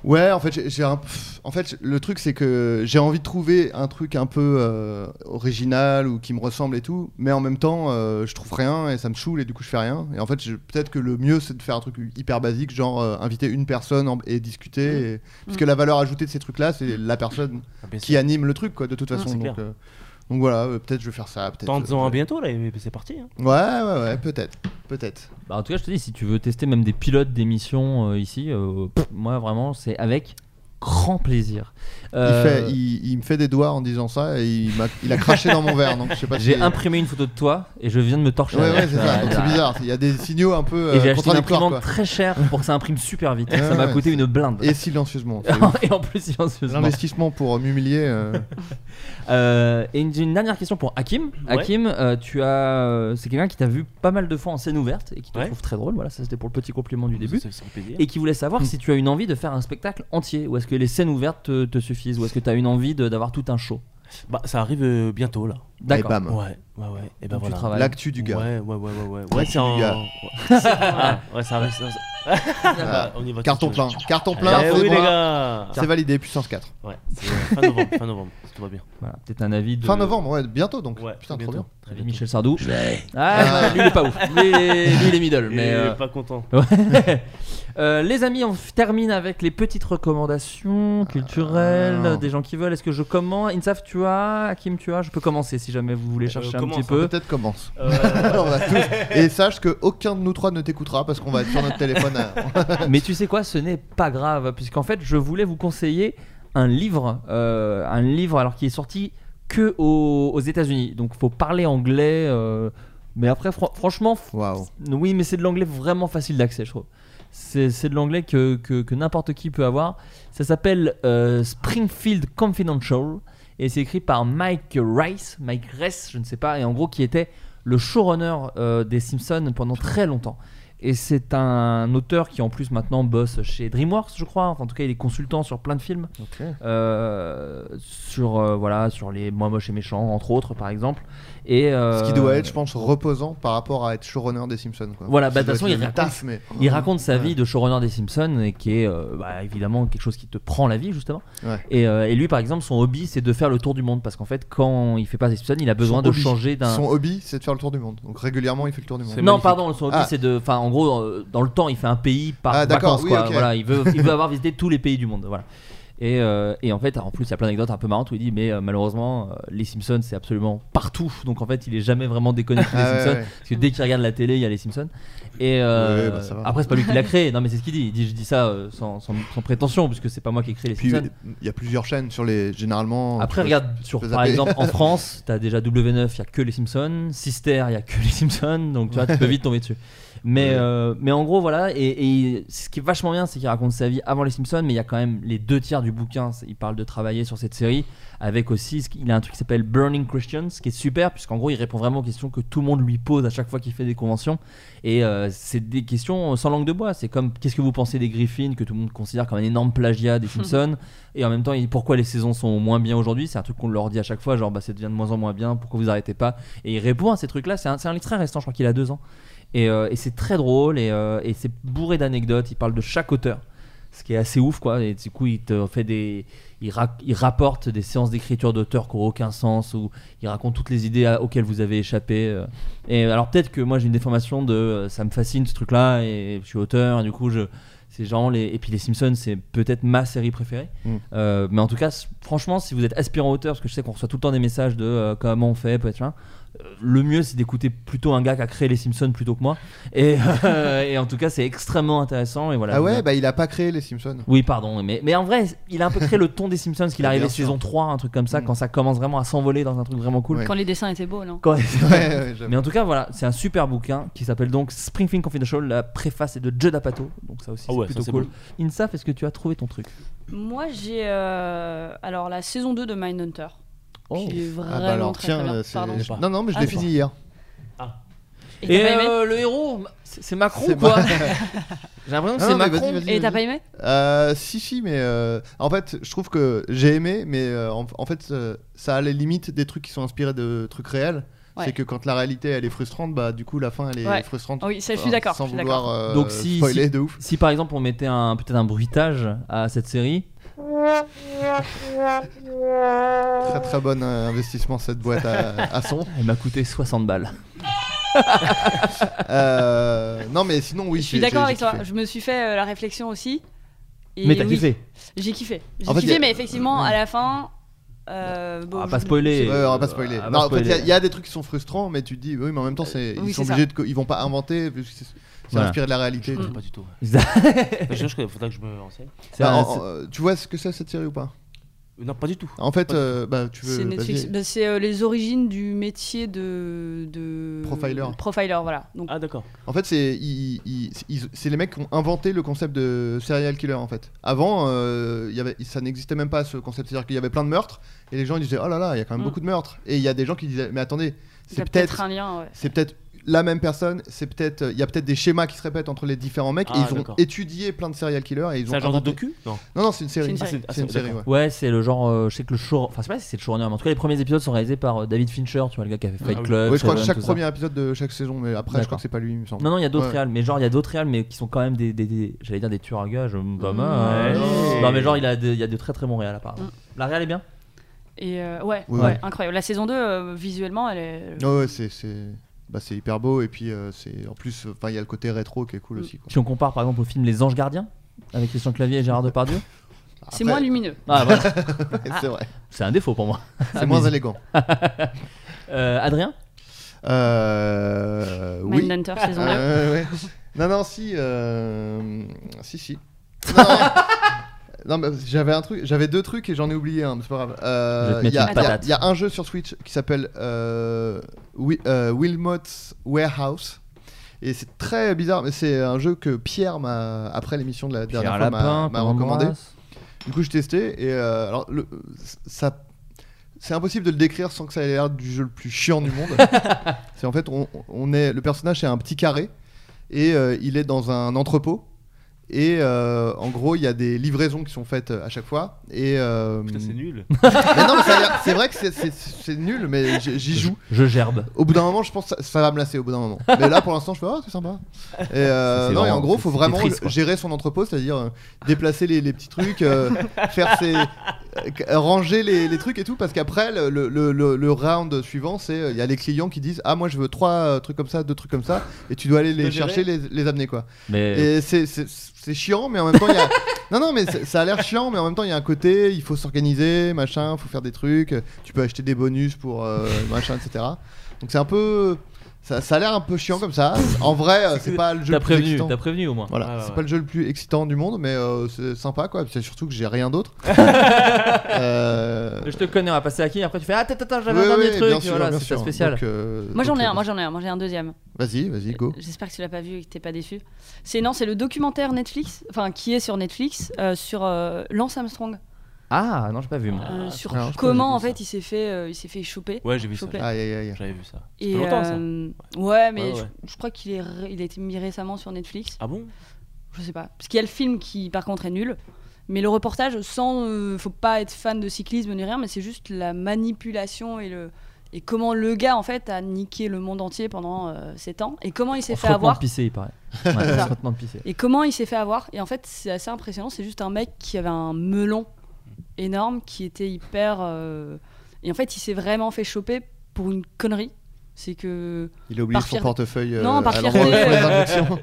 Ouais, en fait, j'ai- j'ai un... pff, en fait, le truc c'est que j'ai envie de trouver un truc un peu euh, original ou qui me ressemble et tout, mais en même temps, euh, je trouve rien et ça me saoule et du coup je fais rien. Et en fait, je- peut-être que le mieux c'est de faire un truc hyper basique, genre euh, inviter une personne en- et discuter, Mmh. et- parce que la valeur ajoutée de ces trucs-là, c'est la personne Ah, bien qui sûr. anime le truc, quoi, de toute Mmh, façon. c'est donc, clair. euh, donc voilà, euh, peut-être je vais faire ça. peut-être- euh, Tente-en un bientôt, là, et c'est parti. hein. Ouais, ouais, ouais, peut-être, peut-être. Bah, en tout cas, je te dis, si tu veux tester même des pilotes d'émissions euh, ici, euh, pff, moi vraiment, c'est avec grand plaisir. Euh, Il, fait, il, il me fait des doigts en disant ça et il, m'a- il a craché dans mon verre, donc je sais pas. J'ai si- imprimé une photo de toi et je viens de me torcher. Ouais, avec, ouais, c'est euh, ça. Donc, là. C'est bizarre. Il y a des signaux un peu Et j'ai euh, acheté une contradictoires. imprimante quoi. très chère pour que ça imprime super vite. Ouais, ça m'a ouais, coûté c'est- une blinde. Et silencieusement. c'est ouf. Et en plus, silencieusement. L'investissement pour euh, m'humilier. euh, Euh, et une, une dernière question pour Hakim. Ouais. Hakim, euh, tu as, euh, c'est quelqu'un qui t'a vu pas mal de fois en scène ouverte et qui te Ouais. trouve très drôle. Voilà, ça c'était pour le petit compliment du début. Ça, ça fait plaisir. Hmm. et qui voulait savoir si tu as une envie de faire un spectacle entier ou est-ce que les scènes ouvertes te, te suffisent ou est-ce que tu as une envie de- d'avoir tout un show Bah, ça arrive euh, bientôt, là. D'accord. Et bam. Ouais, ouais, ouais. Et ben Donc tu voilà. travailles. L'actu du gars. Ouais, ouais, ouais, ouais. Ouais, ouais c'est du en. gars. Ah, ouais, ça reste. Ah, on y va. tout Carton de suite. plein. Carton plein, Eh c'est oui, les bon. gars. C'est validé, puissance 4. Ouais, c'est fin novembre, fin novembre, si tout va bien. Voilà, peut-être un avis de. Fin novembre, ouais, bientôt donc. Ouais, Putain, bientôt, trop bien. Très de bien. Michel Sardou. Ah. Ah, lui il est pas ouf. Lui, il est- lui, il est middle. Il Mais est euh, pas content. Ouais. Euh, les amis, on f- termine avec les petites recommandations culturelles Ah. des gens qui veulent. Est-ce que je commence Insaf, tu as Hakim, tu as Je peux commencer si jamais vous voulez chercher un commence, petit hein, peu. Peut-être commence. Euh, On va tous- Et sache que aucun de nous trois ne t'écoutera parce qu'on va être sur notre téléphone. à- Mais tu sais quoi, ce n'est pas grave, puisqu'en fait, je voulais vous conseiller un livre, euh, un livre alors qui est sorti que aux, aux États-Unis. Donc, faut parler anglais. euh, mais après, fran- franchement, f- Waouh. oui, mais c'est de l'anglais vraiment facile d'accès, je trouve. C'est c'est de l'anglais que, que- que n'importe qui peut avoir. Ça s'appelle euh, Springfield Confidential et c'est écrit par Mike Rice, Mike Rice, je ne sais pas, et en gros qui était le showrunner euh, des Simpsons pendant très longtemps. Et c'est un auteur qui en plus maintenant bosse chez DreamWorks, je crois. Enfin, en tout cas, il est consultant sur plein de films, Euh, sur euh, voilà, sur les moins moches et méchants, entre autres, par exemple. Et euh, Ce qui doit être, je pense, reposant par rapport à être showrunner des Simpsons. Quoi. Voilà, bah, de Ça toute doit façon, être il le taf, mais. il raconte sa Ouais. vie de showrunner des Simpsons et qui est euh, bah, évidemment quelque chose qui te prend la vie justement. Ouais. Et, euh, et lui par exemple son hobby c'est de faire le tour du monde parce qu'en fait quand il fait pas des Simpsons il a besoin Son de hobby. changer d'un... Son hobby, c'est de faire le tour du monde. Donc régulièrement, il fait le tour du monde. C'est Non magnifique. pardon son hobby Ah. c'est de... Enfin en gros euh, dans le temps il fait un pays par Ah, d'accord, vacances oui, quoi. ok. Voilà, il, veut, il veut avoir visité tous les pays du monde. Voilà. Et, euh, et en fait en plus il y a plein d'anecdotes un peu marrantes où il dit mais euh, malheureusement euh, les Simpsons c'est absolument partout donc en fait il est jamais vraiment déconnecté des Ah, ouais, Simpsons. ouais. Parce que dès qu'il regarde la télé, il y a les Simpsons. Et euh, Ouais, bah, ça va. après, c'est pas lui qui l'a créé. Non, mais c'est ce qu'il dit. Il dit, je dis ça euh, sans, sans- sans prétention, puisque c'est pas moi qui ai créé les Puis euh, Simpsons. il y a plusieurs chaînes sur les. Généralement. Après, euh, tu peux- regarde, sur, peux par zapper. exemple, en France, t'as déjà W9, il y a que les Simpsons. Sister, il y a que les Simpsons. Donc, tu vois, tu peux vite tomber dessus. Mais, Ouais. euh, mais en gros, voilà. Et, et ce qui est vachement bien, c'est qu'il raconte sa vie avant les Simpsons, mais il y a quand même les deux tiers du bouquin. c'est- Il parle de travailler sur cette série, avec aussi, ce qui- il a un truc qui s'appelle Burning Christians, qui est super, puisqu'en gros, il répond vraiment aux questions que tout le monde lui pose à chaque fois qu'il fait des conventions. Et euh, c'est des questions sans langue de bois. C'est comme qu'est-ce que vous pensez des Griffins, que tout le monde considère comme un énorme plagiat des Simpsons. Et en même temps, il dit, pourquoi les saisons sont moins bien aujourd'hui C'est un truc qu'on leur dit à chaque fois, genre bah, ça devient de moins en moins bien, pourquoi vous arrêtez pas Et il répond à ces trucs-là. C'est un, c'est un livre très restant, je crois qu'il a deux ans. Et, euh, et c'est très drôle et, euh, et c'est bourré d'anecdotes. Il parle de chaque auteur, ce qui est assez ouf quoi. Et du coup, il te fait des. Il, ra- il rapporte des séances d'écriture d'auteurs qui n'ont aucun sens, ou il raconte toutes les idées à- auxquelles vous avez échappé. euh. Et alors peut-être que moi j'ai une déformation de euh, ça me fascine ce truc-là et je suis auteur et du coup je c'est genre les et puis les Simpsons c'est peut-être ma série préférée. Mm. Euh, mais en tout cas s- franchement si vous êtes aspirant auteur parce que je sais qu'on reçoit tout le temps des messages de euh, comment on fait peut-être hein, euh, le mieux c'est d'écouter plutôt un gars qui a créé les Simpsons plutôt que moi et, euh, et en tout cas c'est extrêmement intéressant et voilà. Ah ouais, Vous- bah il a pas créé les Simpsons. oui, pardon, mais, mais en vrai, il a un peu créé le ton des Simpsons, qu'il Bien arrivait sûr. saison 3, un truc comme ça, Mm. quand ça commence vraiment à s'envoler dans un truc vraiment cool. Ouais. Quand les dessins étaient beaux, non Quand- Ouais, ouais, j'avoue. mais en tout cas, voilà, c'est un super bouquin qui s'appelle donc Springfield Confidential. La préface est de Judd Apatow, donc ça aussi Ah c'est ouais, ça, plutôt c'est cool. Insaf, est-ce que tu as trouvé ton truc Moi, j'ai euh, alors la saison 2 de Mindhunter. qui est vraiment Ah bah alors très, tiens, très bien. euh, c'est- Pardon. je- non non mais je Ah, l'ai je fini hier. Et t'as pas aimé Ah. euh, le héros, c'est c'est Macron C'est ou quoi pas- J'ai l'impression que Non, c'est non, mais Macron. vas-y, vas-y, Et t'as vas-y. pas aimé Euh, si, si, mais euh, en fait, je trouve que j'ai aimé, mais euh, en, en fait, euh, ça a les limites des trucs qui sont inspirés de trucs réels. Ouais. C'est que quand la réalité elle est frustrante, bah du coup la fin elle est Ouais. frustrante. Ah Oui, ça, je suis Enfin, d'accord. Sans je suis vouloir d'accord. euh, Donc, si- spoiler de ouf. Si par exemple on mettait un peut-être un bruitage à cette série, Très très bon euh, investissement cette boîte à, à son. elle m'a coûté 60 balles. Euh, non mais sinon oui. je suis j'ai- d'accord j'ai- avec j'ai toi. kiffé. Je me suis fait euh, la réflexion aussi. Et mais t'as oui, kiffé. J'ai kiffé. J'ai En fait, y kiffé, a- mais effectivement, à la fin. Euh, bon, On va je- pas spoiler. Ah, Ouais, on va pas spoiler. On va non, pas en fait, il y a- spoiler. il y, a des trucs qui sont frustrants, mais tu te dis, oui, mais en même temps, c'est, ils oui, sont c'est ça. obligés de, co- ils vont pas inventer, parce que c'est, c'est Voilà. inspiré de la réalité. Mm. Je sais pas du tout. Je jure qu'il faudra que je me renseigne. C'est Bah, un- en- euh, tu vois ce que c'est cette série ou pas Non, pas du tout. En fait, Pas du euh, bah, tu veux. C'est Netflix. vas-y. Bah, c'est euh, les origines du métier de. de... Profiler. Profiler, voilà. Donc, Ah, d'accord. En fait, c'est ils- ils- ils- c'est les mecs qui ont inventé le concept de serial killer en fait. Avant, euh, il y avait, ça n'existait même pas ce concept, c'est-à-dire qu'il y avait plein de meurtres et les gens ils disaient oh là là, il y a quand même Mm. beaucoup de meurtres et il y a des gens qui disaient mais attendez, il y c'est a peut-être peut-être, un lien. ouais. c'est peut-être la même personne, c'est peut-être il y a peut-être des schémas qui se répètent entre les différents mecs et Ah, ils ont d'accord. étudié plein de serial killers et ils C'est ont un genre de inventé- docu Non. Non non, c'est une série. C'est une Ah, série. ah, C'est une série, d'accord. ouais. Ouais, c'est le genre. euh, je sais que le show. Enfin, je sais pas si c'est le showrunner, mais en tout cas, les premiers épisodes sont réalisés par euh, David Fincher, tu vois, le gars qui a fait Fight Ah oui. Club. Ouais, je crois que Seven, chaque tout ça. premier épisode de chaque saison, mais après, je crois D'accord. que c'est pas lui, il me semble. Non, non, il y a d'autres Ouais. réals, mais genre, il y a d'autres réals, mais qui sont quand même des. des- des- J'allais dire des tueurs à gages, euh, pas Mmh. mal. Ouais. Non, mais genre, il, a des- il y a de très très bons réals, apparemment. La réal est bien Et euh, ouais, Oui, ouais, oui. incroyable. La saison 2, euh, visuellement, elle est. Ouais, ouais, c'est c'est bah, c'est hyper beau et puis euh, c'est en plus, enfin, il y a le côté rétro qui est cool Mm. aussi. quoi. Si on compare par exemple au film Les Anges Gardiens, avec Christian Clavier et Gérard Depardieu. C'est Après- moins lumineux. Ah, voilà, c'est vrai, c'est un défaut pour moi. Ah, c'est moins élégant. Euh, Adrien Euh, oui. Mindhunter saison 2. Euh, ouais. Non, non, si. euh, Si, si. Non, Non, mais j'avais un truc, j'avais deux trucs et j'en ai oublié un, mais c'est pas grave. Euh, Je vais te mettre Il y, a- une il y a- patate. il y a un jeu sur Switch qui s'appelle euh, Wi- euh, Wilmot's Warehouse. Et c'est très bizarre, mais c'est un jeu que Pierre m'a, après l'émission de la dernière fois, m'a- m'a qu'on recommandé. embrasse. Du coup, j'ai testé et euh, alors le- ça, c'est impossible de le décrire sans que ça ait l'air du jeu le plus chiant du monde. c'est en fait, on, on est le personnage est un petit carré et euh, il est dans un entrepôt et euh, en gros, il y a des livraisons qui sont faites euh, à chaque fois et euh, Putain, c'est nul. mais non, mais ça a l'air- c'est vrai que c'est- c'est c'est nul, mais j'- j'y joue. Je gerbe. Au bout d'un moment, je pense que ça, ça va me lasser. Au bout d'un moment, mais là pour l'instant, je fais oh, c'est sympa. Et, euh, C'est non, et vraiment- en gros, faut c'est vraiment triste, quoi. gérer son entrepôt, c'est-à-dire euh, déplacer les, les petits trucs, euh, faire ses. euh, qu- ranger les, les trucs et tout, parce qu'après, le, le- le- le round suivant, c'est. euh, Il y a les clients qui disent Ah, moi je veux trois euh, trucs comme ça, deux trucs comme ça, et tu dois aller les Te gérer. chercher, les, les amener, quoi. Mais Et c'est- c'est c'est chiant, mais en même temps, il y a. Non, non, mais c'est- ça a l'air chiant, mais en même temps, il y a un côté, il faut s'organiser, machin, faut faire des trucs, tu peux acheter des bonus pour euh, machin, etc. Donc c'est un peu. Ça, ça a l'air un peu chiant comme ça. En vrai, euh, c'est pas le t'as jeu le plus prévenu, excitant. t'as prévenu au moins. Voilà, Ouais, ouais, c'est ouais. pas le jeu le plus excitant du monde, mais euh, c'est sympa quoi. Puis c'est surtout que j'ai rien d'autre. Euh, Je te connais, on va passer à qui Après, tu fais Ah, attends, attends, j'avais ouais, un dernier ouais, truc. bien sûr, voilà, bien c'est sûr. pas spécial. Donc, euh, Moi j'en donc, ai euh, un, moi j'en ai un, moi j'ai un deuxième. Vas-y, vas-y, go. J'espère que tu l'as pas vu et que t'es pas déçu. C'est non, c'est le documentaire Netflix, enfin qui est sur Netflix euh, sur euh, Lance Armstrong, Ah, non, j'ai pas vu moi. euh, sur alors, Ah, je Ah, comment en j'ai vu fait il s'est fait, euh, il s'est fait choper. Ouais, j'ai vu ça. S'il vous plaît. Aïe, aïe, aïe. J'avais vu ça. Et fait longtemps, ça. euh, ouais. mais Ouais, ouais. Je, je crois qu'il est, ré- il a été mis récemment sur Netflix. Ah bon Je sais pas. Parce qu'il y a le film qui, par contre, est nul. Mais le reportage, sans. euh, faut pas être fan de cyclisme ni rien, mais c'est juste la manipulation et le. Et comment le gars, en fait, a niqué le monde entier pendant euh, 7 ans. Et comment Oh, il s'est En fait frottement de avoir. pisser, il paraît. Ouais, en frottement de pisser. Et comment il s'est fait avoir. Et en fait, c'est assez impressionnant. C'est juste un mec qui avait un melon énorme, qui était hyper. euh, Et en fait, il s'est vraiment fait choper pour une connerie. C'est que. Il a oublié Par son fierté. portefeuille. euh, Non, par à l'endroit où fierté, il faut les euh, injections.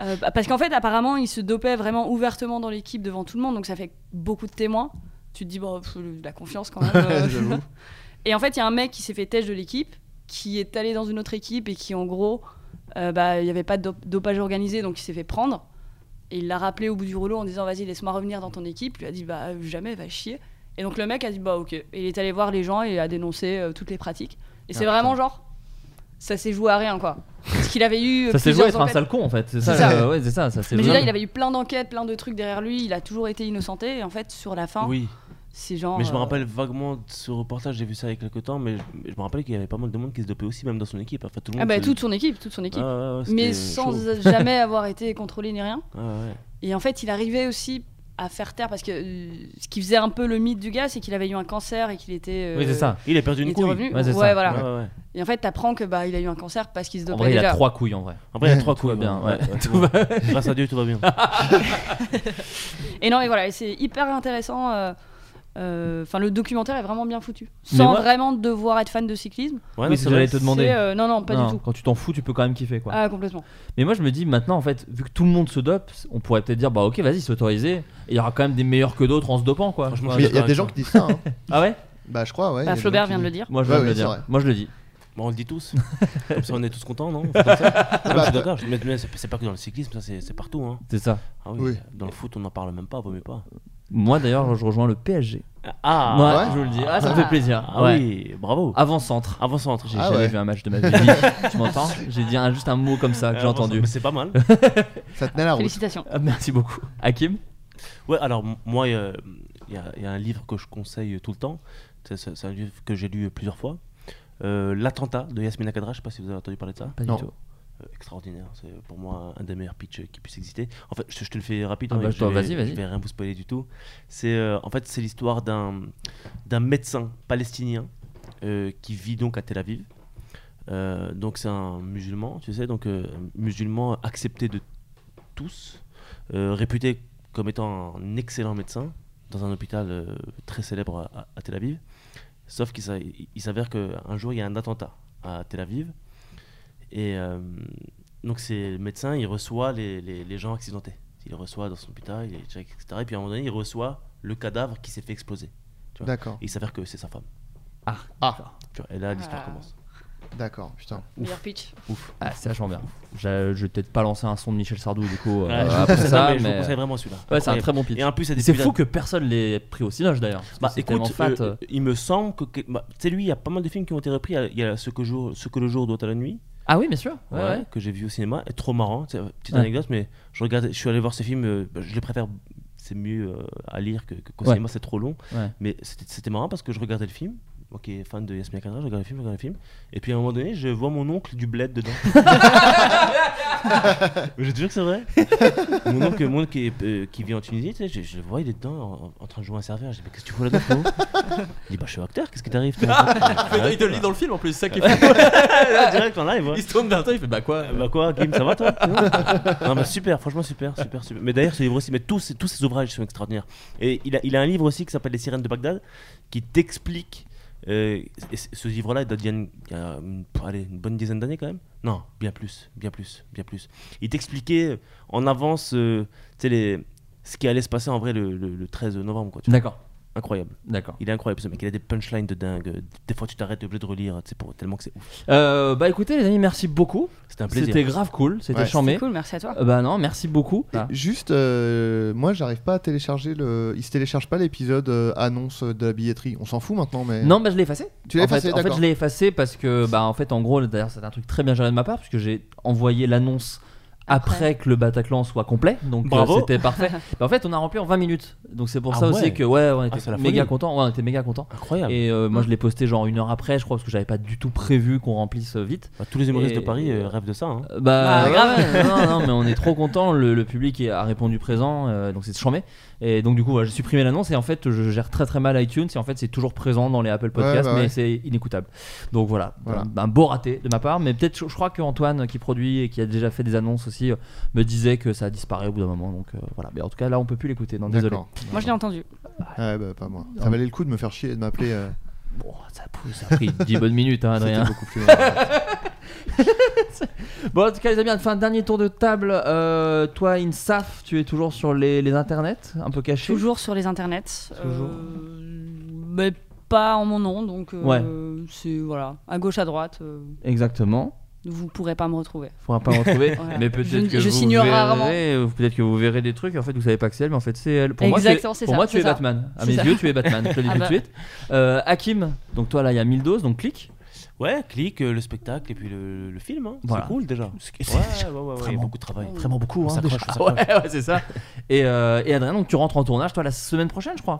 Euh, bah, parce qu'en fait, apparemment, il se dopait vraiment ouvertement dans l'équipe devant tout le monde, donc ça fait beaucoup de témoins. Tu te dis, bon, pff, la confiance quand même. euh. J'avoue. et en fait, il y a un mec qui s'est fait têche de l'équipe, qui est allé dans une autre équipe et qui, en gros, euh, bah, il n'y avait pas de dop- dopage organisé, donc il s'est fait prendre. Et il l'a rappelé au bout du rouleau en disant, vas-y, laisse-moi revenir dans ton équipe. Il lui a dit, bah, jamais, va chier. Et donc le mec a dit, bah, ok. Et il est allé voir les gens et a dénoncé euh, toutes les pratiques. Et Ah, c'est vraiment genre, ça s'est joué à rien, quoi. Parce qu'il avait eu. euh, Ça s'est joué à plusieurs être un enquêtes- sale con en fait. C'est C'est ça, ça. euh, ouais, c'est ça. ça s'est mais je joué. veux dire, il avait eu plein d'enquêtes, plein de trucs derrière lui, il a toujours été innocenté, et en fait, sur la fin, Oui. c'est genre. Mais je me euh, rappelle vaguement de ce reportage, j'ai vu ça il y a quelques temps, mais je, mais je me rappelle qu'il y avait pas mal de monde qui se dopait aussi, même dans son équipe. Enfin, tout le monde. Ah bah, se- toute son équipe, toute son équipe. Ah, ouais, ouais, mais c'était sans chaud. jamais avoir été contrôlé ni rien. Ah, ouais. Et en fait, il arrivait aussi à faire taire, parce que euh, ce qui faisait un peu le mythe du gars, c'est qu'il avait eu un cancer et qu'il était. euh, Oui, c'est ça. Il a perdu Il une était couille. revenu. Ouais, Ouais, c'est ça. voilà. Ouais, ouais. Et en fait, t'apprends que bah il a eu un cancer parce qu'il se En dopait vrai, il déjà. a trois couilles en vrai. Après, il y a trois tout va couilles. bien, ouais. c'est Tout bon. va- Grâce à Dieu, tout va bien. Et non, et voilà, et c'est hyper intéressant. euh, euh, Enfin, le documentaire est vraiment bien foutu. Mais Sans moi- vraiment devoir être fan de cyclisme. Oui, Ouais, non, c'est c'est ce que vrai. j'allais te demander. c'est, euh, non, non, pas Non, du tout. Quand tu t'en fous, tu peux quand même kiffer quoi. Ah, complètement. Mais moi je me dis maintenant en fait, vu que tout le monde se dope, on pourrait peut-être dire bah ok vas-y s'autoriser. Et Il y aura quand même des meilleurs que d'autres en se dopant quoi. Franchement, Ouais. Mais Il y d'accord a des avec gens ça. qui disent ça. hein. Ah ouais Bah, je crois, ouais. il y a Bah, des Flaubert gens qui vient de le disent- dire. Moi je Ouais, vais le ouais, c'est dire. vrai. Moi je le dis. Bon, on le dit tous. Comme ça, on est tous contents, non On fait comme ça. Non, mais je suis d'accord. je- mais- mais C'est c'est pas que dans le cyclisme, ça, c'est c'est partout. Hein. C'est ça. Ah oui, Oui. Dans le foot, on n'en parle même pas, vaut mieux pas. Moi d'ailleurs je rejoins le PSG. Ah, Moi ouais je vous le dis. Ah ça me Ah. fait plaisir. ah Ouais. oui, bravo. Avant-centre. Avant-centre. J'ai Ah jamais ouais. vu un match de ma vie. tu m'entends J'ai dit un- juste un mot comme ça que j'ai Euh, entendu. Mais c'est pas mal. Ça tenait la route. Félicitations. Ah, merci beaucoup. Hakim Ouais, alors m- moi, il y, a- y a un livre que je conseille tout le temps. C'est- C'est c'est un livre que j'ai lu plusieurs fois. Euh, L'attentat de Yasmina Kadra, je sais pas si vous avez entendu parler de ça. Pas Non. du tout. extraordinaire. C'est pour moi un des meilleurs pitchs euh, qui puisse exister. En fait, je, je te le fais rapide. Ah hein, bah, je toi, vais- vas-y, vas-y. Je vais rien vous spoiler du tout. C'est euh, en fait c'est l'histoire d'un d'un médecin palestinien euh, qui vit donc à Tel Aviv. Euh, donc c'est un musulman, tu sais, donc euh, musulman accepté de tous, euh, réputé comme étant un excellent médecin dans un hôpital euh, très célèbre à, à Tel Aviv. Sauf qu'il s'a- il- il s'avère qu'un jour il y a un attentat à Tel Aviv. Et euh, donc c'est le médecin, il reçoit les, les- les gens accidentés. Il reçoit dans son hôpital, il les check, etc. Et puis à un moment donné, il reçoit le cadavre qui s'est fait exploser. D'accord, Et il s'avère que c'est sa femme. Ah. Ah. Tu vois, et là, l'histoire Ah. commence. d'accord, putain. Meilleur pitch. Ah, c'est vachement bien. J'ai- Je vais peut-être pas lancer un son de Michel Sardou du coup euh, Voilà, je vous après conseille- non, ça, mais je vous mais. conseille vraiment celui-là. Ouais, c'est un Incroyable. très bon pitch. Et en plus, il y a des C'est pubs- fou que personne l'ait pris au silage d'ailleurs. parce que Bah c'est tellement écoute, fat. euh, euh. il me semble que. que- bah, tu sais, lui, il y a pas mal de films qui ont été repris. Il y a Ce que, jour, ce que le jour doit à la nuit, Ah oui, bien sûr. Ouais, ouais, ouais. que j'ai vu au cinéma. Et trop marrant. tu sais, Petite Ouais. anecdote, mais je, regarde, je suis allé voir ce film. euh, bah, je les préfère. C'est mieux euh, à lire que, que qu'au Ouais. cinéma, c'est trop long. Ouais. Mais c'était c'était marrant parce que je regardais le film. Ok, fan de Yasmina Kadra, je regarde le film, je regarde le film. Et puis à un moment donné, je vois mon oncle du bled dedans. Mais je te jure que c'est vrai. mon oncle, mon oncle qui, est, euh, qui vit en Tunisie, tu sais, je, je le vois, il est dedans en, en train de jouer un serveur. Je dis, mais qu'est-ce que tu fous là-dedans frérot Il dit, bah je suis acteur, qu'est-ce qui t'arrive toi il te le dit dans le film en plus, ça qui Ah, Direct en live, ouais. Il se tourne vers toi, il fait bah quoi Euh, Bah quoi, Kim, ça va toi Non, bah super, franchement super, super, super. Mais d'ailleurs, ce livre aussi, mais tous, ces- tous ses ouvrages sont extraordinaires. Et il a, il a un livre aussi qui s'appelle Les sirènes de Bagdad, qui t'explique. euh, et c- ce livre-là, il date d'il y a une, il y a une- pff, allez, une bonne dizaine d'années quand même. Non, bien plus, bien plus, bien plus. Il t'expliquait en avance euh, tu sais, les, ce qui allait se passer en vrai le, le- le 13 novembre. Quoi, tu vois. D'accord, Incroyable. d'accord. Il est incroyable ce mec, il a des punchlines de dingue. Des fois, tu t'arrêtes, t'es obligé de relire, tu sais, pour, tellement que c'est ouf. Euh, bah écoutez les amis, merci beaucoup. C'était un plaisir. C'était grave cool, c'était Ouais. charmé. C'est cool, merci à toi. Euh, Bah non, merci beaucoup. Bah. Et Juste, euh, moi j'arrive pas à télécharger le. Il se télécharge pas l'épisode euh, annonce de la billetterie. On s'en fout maintenant, mais. Non, bah je l'ai effacé. Tu l'as En fait- effacé, En fait, d'accord. je l'ai effacé parce que, bah, en fait, en gros, d'ailleurs, c'est un truc très bien géré de ma part, puisque j'ai envoyé l'annonce après, Après. que le Bataclan soit complet, donc euh, Bravo. c'était parfait. Bah, en fait, on a rempli en 20 minutes, donc c'est pour Ah ça aussi ouais. que, ouais, on était Ah, c'est la méga folie. content. on était méga content. Incroyable. Et euh, moi, je Hein. l'ai posté genre une heure après, je crois, parce que j'avais pas du tout prévu qu'on remplisse euh, vite. Bah, tous les humoristes de Et- Paris euh, rêvent de ça. hein. Euh, Bah, Ah, ouais, non, non, mais on est trop content. Le, le public est- a répondu présent, euh, donc c'est chambé. Et donc, du coup, voilà, j'ai supprimé l'annonce. Et en fait, je gère très très mal iTunes. Et en fait, c'est toujours présent dans les Apple Podcasts, Ouais, bah ouais. mais c'est inécoutable. Donc voilà, Voilà. Un, un beau raté de ma part. Mais peut-être, je, je crois que Antoine, qui produit et qui a déjà fait des annonces aussi, euh, me disait que ça disparaît au bout d'un moment. Donc euh, voilà, mais en tout cas, là, on peut plus l'écouter. Non, désolé. D'accord. Moi, je l'ai entendu. Ouais, bah pas moi. Ça valait le coup de me faire chier et de m'appeler. euh, Bon, ça, a pris- ça a pris 10 bonnes minutes, hein, C'était Adrien. beaucoup plus long. Bon, en tout cas, les amis, on fait un dernier tour de table. Euh, toi, Insaf, tu es toujours sur les, les internets, un peu caché. Toujours sur les internets. Toujours. euh, mais pas en mon nom, donc euh, Ouais. c'est voilà, à gauche, à droite, euh, Exactement. vous pourrez pas me retrouver. faudra pas en retrouver Voilà. mais Je peut-être ne- que je vous signe verrez, rarement. euh, peut-être que vous verrez des trucs en fait vous savez pas que c'est elle mais en fait c'est elle pour Exactement, moi tu c'est es, pour ça, moi tu c'est es ça. Batman à C'est mes ça. yeux tu es Batman je le dis Ah tout de bah. suite Euh, Hakim donc toi là il y a 1000 doses donc clique Ouais, clique, euh, le spectacle et puis le, le film. hein. Voilà. C'est cool déjà. c'est Ouais, ouais, ouais, ouais, il y a vraiment- beaucoup de travail. vraiment beaucoup On hein, s'accroche, déjà. on Ah s'accroche. ouais, ouais, c'est ça et, euh, et Adrien donc tu rentres en tournage toi la semaine prochaine je crois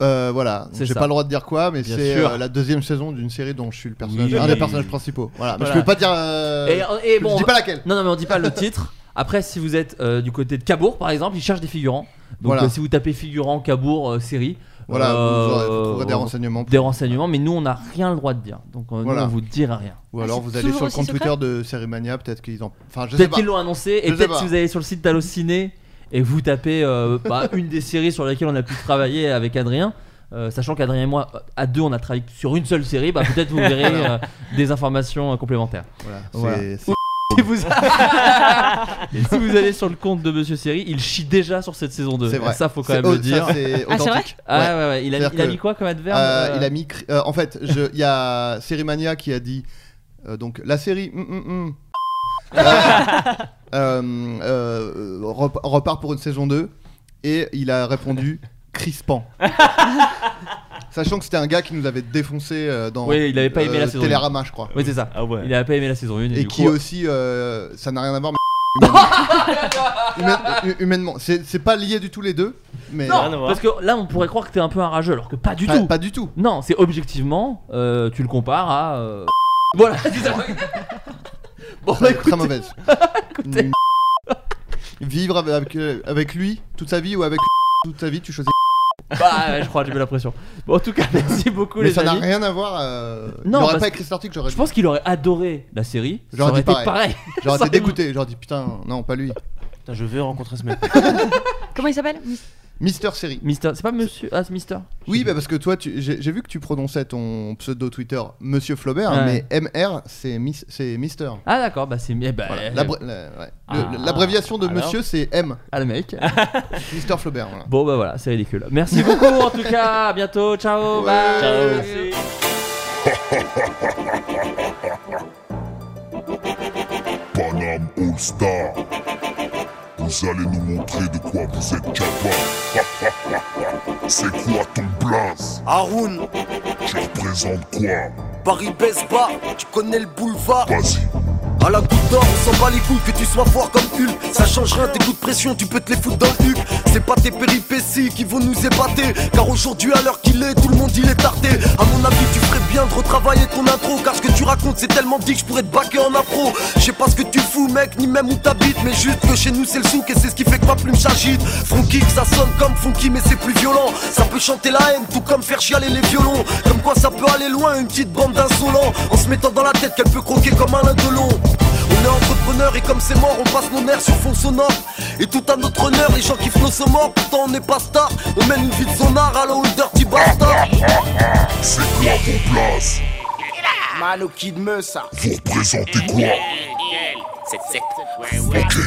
Euh, voilà, C'est j'ai ça. pas le droit de dire quoi, mais Bien c'est sûr. euh, la deuxième saison d'une série dont je suis le personnage, Oui. un des personnages principaux. Voilà, mais Voilà. je peux pas dire. euh, et, et bon je on dis va- pas laquelle. non non mais on dit pas le titre après si vous êtes euh, du côté de Cabourg par exemple ils cherchent des figurants donc Voilà. euh, si vous tapez figurant Cabourg euh, série euh, Voilà, vous, aurez- vous trouverez des on- renseignements. des renseignements, mais nous on n'a rien le droit de dire. Donc euh, nous, Voilà. on vous dira rien. Ou Ah, alors c'est vous allez toujours sur le aussi compte secret Twitter de Série Mania, peut-être qu'ils en. Enfin, je sais Peut-être pas. qu'ils l'ont annoncé, et Je sais peut-être pas. si vous allez sur le site d'Allociné et vous tapez euh, bah, une des séries sur laquelle on a pu travailler avec Adrien. euh, sachant qu'Adrien et moi, euh, à deux, on a travaillé sur une seule série, bah peut-être vous verrez euh, des informations euh, complémentaires. Voilà, Voilà. c'est- c'est- Si vous... Et si vous allez sur le compte de Monsieur Série, il chie déjà sur cette saison 2. C'est vrai. Ça, faut quand c'est- même le oh, ça, dire. c'est Ah, c'est vrai authentique. Ah Ouais. ouais, ouais, il a, C'est-à-dire il a que, mis quoi comme adverbe Euh, euh, il a mis. cri- euh, en fait, je- il y a Sérimania qui a dit euh, donc la série. hum, hum, hum, euh, euh, euh, rep- repart pour une saison 2 et il a répondu crispant. Sachant que c'était un gars qui nous avait défoncé euh, dans Oui, il avait pas aimé la saison Télérama, je crois. Oui, c'est ça. Ah ouais. Il a pas aimé la saison 1. Et du qui coup, aussi, euh, ça n'a rien à voir. mais humainement, Humaine- humainement. c'est c'est pas lié du tout les deux, mais Non, Rien à voir. parce que là on pourrait croire que t'es un peu un rageux alors que pas du pas, tout. pas du tout. Non, c'est objectivement, euh, tu le compares à. euh, Voilà, c'est ça. Bon, Très- bah, écoutez. très mauvaise. Une- Vivre avec- avec, euh, avec lui toute sa vie ou avec toute sa vie, tu choisis. Bah, ouais, je crois, j'ai mis la pression. Bon, en tout cas, merci beaucoup, Mais les ça n'a amis. rien à voir. euh, Non, il aurait parce pas que- écrit cet article, j'aurais Je pense qu'il aurait adoré la série. Ça J'aurais aurait dit été pareil. pareil. j'aurais ça été dégoûté. J'aurais dit putain, non, pas lui. Putain, je veux rencontrer ce mec. Comment il s'appelle Mister Série. Mister, c'est pas monsieur. Ah, c'est Mister. Oui, bah parce que toi, tu- j'ai j'ai vu que tu prononçais ton pseudo Twitter Monsieur Flaubert, Ouais. mais MR, c'est Miss- c'est Mister. Ah, d'accord, bah c'est. eh ben, Voilà. euh, L'abré- la- ouais. Ah. Le- L'abréviation de Alors Monsieur, c'est M. Ah, le mec. Mister Flaubert. Voilà. Bon, bah voilà, c'est ridicule. Merci beaucoup, en tout cas. À bientôt. Ciao. Ouais. Bye. Ciao. Merci. Panam All Star. Vous allez nous montrer de quoi vous êtes capable. C'est quoi ton blaze Haroun, Tu représentes quoi Paris baisse bas, tu connais le boulevard. Vas-y, À la goutte d'or, on s'en bat les couilles, que tu sois fort comme Hulk. Ça change rien, tes coups de pression, tu peux te les foutre dans le huc. C'est pas tes péripéties qui vont nous épater. Car aujourd'hui, à l'heure qu'il est, tout le monde il est tardé. À mon avis, tu ferais bien de retravailler ton intro. Car ce que tu racontes, c'est tellement dit que je pourrais te baquer en impro. Je sais pas ce que tu fous, mec, ni même où t'habites. Mais juste que chez nous, c'est le souk et c'est ce qui fait que ma plume s'agite. Funky, que ça sonne comme funky, mais c'est plus violent. Ça peut chanter la haine, tout comme faire chialer les violons. Comme quoi, ça peut aller loin, une petite bande d'insolents. En se mettant dans la tête qu'elle peut croquer comme un indolent. On est entrepreneur et comme c'est mort, on passe nos nerfs sur fond sonore. Et tout à notre honneur, les gens qui nos sont morts, pourtant on n'est pas star. On mène une vie de sonard à la old dirty bastard. c'est quoi ton blaze Mano Kid Meussa. Vous représentez quoi Ok,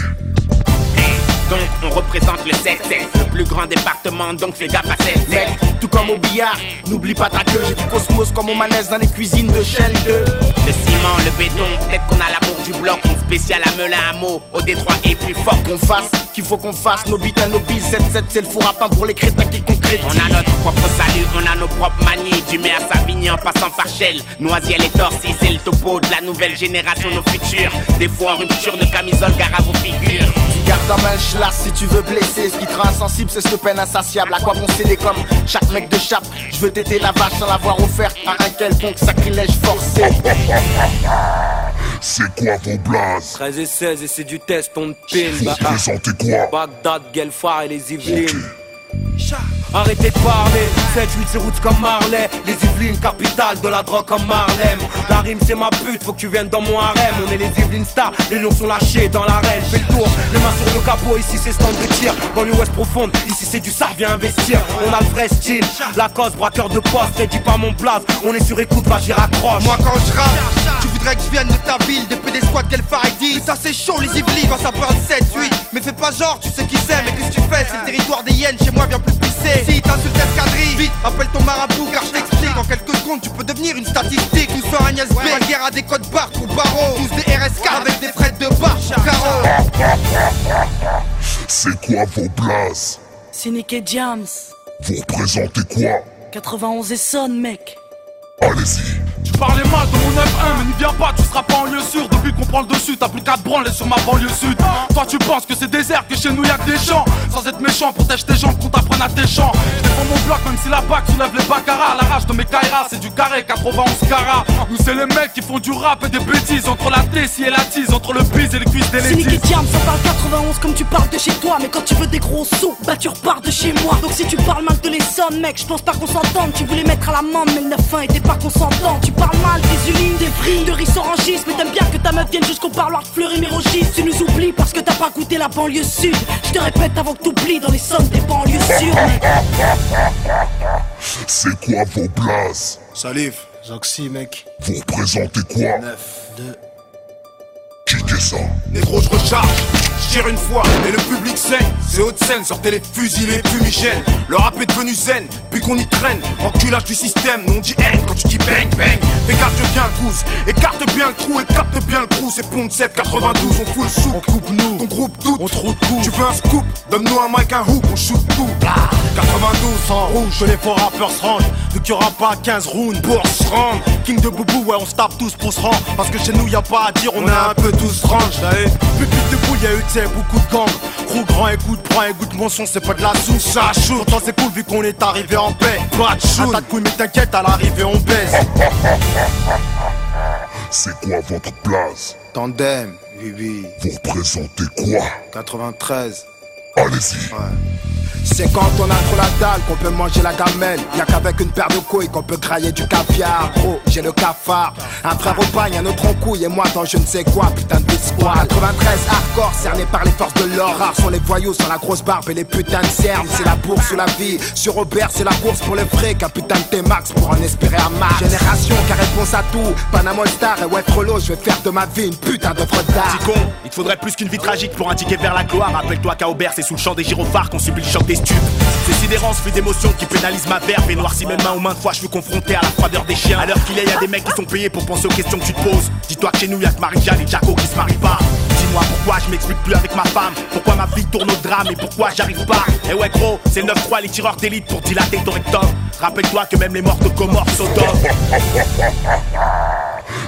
Eh, Donc on représente le 7 le plus grand département, donc fais gaffe à 7 Mec, tout comme au billard, n'oublie pas ta queue. J'ai du cosmos comme au manège dans les cuisines de Shell 2. Le ciment, le béton, peut-être qu'on a l'amour du bloc, on spécial à Melun, à Meaux, au Détroit et plus fort qu'on Qu'on fasse, qu'il faut qu'on fasse. Nos bitins, nos billes, 7-7, c'est le four à pain pour les crétins qui concrétisent. On a notre propre salut, on a nos propres manies Du maire à Savigny en passant par Shell Noisiel et Torcy, c'est le topo de la nouvelle génération, nos futurs Des fois en rupture de camisole, gare à vos figures Garde à main le schlass si tu veux blesser. Ce qui te rend insensible, c'est cette peine insatiable. À quoi bon céder comme chaque mec de chape Je veux t'aider la vache sans l'avoir offerte à un quelconque sacrilège forcé. c'est quoi vos blazes 13 et 16 et c'est du test, on pin. Vous représentez quoi Bagdad, Gelfar et les Ok, Yvelines. Arrêtez de parler, 7-8 c'est route comme Marley Les Yvelines, capitale de la drogue comme Marlem La rime c'est ma pute, faut que tu viennes dans mon harem On est les Yvelines stars, les lions sont lâchés dans l'arène Fais le tour, les mains sur le capot, ici c'est stand de tir Dans l'ouest profonde, ici c'est du ça, viens investir On a le vrai style, la cause, braqueur de poste Et dis pas mon blaze, on est sur écoute, va j'y raccroche Moi quand je rappe, tu voudrais que je vienne de ta ville Depuis des squats qu'elle dit Ça c'est chaud les Yvelines quand ça parle 7-8 Mais fais pas genre, tu sais qui c'est Mais qu'est-ce que tu fais C'est le territoire des hyènes, chez moi viens plus pisser Si t'insultes escadrille, vite appelle ton marabout Car je t'explique, en quelques secondes tu peux devenir une statistique Nous sommes Agnès B, la guerre à des codes barres pour barreaux Tous des RSK avec des frettes de barre, carreau c'est quoi vos blazes C'est Nicky Jams. Vous représentez quoi 91 Essonne, mec. Allez-y, Tu parlais mal de mon 9-1 mais n'y viens pas, tu seras pas en lieu sûr Depuis qu'on prend le dessus, t'as plus qu'à te branler sur ma banlieue sud Toi tu penses que c'est désert, que chez nous y'a que des gens Sans être méchant, protège tes jambes qu'on t'apprenne à tes champs Je défends mon bloc même si la bac soulève les bacaras La rage de mes kairas, c'est du carré 91 carats Nous c'est les mecs qui font du rap et des bêtises Entre la tessie et la tease, entre le bise et les cuisses des C'est Nicky ladies Jams, on parle 91 comme tu parles de chez toi. Mais quand tu veux des gros sous, bah tu repars de chez moi. Donc si tu parles mal de l'Essonne, mec, je pense pas qu'on s'entende. Tu voulais mettre à la main, mais le 9-1 était pas consentant. Tu parles mal des Ulines, des Vrines, de Rissorangis. Mais t'aimes bien que ta meuf vienne jusqu'au parloir de Fleury Mérogis. Tu nous oublies parce que t'as pas goûté la banlieue sud. Je te répète avant que t'oublies dans les sommes des banlieues sûres, mec. c'est quoi vos blazes Salif, Zoxy, mec. Vous représentez quoi 9, 2. Kickez ça Négro, je recharge. Je tire une fois, et le public saigne. C'est haute scène, sortez les fusils, les plus Michel. Le rap est devenu zen, puis qu'on y traîne. Enculage du système, nous on dit haine quand tu dis bang bang. Écarte bien le goose, écarte bien le trou, écarte bien le trou. C'est Pont 7, 92, on fout le souk. On coupe nous, ton groupe doute, on trouve tout. Tu veux un scoop, donne-nous un mic, un hoop, on shoot tout. Ah, 92 en rouge, les faux rappeurs se rangent. Vu qu'il y aura pas 15 rounds pour se rendre. King de Boubou, ouais, on se tape tous pour se rendre. Parce que chez nous, y a pas à dire, on, a un peu tous range. Là, eh. Public debout, y a eu, tu sais, beaucoup de gangs. Crew grand, écoute, prends, écoute, mon son, c'est pas de la souche. Ça choute, pourtant c'est cool vu qu'on est arrivé en paix. Pas de shoot. Un tas de couilles, mais t'inquiète, à l'arrivée, on baisse. C'est quoi votre blaze Tandem, Bibi. Vous représentez quoi 93. Allez-y. C'est quand on a trop la dalle qu'on peut manger la gamelle. Y'a qu'avec une paire de couilles qu'on peut grailler du caviar. Gros, j'ai le cafard. Un frère au bagne, un autre en couille et moi dans je ne sais quoi, putain de squad. 93 hardcore, cerné par les forces de l'or. Rares sont les voyous sans la grosse barbe et les putains de cernes. C'est la bourse ou la vie. Sur Robert, c'est la course pour le fric. Un putain de T-Max pour en espérer un max. Génération qui a réponse à tout. Panama All Star et ouais, Frollo, je vais faire de ma vie une putain d'œuvre d'art. Petit con, il te faudrait plus qu'une vie tragique pour un ticket vers la gloire. Rappelle-toi qu'à Aubert, c'est sous le champ des gyrophares qu'on subit le choc des stupes. C'est sidérant ce flux d'émotions qui pénalise ma verve et noircit mes mains aux mains de fois. Je suis confronté à la froideur des chiens. À l'heure qu'il est, y a des mecs qui sont payés pour penser aux questions que tu te poses. Dis-toi que chez nous, y'a que Marie-Jeanne et Jaco qui se marient pas. Dis-moi pourquoi je m'explique plus avec ma femme. Pourquoi ma vie tourne au drame et pourquoi j'arrive pas. Eh ouais, gros, c'est le 9-3, les tireurs d'élite pour dilater ton rectum. Rappelle-toi que même les morts de Comores sont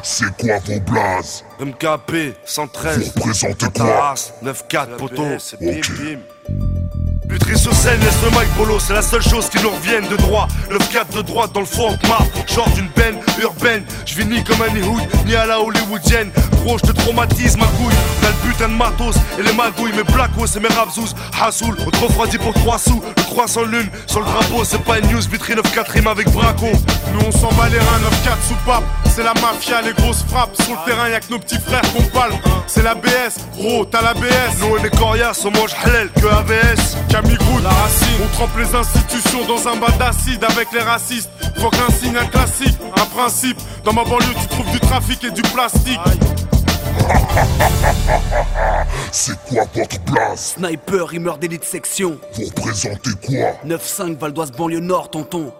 C'est quoi vos blazes MKP 113. Vous représentez Ta quoi race, 9-4, poteau. Ok. Buterie sur scène, laisse le mic polo, c'est la seule chose qui nous revienne de droit. Le 4 de droite dans le fond, marque, genre d'une benne urbaine. Je vis ni comme un Hollywood, ni à la hollywoodienne. Gros, je te traumatise, ma couille. T'as le putain de matos et les magouilles, mes blackos et mes rapzouz. Hassoul, on te refroidit pour 3 sous, le croissant lune. Sur le drapeau, c'est pas une news, vitrine 9-4 rime avec braco. Nous on s'en bat les reins, 9-4 soupape C'est la mafia, les grosses frappes Sur le terrain y'a que nos petits frères qu'on palme C'est la BS, gros t'as la BS Nous on est coriaces, on mange halal que AVS. Camille Groot, la racine On trempe les institutions dans un bas d'acide Avec les racistes, faut qu'un signe, un classique Un principe, dans ma banlieue tu trouves du trafic et du plastique C'est quoi votre blaze Sniper, rimeur d'élite section. Vous représentez quoi 9-5, Val d'Oise, banlieue nord, tonton.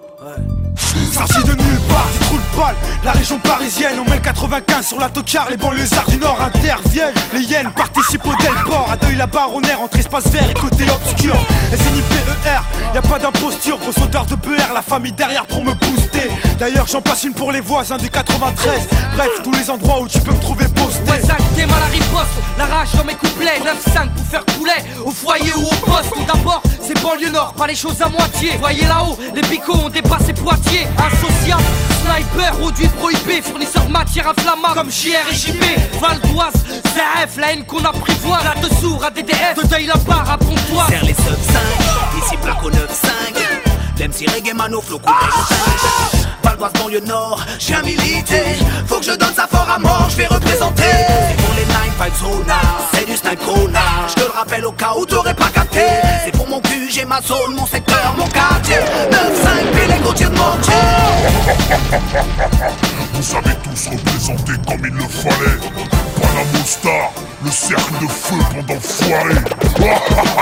Sorti de nulle part, des trous de balle, la région parisienne, on met le 95 sur la tocar, les banlieusards du nord interviennent, les yens participent au Delport, à deuil la baronnaire entre espace vert et côté obscur, SNIPER, E y a pas d'imposture, grosse odeur de BR, la famille derrière pour me booster, d'ailleurs j'en passe une pour les voisins du 93, bref, tous les endroits où tu peux me trouver posté. Voisin, t'es mal à la riposte, la rage dans mes couplets, 9-5 pour faire poulet, au foyer ou au poste. Tout d'abord, c'est banlieue nord, pas les choses à moitié. Voyez là-haut, les picots ont dépassé Poitiers, insociable. Sniper, produit prohibé, fournisseur de matière inflammable comme JR et JB, Val d'Oise, CF, la haine qu'on apprivoise, là-dessous, à DDF, de deuil la barre à Pontoise. Serre les subs 5, ici plaque au 9-5. L'MC Reggae Mano, flow coupé. Ah Val d'Oise, banlieue nord, j'ai un milité. Faut que je donne ça fort à mort, je vais représenter. C'est pour les 9 5 zona, c'est du snipe Kona. Je te le rappelle au cas où t'aurais pas capté. C'est pour mon cul, j'ai ma zone, mon secteur, mon quartier. 9-5, puis les côtiers de Montier. Vous savez tous représenter comme il le fallait. Panama Star, le cercle de feu pendant le foiré.